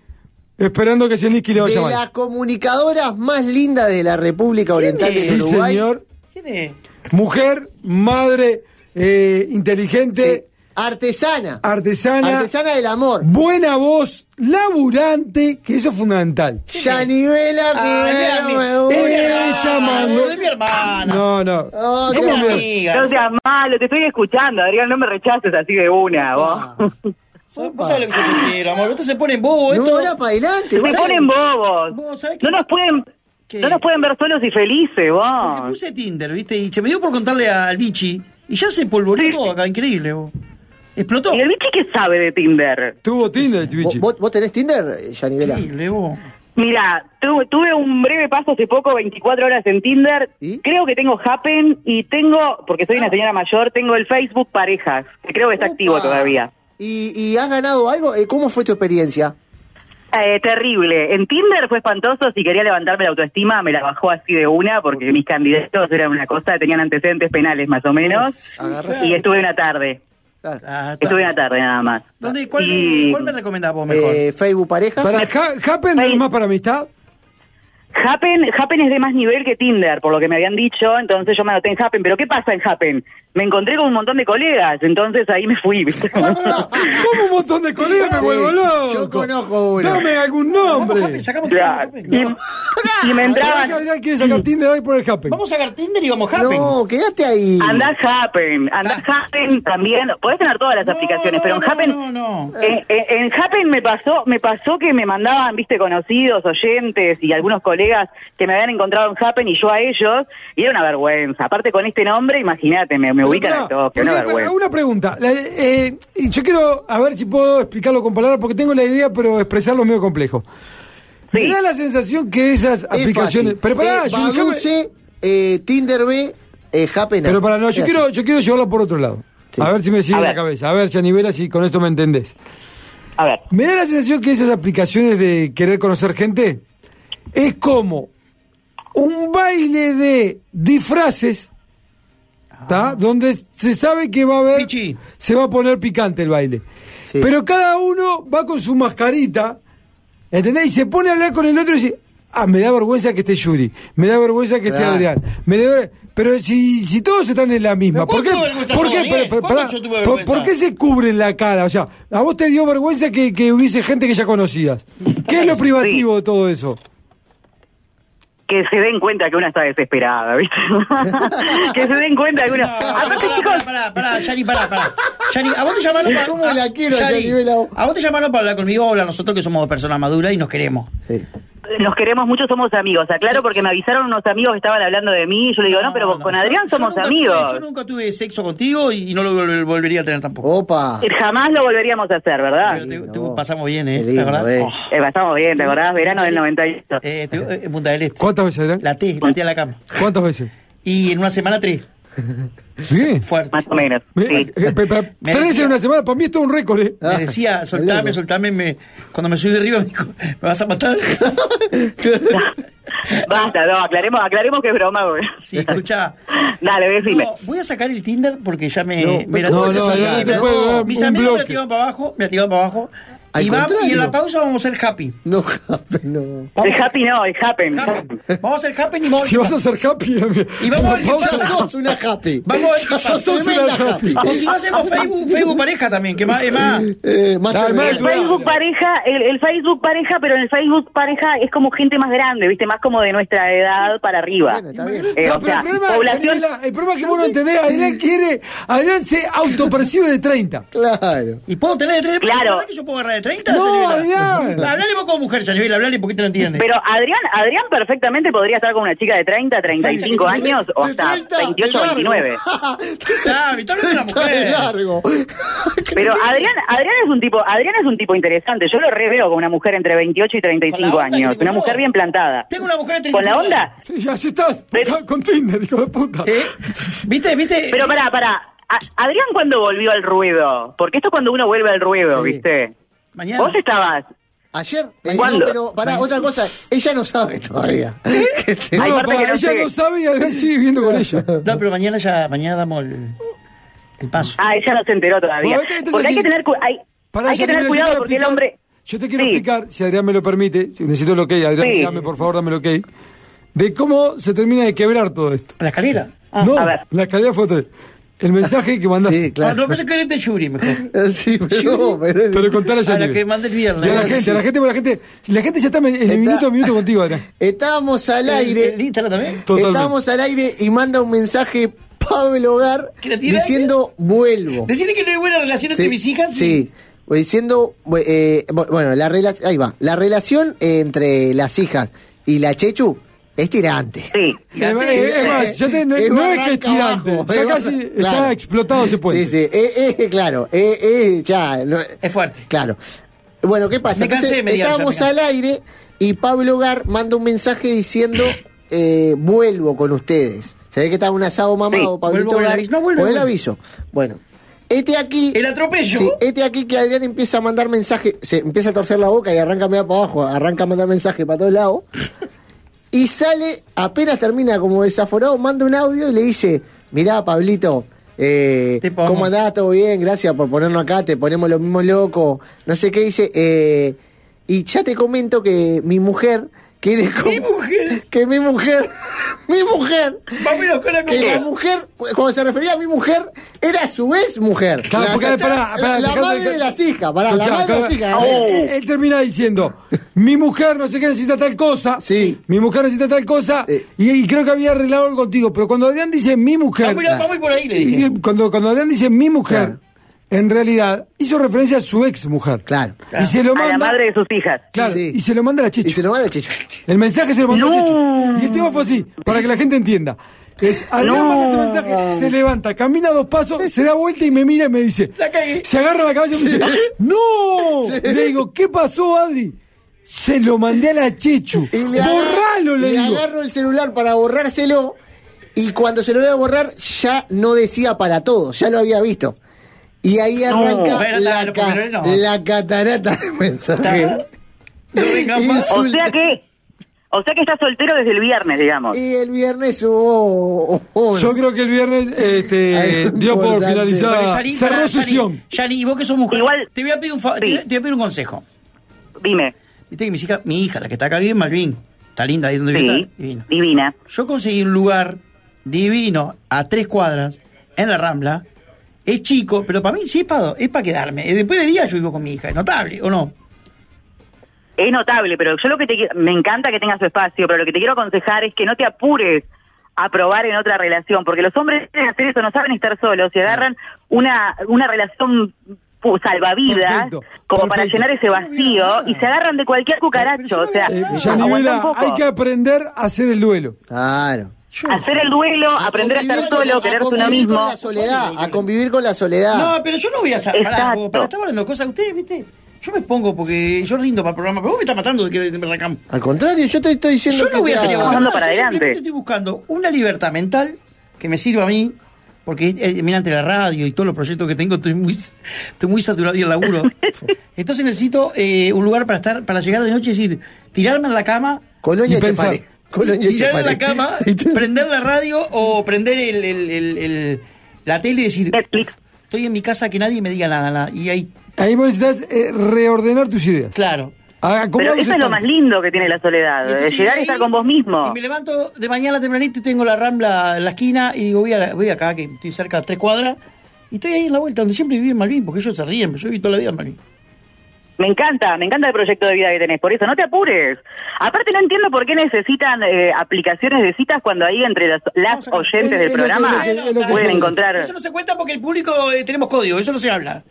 Speaker 8: esperando que Zelensky le
Speaker 1: De
Speaker 8: vaya
Speaker 1: las
Speaker 8: mal.
Speaker 1: comunicadoras más lindas de la República Oriental
Speaker 3: es?
Speaker 1: del
Speaker 8: Sí,
Speaker 1: Uruguay.
Speaker 8: señor.
Speaker 3: ¿Quién es?
Speaker 8: Mujer, madre, eh, inteligente.
Speaker 1: Sí. Artesana.
Speaker 8: Artesana.
Speaker 1: Artesana del amor.
Speaker 8: Buena voz, laburante, que eso es fundamental.
Speaker 1: Yanivela
Speaker 3: Ah, era mi-
Speaker 1: Figueroa, me gusta.
Speaker 8: Ella
Speaker 3: Ah,
Speaker 8: mandó.
Speaker 3: Es mi hermana.
Speaker 8: No, no.
Speaker 1: Ah,
Speaker 3: Es
Speaker 1: ¿cómo
Speaker 3: mi
Speaker 8: me-
Speaker 3: amiga.
Speaker 6: No seas malo, te estoy escuchando, Adrián, no me rechaces así de una, vos.
Speaker 3: Vos vos sabés lo que yo te quiero, amor. Esto se pone en bobo,
Speaker 1: No,
Speaker 3: esto.
Speaker 1: ahora para adelante.
Speaker 6: Me
Speaker 1: vos
Speaker 6: ponen bobos.
Speaker 3: Vos sabés que.
Speaker 6: No nos pueden,
Speaker 3: ¿Qué?
Speaker 6: no nos pueden ver solos y
Speaker 3: Porque
Speaker 6: felices, vos.
Speaker 3: puse Tinder, ¿viste? Y se me dio por contarle al bichi. Y ya se polvoreó todo acá, increíble, vos. Explotó.
Speaker 6: ¿Y el bichi qué sabe de Tinder?
Speaker 8: Tuvo Tinder,
Speaker 1: ¿Vos,
Speaker 8: Twitch.
Speaker 1: vos- vos tenés Tinder, Yanivela?
Speaker 3: Increíble, vos.
Speaker 6: Mira, tu- tuve un breve paso hace poco, 24 horas en Tinder.
Speaker 1: ¿Y?
Speaker 6: Creo que tengo Happen y tengo, porque soy una señora mayor, tengo el Facebook Parejas, que creo que está
Speaker 1: Opa.
Speaker 6: activo todavía.
Speaker 1: ¿Y, y has ganado algo? Eh, ¿Cómo fue tu experiencia?
Speaker 6: Eh, terrible. En Tinder fue espantoso. Si quería levantarme la autoestima, me la bajó así de una, porque mis candidatos eran una cosa, tenían antecedentes penales más o menos.
Speaker 1: Agarraste.
Speaker 6: Y estuve una tarde.
Speaker 1: Claro.
Speaker 3: Ah, está.
Speaker 6: Estuve una tarde nada más.
Speaker 3: ¿Dónde, cuál,
Speaker 6: Y-
Speaker 3: cuál me recomendás vos mejor?
Speaker 1: Eh, ¿Facebook parejas?
Speaker 8: Para Ha- Happen no es más para amistad.
Speaker 6: Happen, Happen es de más nivel que Tinder, por lo que me habían dicho, entonces yo me anoté en Happen. ¿Pero qué pasa en Happen? Me encontré con un montón de colegas, entonces ahí me fui, ¿viste?
Speaker 8: Como un montón de colegas me
Speaker 1: Sí,
Speaker 8: vuelvo loco.
Speaker 1: yo conozco uno.
Speaker 8: Dame algún
Speaker 3: Vamos,
Speaker 8: nombre.
Speaker 3: Happen, sacamos
Speaker 6: Claro.
Speaker 3: Tinder,
Speaker 6: Y,
Speaker 3: Happen.
Speaker 6: y me
Speaker 8: Ahora que
Speaker 6: entraban...
Speaker 8: Adrián quiere
Speaker 1: Mm.
Speaker 8: sacar Tinder hoy por el Happen.
Speaker 3: Vamos a sacar Tinder y vamos a Happen.
Speaker 1: No, quédate ahí.
Speaker 6: Andá Happen, andá Happen también. Podés tener todas las
Speaker 3: No,
Speaker 6: aplicaciones,
Speaker 3: no,
Speaker 6: pero en
Speaker 3: no,
Speaker 6: Happen...
Speaker 3: No, no.
Speaker 6: En, en- en Happen me pasó, me pasó que me mandaban, viste, conocidos, oyentes y algunos colegas que me habían encontrado en Happen y yo a ellos, y era una vergüenza. Aparte con este nombre, imagínate, me, me
Speaker 8: Pero
Speaker 6: ubican
Speaker 8: pará,
Speaker 6: a todos,
Speaker 8: porque,
Speaker 6: una
Speaker 8: pará,
Speaker 6: vergüenza.
Speaker 8: una pregunta. La- eh, y yo quiero a ver si puedo explicarlo con palabras porque tengo la idea, pero expresarlo es medio complejo.
Speaker 6: Sí.
Speaker 8: Me da la sensación que esas
Speaker 1: Es
Speaker 8: aplicaciones.
Speaker 1: fácil.
Speaker 8: Pero pará,
Speaker 1: Eh,
Speaker 8: yo déjame-
Speaker 1: Baduce, eh, Tinder B, eh, Happen
Speaker 8: Pero
Speaker 1: App.
Speaker 8: para no,
Speaker 1: Es
Speaker 8: yo
Speaker 1: así.
Speaker 8: quiero, yo quiero llevarlo por otro lado.
Speaker 1: Sí.
Speaker 8: A ver si me sigue
Speaker 6: A
Speaker 8: la
Speaker 6: ver.
Speaker 8: cabeza, a ver si nivelas y con esto me entendés.
Speaker 6: A ver,
Speaker 8: Me da la sensación que esas aplicaciones de querer conocer gente es como un baile de disfraces, ¿tá? Donde se sabe que va a haber.
Speaker 3: Ah. Pichi.
Speaker 8: Se va a poner picante el baile.
Speaker 1: Sí.
Speaker 8: Pero cada uno va con su mascarita, ¿entendés? Y se pone a hablar con el otro y dice. Ah, me da vergüenza que esté Yuri, me da vergüenza que
Speaker 1: Claro.
Speaker 8: esté Adrián, me da ver- pero si, si todos están en la misma,
Speaker 3: ¿Pero
Speaker 8: ¿por qué?
Speaker 3: cuál tuvo vergüenza
Speaker 8: ¿Por
Speaker 3: yo,
Speaker 8: qué?
Speaker 3: Miguel?
Speaker 8: Pero- pero-
Speaker 3: ¿Cuándo
Speaker 8: pará,
Speaker 3: yo tuve
Speaker 8: ¿por-
Speaker 3: vergüenza?
Speaker 8: ¿Por qué se cubren la cara? O sea, a vos te dio vergüenza que, que hubiese gente que ya conocías. ¿Qué es lo privativo de todo eso?
Speaker 6: que se den cuenta que una está desesperada, viste. que se den cuenta que una... Aparte, Ah, chicos,
Speaker 3: Pará, pará, pará, Yari, pará, pará. Yari, ¿a vos te llamaron para... ah,
Speaker 1: ¿Cómo la quiero,
Speaker 3: Yari,
Speaker 1: Yari Velao?
Speaker 3: ¿A vos te llamaron para hablar conmigo o hablar nosotros que somos dos personas maduras y nos queremos?
Speaker 1: Sí.
Speaker 6: nos queremos mucho, somos amigos. Aclaro porque me avisaron unos amigos que estaban hablando de mí, y yo le digo, no, pero
Speaker 3: no,
Speaker 6: con
Speaker 3: yo-
Speaker 6: Adrián
Speaker 3: yo
Speaker 6: somos
Speaker 3: nunca tuve-
Speaker 6: amigos.
Speaker 3: yo nunca tuve sexo contigo y no lo vol- volvería a tener tampoco.
Speaker 1: Opa.
Speaker 6: Eh, Jamás lo volveríamos a hacer, ¿verdad?
Speaker 3: Pero te-
Speaker 1: lindo,
Speaker 3: te-
Speaker 1: vos.
Speaker 3: pasamos bien, ¿eh?
Speaker 1: Qué lindo,
Speaker 3: ¿Te acordás?
Speaker 1: eh.
Speaker 3: Oh.
Speaker 6: Eh, pasamos bien, ¿te acordás? Verano del 98.
Speaker 3: Eh, te- eh, en Punta del Este.
Speaker 8: ¿Cuántas veces, Adrián?
Speaker 3: La T, la T a la cama.
Speaker 8: ¿Cuántas veces?
Speaker 3: Y en una semana tres.
Speaker 8: Bien.
Speaker 3: Fuerte.
Speaker 6: Más o menos.
Speaker 8: Bien.
Speaker 6: Sí.
Speaker 8: Eh, pe- pe-
Speaker 3: Me
Speaker 8: Tres veces
Speaker 3: decía-
Speaker 8: en una semana, para mí esto es un récord, ¿eh?
Speaker 3: Me decía, soltame, soltame, me, cuando me subí arriba me dijo, me vas a matar.
Speaker 6: Basta, no, aclaremos, aclaremos que es broma, güey.
Speaker 3: sí, escuchá.
Speaker 6: Dale, decime.
Speaker 3: No, voy a sacar el Tinder porque ya me.
Speaker 1: No,
Speaker 3: me la-
Speaker 8: no,
Speaker 3: me la-
Speaker 8: no,
Speaker 3: me la-
Speaker 8: no te
Speaker 3: me la-
Speaker 8: puedo dar
Speaker 3: Mis
Speaker 8: un
Speaker 3: amigos me la
Speaker 8: bloque.
Speaker 3: tiraban para abajo, me la tiraban para abajo.
Speaker 1: Al
Speaker 3: Y, vamos, y en la
Speaker 1: contrario.
Speaker 3: pausa vamos a ser happy.
Speaker 1: No, Happen no.
Speaker 6: El happy no, el happen.
Speaker 3: Happy. Vamos a ser happy y vamos
Speaker 8: Si vas a ser happy, amigo.
Speaker 3: Y vamos a ver qué
Speaker 8: Pausa.
Speaker 1: Ya sos una happy.
Speaker 3: Vamos a ver qué
Speaker 1: Ya
Speaker 3: pasa.
Speaker 1: sos
Speaker 8: Sos
Speaker 1: tremenda
Speaker 8: una
Speaker 1: happy.
Speaker 8: happy.
Speaker 3: O si no hacemos Facebook, Facebook pareja también, que más, es más.
Speaker 1: Eh, más
Speaker 8: Dale,
Speaker 1: terminal.
Speaker 6: El Facebook pareja, el, el Facebook pareja, pero en el Facebook pareja es como gente más grande, ¿viste? Más como de nuestra edad para arriba.
Speaker 1: Bueno, está bien.
Speaker 6: Eh,
Speaker 8: No,
Speaker 6: o
Speaker 8: pero
Speaker 6: sea,
Speaker 8: el problema,
Speaker 6: población...
Speaker 8: Janela, el problema es que vos no entendés, Adrián quiere, Adrián se autopercibe de 30.
Speaker 1: Claro.
Speaker 3: ¿Y puedo tener de 30?
Speaker 6: Claro.
Speaker 3: ¿Verdad que yo puedo agarrar de 30?
Speaker 8: No,
Speaker 3: Yanivela?
Speaker 8: Adrián.
Speaker 3: Hablale vos con mujer, Yanivela, hablale porque te lo entiendes.
Speaker 6: Pero Adrián, Adrián perfectamente podría estar con una chica de 30, 35 años o
Speaker 1: De
Speaker 6: hasta
Speaker 1: 30 de
Speaker 6: 28,
Speaker 1: largo.
Speaker 6: 29.
Speaker 1: ¿Qué
Speaker 3: sabe? Está hablando de una mujer.
Speaker 1: de largo.
Speaker 6: Pero Adrián, Adrián es un tipo, Adrián es un tipo interesante. Yo lo reveo con una mujer entre 28 y
Speaker 3: Con la
Speaker 6: 35
Speaker 3: onda que
Speaker 6: años,
Speaker 3: tengo
Speaker 6: una
Speaker 3: yo.
Speaker 6: mujer bien plantada.
Speaker 3: Tengo una mujer de 35
Speaker 6: Con la onda.
Speaker 8: Sí, ya así estás. Con Tinder, hijo de puta.
Speaker 3: ¿Eh? ¿Viste? ¿Viste?
Speaker 6: Pero pará, pará. A- Adrián, ¿cuándo volvió al ruedo? Porque esto es cuando uno vuelve al ruedo,
Speaker 1: Sí.
Speaker 6: ¿viste?
Speaker 3: Mañana.
Speaker 6: Vos estabas.
Speaker 1: Ayer, eh, no,
Speaker 6: ¿Cuándo?
Speaker 1: pero pará, otra cosa, ella no sabe todavía. Que te-
Speaker 8: No,
Speaker 6: Hay
Speaker 8: no,
Speaker 6: parte
Speaker 8: pará,
Speaker 6: que no
Speaker 8: ella
Speaker 6: sé.
Speaker 8: no sabe y Adrián sigue viviendo con ella.
Speaker 3: No, pero mañana ya, mañana damos el, el paso.
Speaker 6: Ah, ella no se enteró todavía.
Speaker 8: Bueno, entonces
Speaker 6: porque hay
Speaker 8: sí.
Speaker 6: que tener, cu- hay,
Speaker 8: Pará,
Speaker 6: hay
Speaker 8: yo
Speaker 6: que
Speaker 8: te
Speaker 6: tener
Speaker 8: quiero-
Speaker 6: cuidado
Speaker 8: yo te quiero
Speaker 6: porque el
Speaker 8: explicar-
Speaker 6: hombre.
Speaker 8: Yo te quiero
Speaker 6: Sí.
Speaker 8: explicar, si Adrián me lo permite, si necesito el ok, Adrián,
Speaker 6: Sí.
Speaker 8: dame por favor, dame el ok, de cómo se termina de quebrar todo esto.
Speaker 3: ¿La escalera? Ah,
Speaker 8: no,
Speaker 6: a ver.
Speaker 8: la escalera fue otra. El mensaje que mandaste.
Speaker 1: Sí,
Speaker 3: claro.
Speaker 1: claro.
Speaker 3: no, pensé que eres de Yuri, mejor.
Speaker 1: Sí, pero, pero-
Speaker 8: Pero contale a
Speaker 3: A la
Speaker 8: Yanibel.
Speaker 3: que mandé el viernes.
Speaker 8: Y a la
Speaker 1: Sí.
Speaker 8: gente, a la gente, a la gente, la gente ya está en el
Speaker 1: Está-
Speaker 8: minuto a minuto contigo, Adrián.
Speaker 1: Estábamos al
Speaker 3: ¿El, el
Speaker 1: aire,
Speaker 3: Instagram también?
Speaker 8: Totalmente.
Speaker 1: estábamos al aire y manda un mensaje Pablo Hogar
Speaker 3: ¿Que la tira?
Speaker 1: diciendo vuelvo.
Speaker 3: Decirle que no hay buena relación entre
Speaker 1: Sí,
Speaker 3: mis hijas.
Speaker 1: Sí. O Diciendo, bu- eh, bu- bueno, la relación, ahí va, la relación entre las hijas y la Chechu es tirante.
Speaker 6: Sí.
Speaker 8: Eh, eh, es más, yo te- no,
Speaker 1: Es
Speaker 8: no es
Speaker 1: barranca
Speaker 8: que es tirante,
Speaker 1: abajo,
Speaker 8: ya
Speaker 1: es
Speaker 8: casi
Speaker 1: barra-
Speaker 8: está
Speaker 1: claro.
Speaker 8: explotado ese puente.
Speaker 1: Sí, sí, eh, eh, claro, eh, eh, ya, no-
Speaker 3: Es fuerte.
Speaker 1: claro. Bueno, ¿qué pasa?
Speaker 3: Me cansé de mediar,
Speaker 1: estábamos
Speaker 3: ya me
Speaker 1: al aire y Pablo Gar manda un mensaje diciendo, eh, vuelvo con ustedes. Se ve que estaba un asado mamado, Pablito
Speaker 6: Sí,
Speaker 3: vuelvo con el
Speaker 1: Gar.
Speaker 3: aviso. No, vuelve,
Speaker 1: Con el
Speaker 3: vuelve.
Speaker 1: aviso. Bueno, Este aquí.
Speaker 3: El atropello.
Speaker 1: Sí, este aquí que Adrián empieza a mandar mensaje, se empieza a torcer la boca y arranca medio para abajo, arranca a mandar mensaje para todos lados. Y sale, apenas termina como desaforado, manda un audio y le dice, mirá, Pablito, eh,
Speaker 10: Tipo,
Speaker 1: ¿cómo
Speaker 10: vamos.
Speaker 1: andás? ¿Todo bien? Gracias por ponernos acá, te ponemos los mismos locos. No sé qué dice. eh, y ya te comento que mi mujer quiere...
Speaker 3: Mi mujer.
Speaker 1: Que mi mujer... Mi mujer...
Speaker 3: Más o menos con la
Speaker 1: Que la
Speaker 3: copa.
Speaker 1: mujer, cuando se refería a mi mujer, era a su ex mujer.
Speaker 8: Claro,
Speaker 1: la,
Speaker 8: porque,
Speaker 1: la-
Speaker 8: pará, pará,
Speaker 1: la
Speaker 8: te-
Speaker 1: madre
Speaker 8: te-
Speaker 1: de las hijas, pará, la
Speaker 8: Escuchá,
Speaker 1: madre de las
Speaker 8: acá-
Speaker 1: hijas. eh.
Speaker 8: Él, él termina diciendo, mi mujer no sé qué necesita tal cosa,
Speaker 1: Sí.
Speaker 8: mi mujer necesita tal cosa,
Speaker 1: Eh.
Speaker 8: y, y creo que había arreglado algo contigo, pero cuando Adrián dice mi mujer,
Speaker 3: Vamos a ir- vamos a ir por ahí, le dije.
Speaker 8: y cuando, cuando Adrián dice mi mujer,
Speaker 1: Claro.
Speaker 8: en realidad hizo referencia a su ex mujer.
Speaker 1: Claro.
Speaker 8: Y se lo
Speaker 6: a la
Speaker 8: manda.
Speaker 6: madre de sus hijas.
Speaker 8: Claro,
Speaker 1: Sí.
Speaker 8: y se lo manda a la Chechu.
Speaker 1: Y se lo van a chicho.
Speaker 8: El mensaje se lo mandó
Speaker 6: No.
Speaker 8: Chechu. Y el tema fue así, para que la gente entienda. Es, Adrián manda ese mensaje, se levanta, camina dos pasos, se da vuelta y me mira y me dice,
Speaker 3: La cagué.
Speaker 8: se agarra la cabeza y me dice, ¡No! Y le digo, ¿qué pasó, Adri? Se lo mandé a la Chechu.
Speaker 1: Y le
Speaker 8: ¡Borralo!
Speaker 1: agar-
Speaker 8: Le,
Speaker 1: le
Speaker 8: digo.
Speaker 1: agarro el celular para borrárselo. Y cuando se lo voy a borrar, ya no decía para todo, ya lo había visto. Y ahí arranca
Speaker 3: bueno, está,
Speaker 1: la,
Speaker 3: no,
Speaker 1: ca-
Speaker 3: porque no, no.
Speaker 1: la catarata de mensaje.
Speaker 3: Está. No venga más.
Speaker 1: Insulta.
Speaker 6: O sea que, o sea que está soltero desde el viernes, digamos.
Speaker 1: Y el viernes hubo. hubo-
Speaker 8: Yo creo que el viernes este,
Speaker 1: Ay,
Speaker 8: dio por
Speaker 1: importante.
Speaker 3: Bueno,
Speaker 8: finalizada.
Speaker 3: Yari,
Speaker 8: Cerró
Speaker 3: pará,
Speaker 8: su
Speaker 3: Yari,
Speaker 8: sesión.
Speaker 3: Yari, y vos que sos mujer,
Speaker 6: Igual-
Speaker 3: te voy a pedir un fa-
Speaker 6: Sí.
Speaker 3: te voy a- te voy a pedir un consejo.
Speaker 6: Dime.
Speaker 3: Viste que mi hija, mi hija, la que está acá bien, Malvin, está linda ahí donde vive,
Speaker 6: Sí,
Speaker 3: está divina.
Speaker 6: divina.
Speaker 3: Yo conseguí un lugar divino a tres cuadras en la Rambla. Es chico, pero para mí sí es para es para quedarme. Eh, Después de día yo vivo con mi hija, es notable, ¿o no?
Speaker 6: Es notable, pero yo lo que te quiero, me encanta que tengas su espacio, pero lo que te quiero aconsejar es que no te apures a probar en otra relación, porque los hombres quieren hacer eso, no saben estar solos, se agarran una, una relación pu- salvavidas
Speaker 8: Perfecto,
Speaker 6: como para
Speaker 8: perfecto.
Speaker 6: llenar ese vacío y se agarran de cualquier cucaracho, o sea,
Speaker 8: Eh,
Speaker 6: aguantá
Speaker 8: Yanivela,
Speaker 6: un poco.
Speaker 8: hay que aprender a hacer el duelo.
Speaker 1: Claro.
Speaker 6: hacer el duelo,
Speaker 1: A
Speaker 6: aprender a estar
Speaker 1: convivir con-
Speaker 6: solo,
Speaker 1: a
Speaker 6: quererse uno
Speaker 1: convivir
Speaker 6: mismo.
Speaker 1: Con la soledad, a convivir con la soledad.
Speaker 3: No, pero yo no voy a saber. Pará,
Speaker 6: Ah. Exacto.
Speaker 3: vos, pará, estamos hablando de cosas. Ustedes, viste, yo me pongo porque yo rindo para el programa, pero vos me estás matando de que me recamo.
Speaker 1: Al contrario, yo te estoy diciendo
Speaker 3: Yo
Speaker 1: que
Speaker 3: no voy a
Speaker 1: te-
Speaker 3: salir a
Speaker 6: Estamos
Speaker 3: buscar
Speaker 6: andando
Speaker 3: nada,
Speaker 6: para
Speaker 3: yo
Speaker 6: adelante.
Speaker 3: simplemente estoy buscando una libertad mental que me sirva a mí, porque eh, mira, entre la radio y todos los proyectos que tengo, estoy muy, estoy muy saturado y el laburo. Entonces necesito eh, un lugar para estar, para llegar de noche y decir, tirarme en la cama,
Speaker 1: Colonia
Speaker 8: Y pensar.
Speaker 1: Chapare. Colonia
Speaker 3: tirar
Speaker 1: Chapare.
Speaker 3: en la cama, prender la radio o prender el, el- el- el- la tele y decir,
Speaker 6: Netflix.
Speaker 3: estoy en mi casa que nadie me diga nada, nada. Y ahí,
Speaker 8: Ahí vos necesitas eh, reordenar tus ideas.
Speaker 3: claro.
Speaker 8: Ah, ¿cómo
Speaker 6: Pero
Speaker 8: vamos
Speaker 6: eso
Speaker 8: a
Speaker 6: es lo
Speaker 8: estar?
Speaker 6: más lindo que tiene la soledad, eh,
Speaker 3: Entonces,
Speaker 6: llegar y
Speaker 3: ahí-
Speaker 6: estar con vos mismo.
Speaker 3: Y me levanto de mañana tempranito y tengo la rambla en la esquina y digo, voy, a la- voy acá, que estoy cerca a tres cuadras, y estoy ahí en la vuelta, donde siempre viví en Malvin, porque ellos se ríen, pero yo viví toda la vida en Malvin.
Speaker 6: Me encanta, me encanta el proyecto de vida que tenés, por eso no te apures. Aparte no entiendo por qué necesitan eh, aplicaciones de citas cuando ahí entre las, las
Speaker 3: Vamos a-
Speaker 6: oyentes
Speaker 8: es
Speaker 6: del
Speaker 8: lo que-
Speaker 6: programa
Speaker 8: es lo que- es lo que
Speaker 6: pueden
Speaker 8: yo-
Speaker 6: encontrar...
Speaker 3: Ah, Eso no se cuenta porque el público eh, tenemos código, eso no se habla.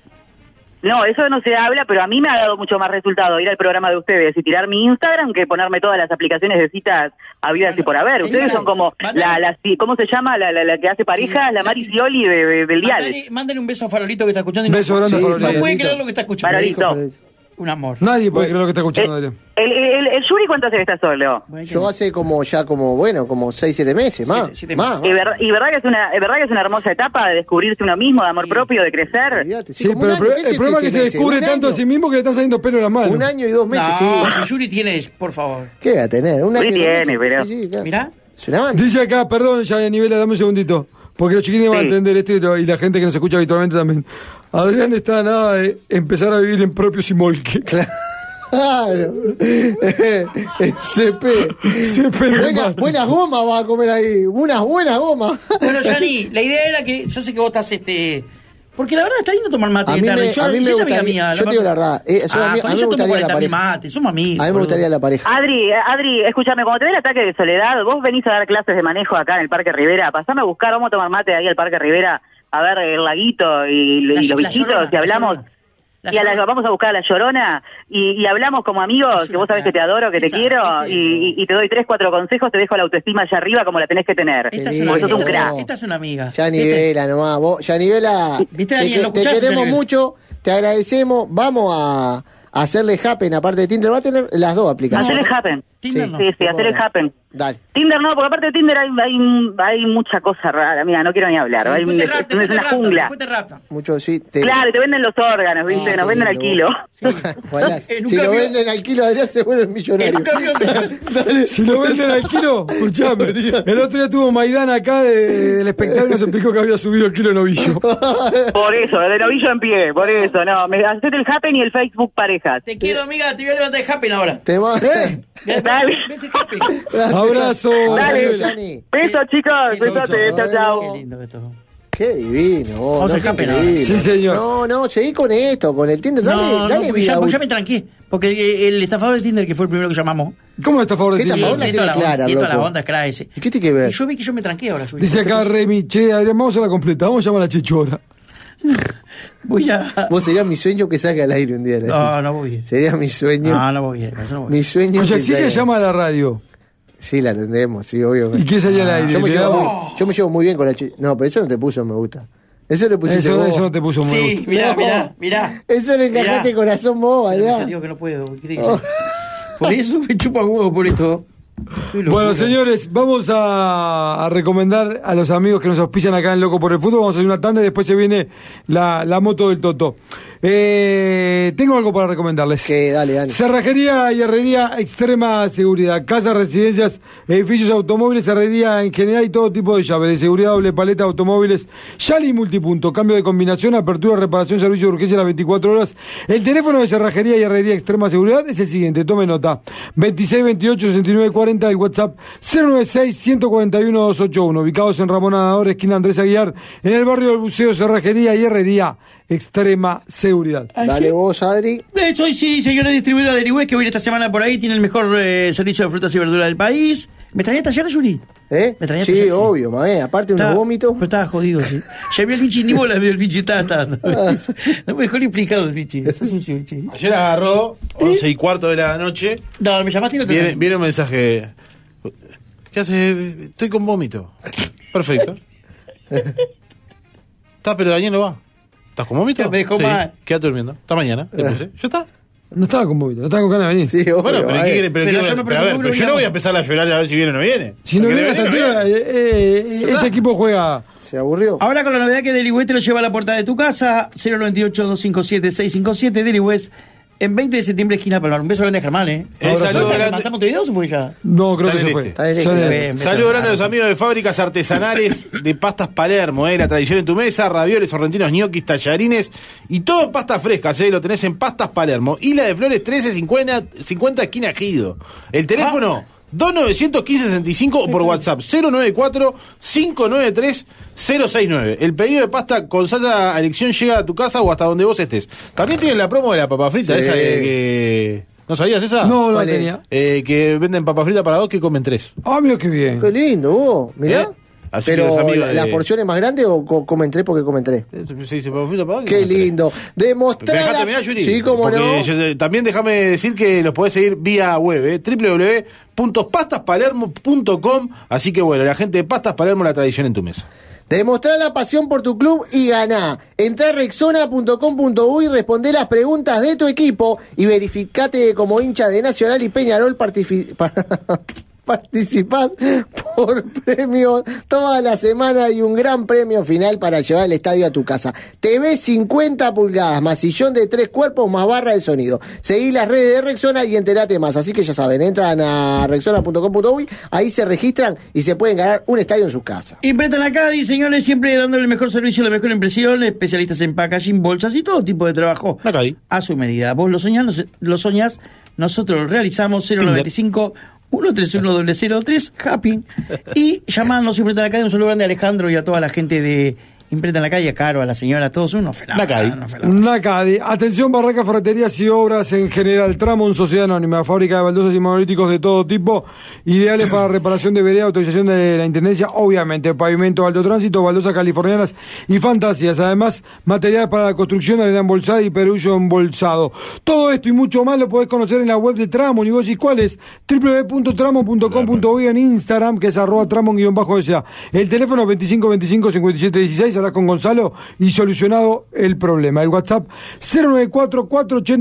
Speaker 6: No, eso no se habla, pero a mí me ha dado mucho más resultado ir al programa de ustedes y tirar mi Instagram que ponerme todas las aplicaciones de citas habidas y por haber. Ustedes son como la, la ¿cómo se llama? La, la, la que hace pareja, la Mari Scioli de, de- del dial.
Speaker 3: Mándale, mándale un beso a Farolito que está escuchando. y
Speaker 8: Un beso grande a
Speaker 3: no,
Speaker 8: Farolito.
Speaker 3: No puede
Speaker 1: Farolito.
Speaker 3: creer lo que está escuchando.
Speaker 6: Farolito.
Speaker 3: Un amor.
Speaker 8: Nadie puede creer lo que está escuchando,
Speaker 6: Eh,
Speaker 8: Adrián.
Speaker 6: el, el, el Yuri, ¿cuánto hace que está solo?
Speaker 3: Bueno, hay que-
Speaker 1: Yo hace como ya como, bueno, como 6, 7 meses, más.
Speaker 3: Siete- siete
Speaker 1: más.
Speaker 6: Y, ver- y verdad que es una, es verdad que es una hermosa etapa de descubrirse uno mismo, de amor propio, de crecer.
Speaker 1: Olvídate,
Speaker 8: Sí,
Speaker 1: como
Speaker 8: pero
Speaker 1: un
Speaker 8: el,
Speaker 1: año,
Speaker 8: pro-
Speaker 1: ¿qué
Speaker 8: el problema es que
Speaker 1: siete
Speaker 8: se
Speaker 1: meses?
Speaker 8: descubre
Speaker 1: Un
Speaker 8: tanto a
Speaker 1: año,
Speaker 8: sí mismo que le están saliendo pelo en la mano.
Speaker 1: Un año y dos meses,
Speaker 3: No,
Speaker 1: sí.
Speaker 3: si Yuri tienes, por favor.
Speaker 1: ¿Qué va a tener? Un año y dos
Speaker 6: tiene,
Speaker 1: meses.
Speaker 6: pero-
Speaker 1: Sí, sí, claro.
Speaker 3: Mirá.
Speaker 1: Es una banda.
Speaker 8: Dice acá, perdón, ya nivela, dame un segundito. Porque los chiquines van a
Speaker 6: Sí.
Speaker 8: entender esto y, lo- y la gente que nos escucha habitualmente también. Adrián está a nada de empezar a vivir en propio Simolque.
Speaker 1: Claro. CP.
Speaker 8: Se pende
Speaker 1: Buenas,
Speaker 8: mal.
Speaker 1: buenas gomas va a comer ahí. Unas buenas gomas.
Speaker 3: Bueno, Yani, la idea era que yo sé que vos estás este. Porque la verdad está lindo tomar mate
Speaker 1: A
Speaker 3: y
Speaker 1: mí
Speaker 3: estar-
Speaker 1: me-
Speaker 3: yo-
Speaker 1: a mí
Speaker 3: y
Speaker 1: me
Speaker 3: ella es
Speaker 1: gustaría-
Speaker 3: amiga mía,
Speaker 1: yo te digo la verdad, eh, somos ami-
Speaker 3: ah, con
Speaker 1: a mí
Speaker 3: ella
Speaker 1: me
Speaker 3: tomo
Speaker 1: gustaría la
Speaker 3: 40.000
Speaker 1: pareja.
Speaker 3: mates, somos amigos.
Speaker 1: A mí me
Speaker 3: boludo.
Speaker 1: gustaría la pareja.
Speaker 6: Adri, eh, Adri, escúchame, cuando te dé el ataque de soledad, vos venís a dar clases de manejo acá en el Parque Rivera, pasame a buscar, vamos a tomar mate ahí al Parque Rivera, a ver el laguito y, y
Speaker 3: La-
Speaker 6: los
Speaker 3: la
Speaker 6: bichitos,
Speaker 3: Llorona,
Speaker 6: y
Speaker 3: la
Speaker 6: hablamos,
Speaker 3: Llorona. La
Speaker 6: y a la-
Speaker 3: Llorona.
Speaker 6: vamos a buscar a la llorona, y, y hablamos como amigos,
Speaker 3: Es
Speaker 6: que vos
Speaker 3: una
Speaker 6: sabés que te
Speaker 3: cara.
Speaker 6: adoro, que te
Speaker 3: Esa,
Speaker 6: quiero,
Speaker 3: esa.
Speaker 6: y, y- y te doy tres, cuatro consejos, te dejo la autoestima allá arriba como la tenés que tener.
Speaker 3: Esta es,
Speaker 1: Sí,
Speaker 3: una,
Speaker 6: Vos sos un
Speaker 1: no.
Speaker 6: crack.
Speaker 3: esta es una amiga.
Speaker 1: Ya nivela nomás, vos, ya nivela.
Speaker 3: Viste,
Speaker 1: te,
Speaker 3: Daniel,
Speaker 1: que-
Speaker 3: lo
Speaker 1: te
Speaker 3: escuchás,
Speaker 1: queremos
Speaker 3: Daniel.
Speaker 1: mucho, te agradecemos. Vamos a, a hacerle happen aparte de Tinder. Va a tener las dos aplicaciones.
Speaker 6: Hacele happen.
Speaker 3: Tinder
Speaker 1: Sí.
Speaker 3: no.
Speaker 6: Sí, sí, hacer el happen.
Speaker 1: Dale.
Speaker 6: Tinder no, porque aparte de Tinder hay, hay, hay mucha cosa rara. Mira, no quiero ni hablar. hay-
Speaker 3: Después te
Speaker 6: es,
Speaker 3: raptan,
Speaker 6: es
Speaker 3: después te
Speaker 6: una
Speaker 3: raptan,
Speaker 6: jungla.
Speaker 3: Después te raptan.
Speaker 1: Mucho sí. Te...
Speaker 6: Claro, y te venden los órganos, ¿viste?
Speaker 1: Ah,
Speaker 6: Nos
Speaker 1: qué
Speaker 6: venden al
Speaker 1: lindo.
Speaker 6: kilo.
Speaker 1: Ojalá.
Speaker 3: En un
Speaker 1: Si lo
Speaker 3: cambio-
Speaker 1: venden al kilo de se vuelven millonarios.
Speaker 3: En un cambio-
Speaker 1: Dale.
Speaker 8: Si lo venden al kilo, escuchame. El otro día tuvo Maidana acá de- del espectáculo y nos explicó que había subido el kilo de novillo.
Speaker 6: Por eso, de novillo en pie, por eso, no. Me, hacete el happen y el Facebook parejas.
Speaker 3: Te quiero, amiga, te voy a levantar el happen ahora.
Speaker 1: Te va.
Speaker 3: Ve-
Speaker 6: Dale.
Speaker 3: ¿Ves el happen?
Speaker 8: Eh, Abrazo.
Speaker 1: Abrazo,
Speaker 6: Dale.
Speaker 1: Yanni.
Speaker 6: Besos, chicos.
Speaker 3: Sí, chau,
Speaker 6: Besote,
Speaker 1: chau.
Speaker 6: chao, chao.
Speaker 3: Qué lindo que esto.
Speaker 1: Qué divino. vos,
Speaker 3: Vamos
Speaker 1: no, qué
Speaker 3: al campeonato.
Speaker 1: increíble.
Speaker 8: Sí, señor.
Speaker 1: No, no, seguí con esto, con el Tinder. Dale,
Speaker 3: No, no,
Speaker 1: dale
Speaker 3: porque
Speaker 1: vida
Speaker 3: ya, porque ya
Speaker 1: útil.
Speaker 3: me tranqué. Porque eh, el estafador de Tinder, que fue el primero que llamamos,
Speaker 8: ¿Cómo está a favor de
Speaker 1: ¿Qué está a
Speaker 8: Tinder?
Speaker 1: favor? la
Speaker 3: y
Speaker 1: tiene
Speaker 3: toda la
Speaker 1: clara,
Speaker 3: onda, y toda la
Speaker 1: loco.
Speaker 3: onda es clara ese.
Speaker 1: ¿Y qué tiene que ver?
Speaker 3: Y yo vi que yo me tranqué ahora. Yo,
Speaker 8: Dice acá Remy, che, Adrián, vamos a la completa, vamos a llamar a la chichora.
Speaker 3: Voy a...
Speaker 1: Vos sería mi sueño que saque al aire un día. la chica.
Speaker 3: No, no voy.
Speaker 1: Sería mi sueño.
Speaker 3: Ah, No, no voy. eh, Eso no voy.
Speaker 1: mi sueño.
Speaker 8: Escucha,
Speaker 1: que
Speaker 8: si
Speaker 1: salga.
Speaker 8: se llama a la radio.
Speaker 1: Sí, la atendemos, sí, obvio.
Speaker 8: ¿Y qué salía al aire?
Speaker 1: Yo me,
Speaker 8: ¿Le
Speaker 1: llevo
Speaker 8: damos?
Speaker 1: muy, yo me llevo muy bien con la chica. No, pero eso no te puso me gusta. Eso le pusiste
Speaker 8: Eso,
Speaker 1: vos.
Speaker 8: eso no te puso muy
Speaker 3: Sí,
Speaker 8: gusto.
Speaker 3: mirá, mirá, mirá.
Speaker 1: Oh. Eso le
Speaker 3: Mirá.
Speaker 1: encajaste corazón vos,
Speaker 3: Pero me
Speaker 1: ¿verdad?
Speaker 3: salió que no puedo. ¿qué crees?
Speaker 1: Oh.
Speaker 3: Por eso me chupa huevo por esto. Estoy loco.
Speaker 8: Bueno, señores, vamos a, a recomendar a los amigos que nos auspician acá en Loco por el Fútbol. Vamos a hacer una tanda y después se viene la, la moto del Toto. Eh, tengo algo para recomendarles.
Speaker 1: Que dale, dale.
Speaker 8: Cerrajería y herrería extrema seguridad. Casas, residencias, edificios, automóviles, herrería en general y todo tipo de llaves. De seguridad, doble paleta, automóviles, Yali multipunto. Cambio de combinación, apertura, reparación, servicio de urgencia a las 24 horas. El teléfono de cerrajería y herrería extrema seguridad es el siguiente. Tome nota. 26 28 69 40 el WhatsApp 096 141 281. Ubicados en Ramón Nadador, esquina Andrés Aguilar, en el barrio del Buceo, cerrajería y herrería extrema seguridad.
Speaker 1: Dale vos, Adri.
Speaker 3: De hecho, hoy sí, señora distribuidora de Ligüez, que voy a ir esta semana por ahí, tiene el mejor eh, servicio de frutas y verduras del país. ¿Me traías ayer, Yuri?
Speaker 1: ¿Eh?
Speaker 3: Me traías
Speaker 1: Sí, obvio, mamé. Aparte, unos vómitos.
Speaker 3: Pero estaba jodido, sí. Ya vi el bichi, ni bola vio el bichi, estaba atando.
Speaker 1: Ah.
Speaker 3: No mejor implicado el bichi. Sos un bichi.
Speaker 2: Ayer agarró, 11 y cuarto de la noche,
Speaker 3: No, me llamaste y no te
Speaker 2: viene, viene un mensaje. ¿Qué hace? Estoy con vómito. Perfecto. Está, pero Daniel no va. ¿Estás con vómito?
Speaker 3: Ya me dejó
Speaker 2: sí.
Speaker 3: mal.
Speaker 2: Quédate durmiendo. Hasta mañana. Le puse. ¿Ya está?
Speaker 8: No estaba con vos, no estaba con ganas de venir.
Speaker 1: Sí, obvio. eh.
Speaker 2: Bueno, pero, ¿qué
Speaker 1: mamé.
Speaker 2: quiere- pero
Speaker 3: Pero
Speaker 2: qué
Speaker 3: yo
Speaker 2: bueno? Pero
Speaker 3: me
Speaker 2: a ver, pero
Speaker 3: preocupo,
Speaker 2: yo
Speaker 3: Julián.
Speaker 2: no voy a empezar a llorar a ver si viene o no viene.
Speaker 8: Si no
Speaker 2: Porque
Speaker 8: viene
Speaker 2: le
Speaker 8: hasta
Speaker 2: viene, no
Speaker 8: arriba,
Speaker 2: viene.
Speaker 8: eh, eh, este equipo juega.
Speaker 1: Se
Speaker 8: Ah,
Speaker 1: aburrió.
Speaker 3: Ahora con la novedad que Deliwest te lo lleva a la puerta de tu casa, 098-257-657, Deliwest, en 20 de septiembre, esquina Palmar. Un beso grande a Germán, ¿eh?
Speaker 2: El
Speaker 3: Abrazo.
Speaker 2: saludo
Speaker 3: ¿No está-
Speaker 2: grande-
Speaker 3: ¿Está en Montevideo o se fue ya?
Speaker 8: No, creo
Speaker 2: Está en
Speaker 8: que se
Speaker 2: el
Speaker 8: fue.
Speaker 2: este.
Speaker 1: Está en el
Speaker 8: Ya
Speaker 1: este.
Speaker 8: en el
Speaker 3: Bien.
Speaker 8: este.
Speaker 2: Saludos grande a los amigos de fábricas artesanales de pastas Palermo, eh, la tradición en tu mesa, ravioles, sorrentinos, ñoquis, tallarines y todo en pastas frescas, eh, lo tenés en pastas Palermo. Y la de Flores 1350 50 esquina Gido. El teléfono
Speaker 8: Ah.
Speaker 2: 291565 o por WhatsApp 094 593 069. El pedido de pasta con salsa a elección llega a tu casa o hasta donde vos estés.
Speaker 8: Ah.
Speaker 2: También tienen la promo de la papa frita,
Speaker 1: Sí.
Speaker 2: esa que, que- ¿No sabías esa?
Speaker 8: No, no
Speaker 1: ¿Cuál es?
Speaker 8: tenía.
Speaker 2: Eh, que venden papa frita para dos que comen tres.
Speaker 8: Ah, mira qué bien.
Speaker 1: Qué lindo, vos. Mirá.
Speaker 2: ¿Eh? Así que los
Speaker 1: Pero
Speaker 2: amigos
Speaker 1: la,
Speaker 2: de-
Speaker 1: la porción es más grande o co- comen tres porque comen tres.
Speaker 2: Se dice papa frita para dos.
Speaker 1: Qué lindo.
Speaker 2: ¿Me
Speaker 1: Demostrar.
Speaker 2: dejás
Speaker 1: la-
Speaker 2: terminar, Yuri?
Speaker 1: Sí, cómo
Speaker 2: Porque
Speaker 1: no.
Speaker 2: yo te- también déjame decir que los podés seguir vía web, eh, www.pastaspalermo.com. Así que bueno, la gente de Pastas Palermo, la tradición en tu mesa.
Speaker 1: Demostrar la pasión por tu club y ganá. Entrá a rexona.com.uy, respondé las preguntas de tu equipo y verificate como hincha de Nacional y Peñarol partifi- pa- participás por premios toda la semana y un gran premio final para llevar el estadio a tu casa. TV 50 pulgadas, más sillón de tres cuerpos, más barra de sonido. Seguí las redes de Rexona y enterate más. Así que ya saben, entran a rexona.com.uy, ahí se registran y se pueden ganar un estadio en su casa.
Speaker 3: Impretan acá, y señores, siempre dándole el mejor servicio, la mejor impresión, especialistas en packaging, bolsas y todo tipo de trabajo
Speaker 2: Acá.
Speaker 3: a su medida. Vos lo soñás, nos- lo soñás, nosotros lo realizamos 095 131 003 Happy. Y llamanos Imprenta en la calle, un saludo grande a Alejandro y a toda la gente de Imprenta en la calle, a Caro, a la señora, a todos unos
Speaker 2: Nakay.
Speaker 3: fenómenos. unos fenómenos.
Speaker 8: Nacadi. Atención, barracas, ferreterías y obras en general. Tramon Sociedad Anónima, fábrica de baldosas y monolíticos de todo tipo, ideales para reparación de vereda, autorización de la intendencia, obviamente, pavimento, alto tránsito, baldosas californianas y fantasías. Además, materiales para la construcción, arena embolsada y perullo embolsado. Todo esto y mucho más lo podés conocer en la web de Tramon. Y vos, ¿y cuál es? www.tramon.com.uy en Instagram, que es arroba tramon-sa. El teléfono 25 25 57 16. A charlas con Gonzalo y solucionado el problema. El WhatsApp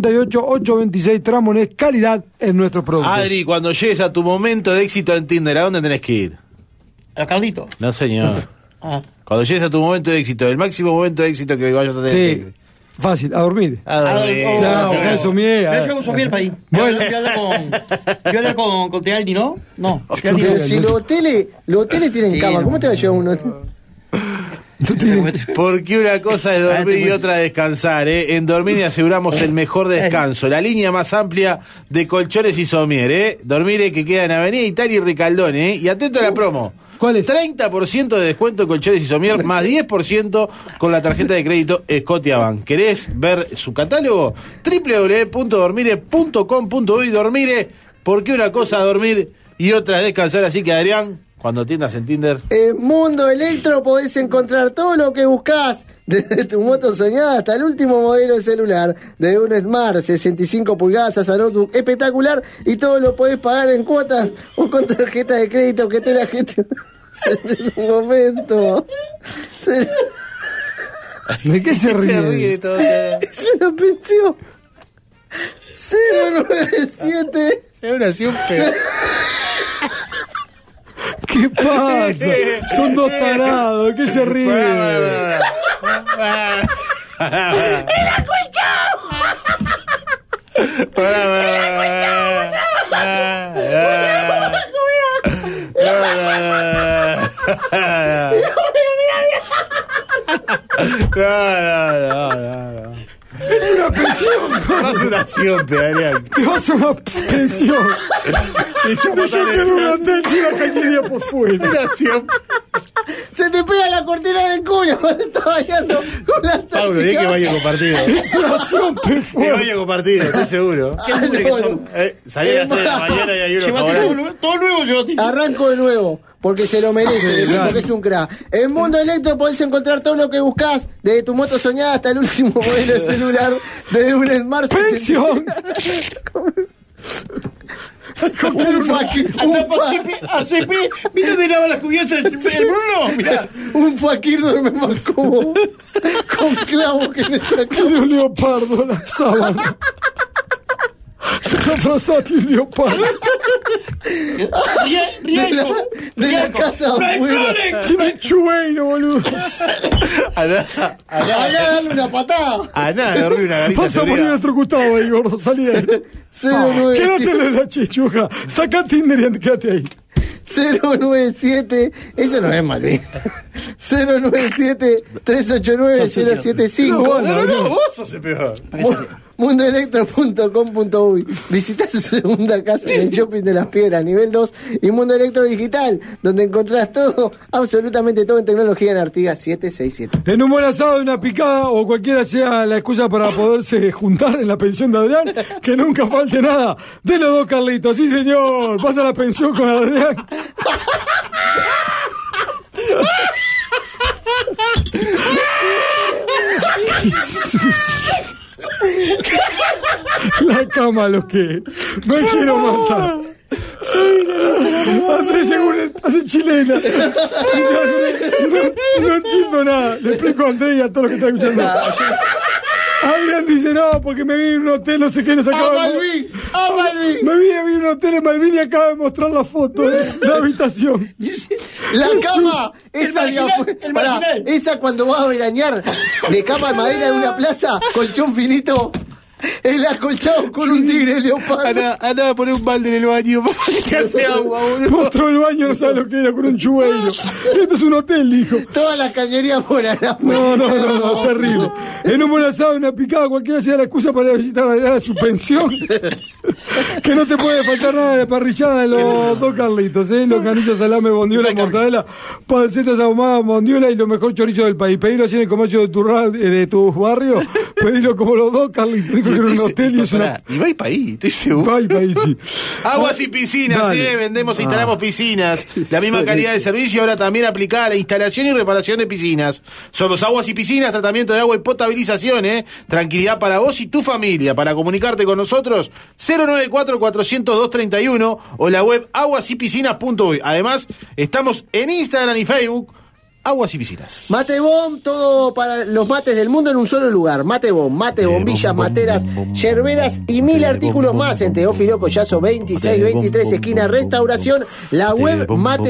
Speaker 8: 094-488-826 Tramones, calidad en nuestro producto.
Speaker 2: Adri, cuando llegues a tu momento de éxito en Tinder, ¿a dónde tenés que ir?
Speaker 3: A Carlito.
Speaker 2: No, señor.
Speaker 3: Ah.
Speaker 2: Cuando llegues a tu momento de éxito, el máximo momento de éxito que vayas a tener.
Speaker 8: Sí, fácil, a dormir.
Speaker 2: A dormir.
Speaker 3: Ah, oh,
Speaker 8: Claro,
Speaker 3: pero-
Speaker 8: con Sumier,
Speaker 3: Pero
Speaker 8: ah.
Speaker 3: yo hago Sumier para ahí. Bueno, voy a hablar con, voy a hablar con, con Tealdi, ¿no? No, Tealdi no.
Speaker 1: Pero si los hoteles, los hoteles tienen
Speaker 3: Sí,
Speaker 1: cama,
Speaker 3: no.
Speaker 1: ¿cómo te va a llevar un hotel?
Speaker 8: No tiene-
Speaker 2: Porque una cosa es
Speaker 8: Ah,
Speaker 2: dormir y otra descansar, ¿eh? En dormir le aseguramos el mejor descanso, la línea más amplia de colchones y somier, ¿eh? Dormir eh, que queda en Avenida Italia y Ricaldón, ¿eh? Y atento a la promo.
Speaker 8: ¿cuál es?
Speaker 2: 30% de descuento en colchones y somier, más 10% con la tarjeta de crédito Scotiabank. ¿Querés ver su catálogo? www.dormire.com.uy Dormire, porque una cosa es dormir y otra es descansar. Así que, Adrián, cuando tiendas en Tinder...
Speaker 1: En Eh, Mundo Electro podés encontrar todo lo que buscás, desde tu moto soñada hasta el último modelo de celular, desde un Smart 65 pulgadas hasta notebook espectacular y todo lo podés pagar en cuotas o con tarjeta de crédito que te la gente en un momento. Se-
Speaker 8: ¿De qué se ríe?
Speaker 2: todo.
Speaker 1: Es una pensión. 097
Speaker 8: ¿Qué pasa? Son dos tarados, ¿qué se ríe?
Speaker 2: No, no, no, no. Es una pensión. No es una Adrián.
Speaker 8: Te vas a una pensión. Me en un hotel y la cañería por
Speaker 2: pues
Speaker 8: fuera.
Speaker 2: Una acción.
Speaker 1: Se te pega la cortina del culo cuando estás bailando con la
Speaker 2: Pablo, di que
Speaker 1: táctica.
Speaker 2: baño compartido.
Speaker 8: Es una acción por
Speaker 2: Que
Speaker 8: fuera.
Speaker 2: baño compartido, estoy seguro.
Speaker 1: Ah,
Speaker 3: Qué mugre que son.
Speaker 2: Eh, salí a las 3 de la mañana y hay uno
Speaker 3: Llévate todo,
Speaker 2: favorable.
Speaker 3: nuevo- todo nuevo, llévate.
Speaker 1: Arranco de nuevo, porque se lo merece, porque es un crack. En Mundo Electro podés encontrar todo lo que buscas, desde tu moto soñada hasta el último modelo de celular, desde un Smart
Speaker 8: ¡Pensión!
Speaker 1: un fucking,
Speaker 3: Hasta
Speaker 1: un,
Speaker 3: para ACP, ACP. ¿Viste que daba las cubiertas del del Bruno? Mirá.
Speaker 1: fa- un fakir duerme más cómodo, con clavos que le sacan.
Speaker 8: Tiene un leopardo la sábana. Rosati un leopardo.
Speaker 3: Rie-
Speaker 1: De la,
Speaker 3: Riesgo.
Speaker 1: de la casa
Speaker 3: ¡No hay
Speaker 1: afuera.
Speaker 3: Rolex!
Speaker 8: Tiene un chueiro, boludo.
Speaker 2: Aná,
Speaker 1: Habrá que darle una patada.
Speaker 2: aná, dormí una garita.
Speaker 8: Pasa por ahí electrocutado ahí, gordo. Salí de ahí.
Speaker 1: 097.
Speaker 8: Quédate en la chichuja. Saca Tinder y quédate ahí.
Speaker 1: 097, eso no es ¿eh? Malvin. 097 389
Speaker 8: No,
Speaker 1: 075
Speaker 2: No, no, vos sos el peor.
Speaker 1: mundoelectro.com.uy Visita su segunda casa en el shopping de las piedras, nivel 2 y Mundo Electro Digital, donde encontrás todo, absolutamente todo en tecnología en Artigas 767.
Speaker 8: En un buen asado, una picada o cualquiera sea la excusa para poderse juntar en la pensión de Adrián, que nunca falte nada. De los dos, Carlitos. Sí, señor. Pasa la pensión con Adrián. Qué sucio. La cama, los que. Me quiero matar. Soy la Andrés Según hace chilena. No, no entiendo nada. Le explico a Andrés y a todos los que están escuchando. Adrián dice, no, porque me vi en un hotel, no sé qué, nos acaba de-
Speaker 1: ¡A Malvin!
Speaker 8: Me vi en un hotel en Malvin y acaba de mostrar la foto de la habitación.
Speaker 1: La cama, esa
Speaker 3: marginal,
Speaker 1: de afu-
Speaker 3: el
Speaker 1: Pará,
Speaker 3: marginal.
Speaker 1: esa cuando vas a veranear de cama de madera de una plaza, colchón finito, el acolchado con un tigre leopardo.
Speaker 2: Aná, aná, poné un balde en el baño. papá, Que hace agua, boludo.
Speaker 8: Mostró el baño, no sabe lo que era, con un chueiro. Esto es un hotel, dijo.
Speaker 1: Todas las cañerías por allá.
Speaker 8: No, no, no, no, terrible. En un buen asado, una picada, cualquiera sea la excusa para visitar a la suspensión. que no te puede faltar nada de la parrillada de los dos Carlitos, ¿eh? Longaniza, salame, bondiola, mortadela, pancetas ahumadas, bondiola y lo mejor chorizo del país. Pedilo así en el comercio de tu, ra- eh, de tu barrio, pedilo como los dos Carlitos. Dijo que era un hotel y es una...
Speaker 2: Pará, Y va para ahí, estoy seguro.
Speaker 8: Ay, país, sí.
Speaker 2: Aguas y piscinas,
Speaker 8: Dale.
Speaker 2: ¿eh? vendemos e instalamos piscinas. La misma calidad de servicio ahora también aplicada a la instalación y reparación de piscinas. Somos aguas y piscinas, tratamiento de agua y potabilización, ¿eh? Tranquilidad para vos y tu familia. Para comunicarte con nosotros, 094-402-31 o la web aguasypiscinas.uy. Además, estamos en Instagram y Facebook aguas y piscinas.
Speaker 1: Mate Bomb, todo para los mates del mundo en un solo lugar. Mate Bomb, mate, bombillas, materas, yerberas y mil artículos más en Teófilo Collazo 2623, esquina Restauración, la web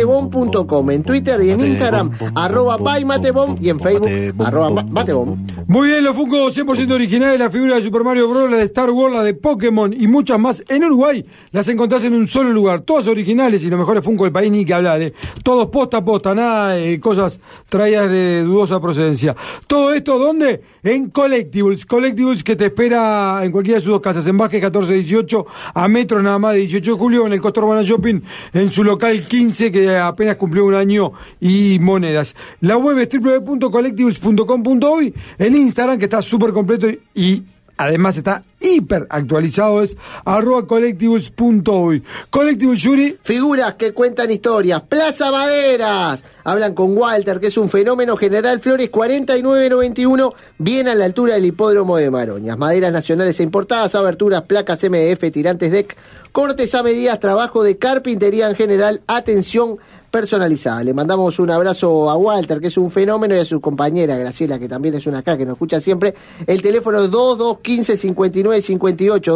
Speaker 1: matebomb.com, en Twitter y en Instagram, arroba by matebomb y en Facebook, arroba ma- matebomb.
Speaker 8: Muy bien, los Funko 100% originales, la figura de Super Mario Bros., la de Star Wars, la de Pokémon y muchas más en Uruguay las encontrás en un solo lugar. Todas originales y los mejores Funko del país, ni que hablar. eh. Todos posta a posta, nada de cosas traídas de dudosa procedencia. Todo esto, ¿dónde? En Collectibles. Collectibles que te espera en cualquiera de sus dos casas, en Vázquez 1418, a metro nada más de 18 de julio, en el Costa Urbana Shopping, en su local 15, que apenas cumplió un año y monedas. La web es www.collectibles.com.uy, el Instagram que está súper completo y- y además está hiper actualizado, es arroba collectibles.uy. Collectibles Yuri,
Speaker 1: Figuras que cuentan historias. Plaza Maderas. Hablan con Walter, que es un fenómeno. General Flores 4991, bien a la altura del hipódromo de Maroñas. Maderas nacionales e importadas, aberturas, placas MDF, tirantes deck, cortes a medidas, trabajo de carpintería en general, atención personalizada. Le mandamos un abrazo a Walter, que es un fenómeno, y a su compañera Graciela, que también es una acá, que nos escucha siempre. El teléfono es 2215-5958,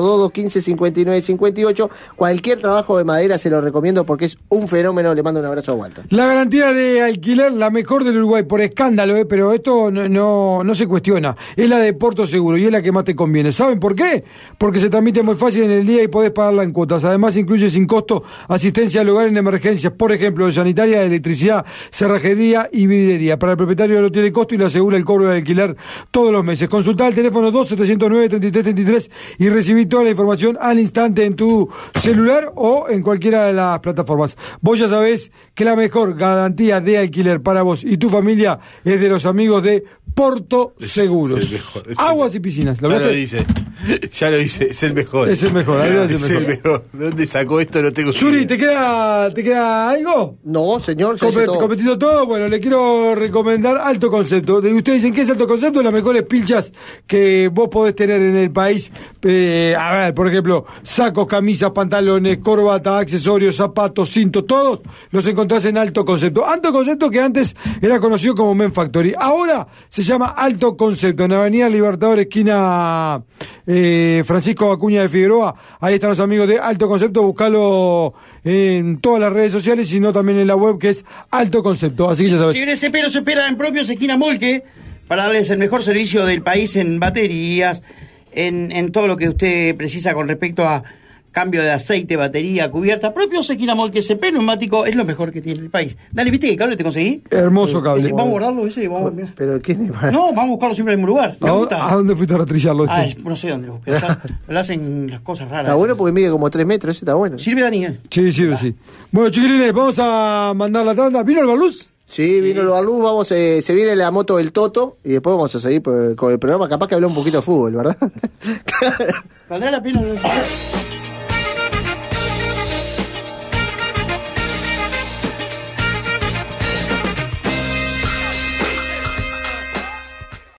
Speaker 1: 2215-5958. Cualquier trabajo de madera se lo recomiendo porque es un fenómeno. Le mando un abrazo a Walter.
Speaker 8: la garantía de alquiler, la mejor del Uruguay, por escándalo, eh, pero esto no, no, no se cuestiona. Es la de Porto Seguro y es la que más te conviene. ¿Saben por qué? Porque se transmite muy fácil en el día y podés pagarla en cuotas. Además, incluye sin costo asistencia al hogar en emergencias, por ejemplo, de sanitaria, de electricidad, cerrajería y vidriería. Para el propietario no tiene costo y le asegura el cobro del alquiler todos los meses. Consulta el teléfono 2-709-3333 y recibí toda la información al instante en tu celular o en cualquiera de las plataformas. Vos ya sabés que la mejor garantía de alquiler para vos y tu familia es de los amigos de Porto Seguros.
Speaker 2: es el mejor, es el
Speaker 8: Aguas
Speaker 2: mejor.
Speaker 8: y piscinas. ¿Lo
Speaker 2: ya lo
Speaker 8: viste?
Speaker 2: dice. Ya lo dice. Es el mejor.
Speaker 8: Es el mejor, ahí va, es el
Speaker 2: Es el mejor. ¿Dónde sacó esto? No tengo
Speaker 8: Yuri,
Speaker 2: idea.
Speaker 8: ¿te queda, ¿te queda algo?
Speaker 1: No, señor, se
Speaker 8: Compet-
Speaker 1: dice todo.
Speaker 8: competido todo, bueno, le quiero recomendar alto concepto. De- Ustedes dicen que es alto concepto, las mejores pilchas que vos podés tener en el país. Eh, a ver, por ejemplo, sacos, camisas, pantalones, corbata, accesorios, zapatos, cintos, todos los encontrás en alto concepto. Alto concepto que antes era conocido como Men Factory. Ahora se llama Alto Concepto, en Avenida Libertador, esquina eh, Francisco Acuña de Figueroa. Ahí están los amigos de Alto Concepto, buscalo en todas las redes sociales, sino también en la web que es Alto Concepto. Así que ya sabes.
Speaker 3: Señores, pero se espera en propios esquina Molque para darles el mejor servicio del país en baterías, en, en todo lo que usted precisa con respecto a cambio de aceite, batería, cubierta. Propios esquina Molque, ese neumático es lo mejor que tiene el país. Dale, ¿viste qué cable te conseguí?
Speaker 8: Hermoso
Speaker 3: Ese,
Speaker 8: cable.
Speaker 3: vamos a guardarlo ese, vamos a mirar.
Speaker 1: Pero ¿quién es para-
Speaker 3: No, vamos a buscarlo siempre en el mismo lugar.
Speaker 8: ¿A,
Speaker 3: Me
Speaker 8: dó-
Speaker 3: gusta.
Speaker 8: a dónde fuiste a rastrillarlo este?
Speaker 3: Ah, es- no sé dónde lo busqué. ya Lo hacen las cosas raras.
Speaker 1: Está bueno porque mide como 3 metros, ese está bueno.
Speaker 3: Sirve Daniel.
Speaker 8: Sí, sí, sí. Bueno, chiquilines, vamos a mandar la tanda. ¿Vino el baluz?
Speaker 1: Sí, vino lo luz, vamos, eh, se viene la moto del Toto y después vamos a seguir por- con el programa. Capaz que habló un poquito de fútbol, ¿verdad?
Speaker 3: ¿Valdrá la pena?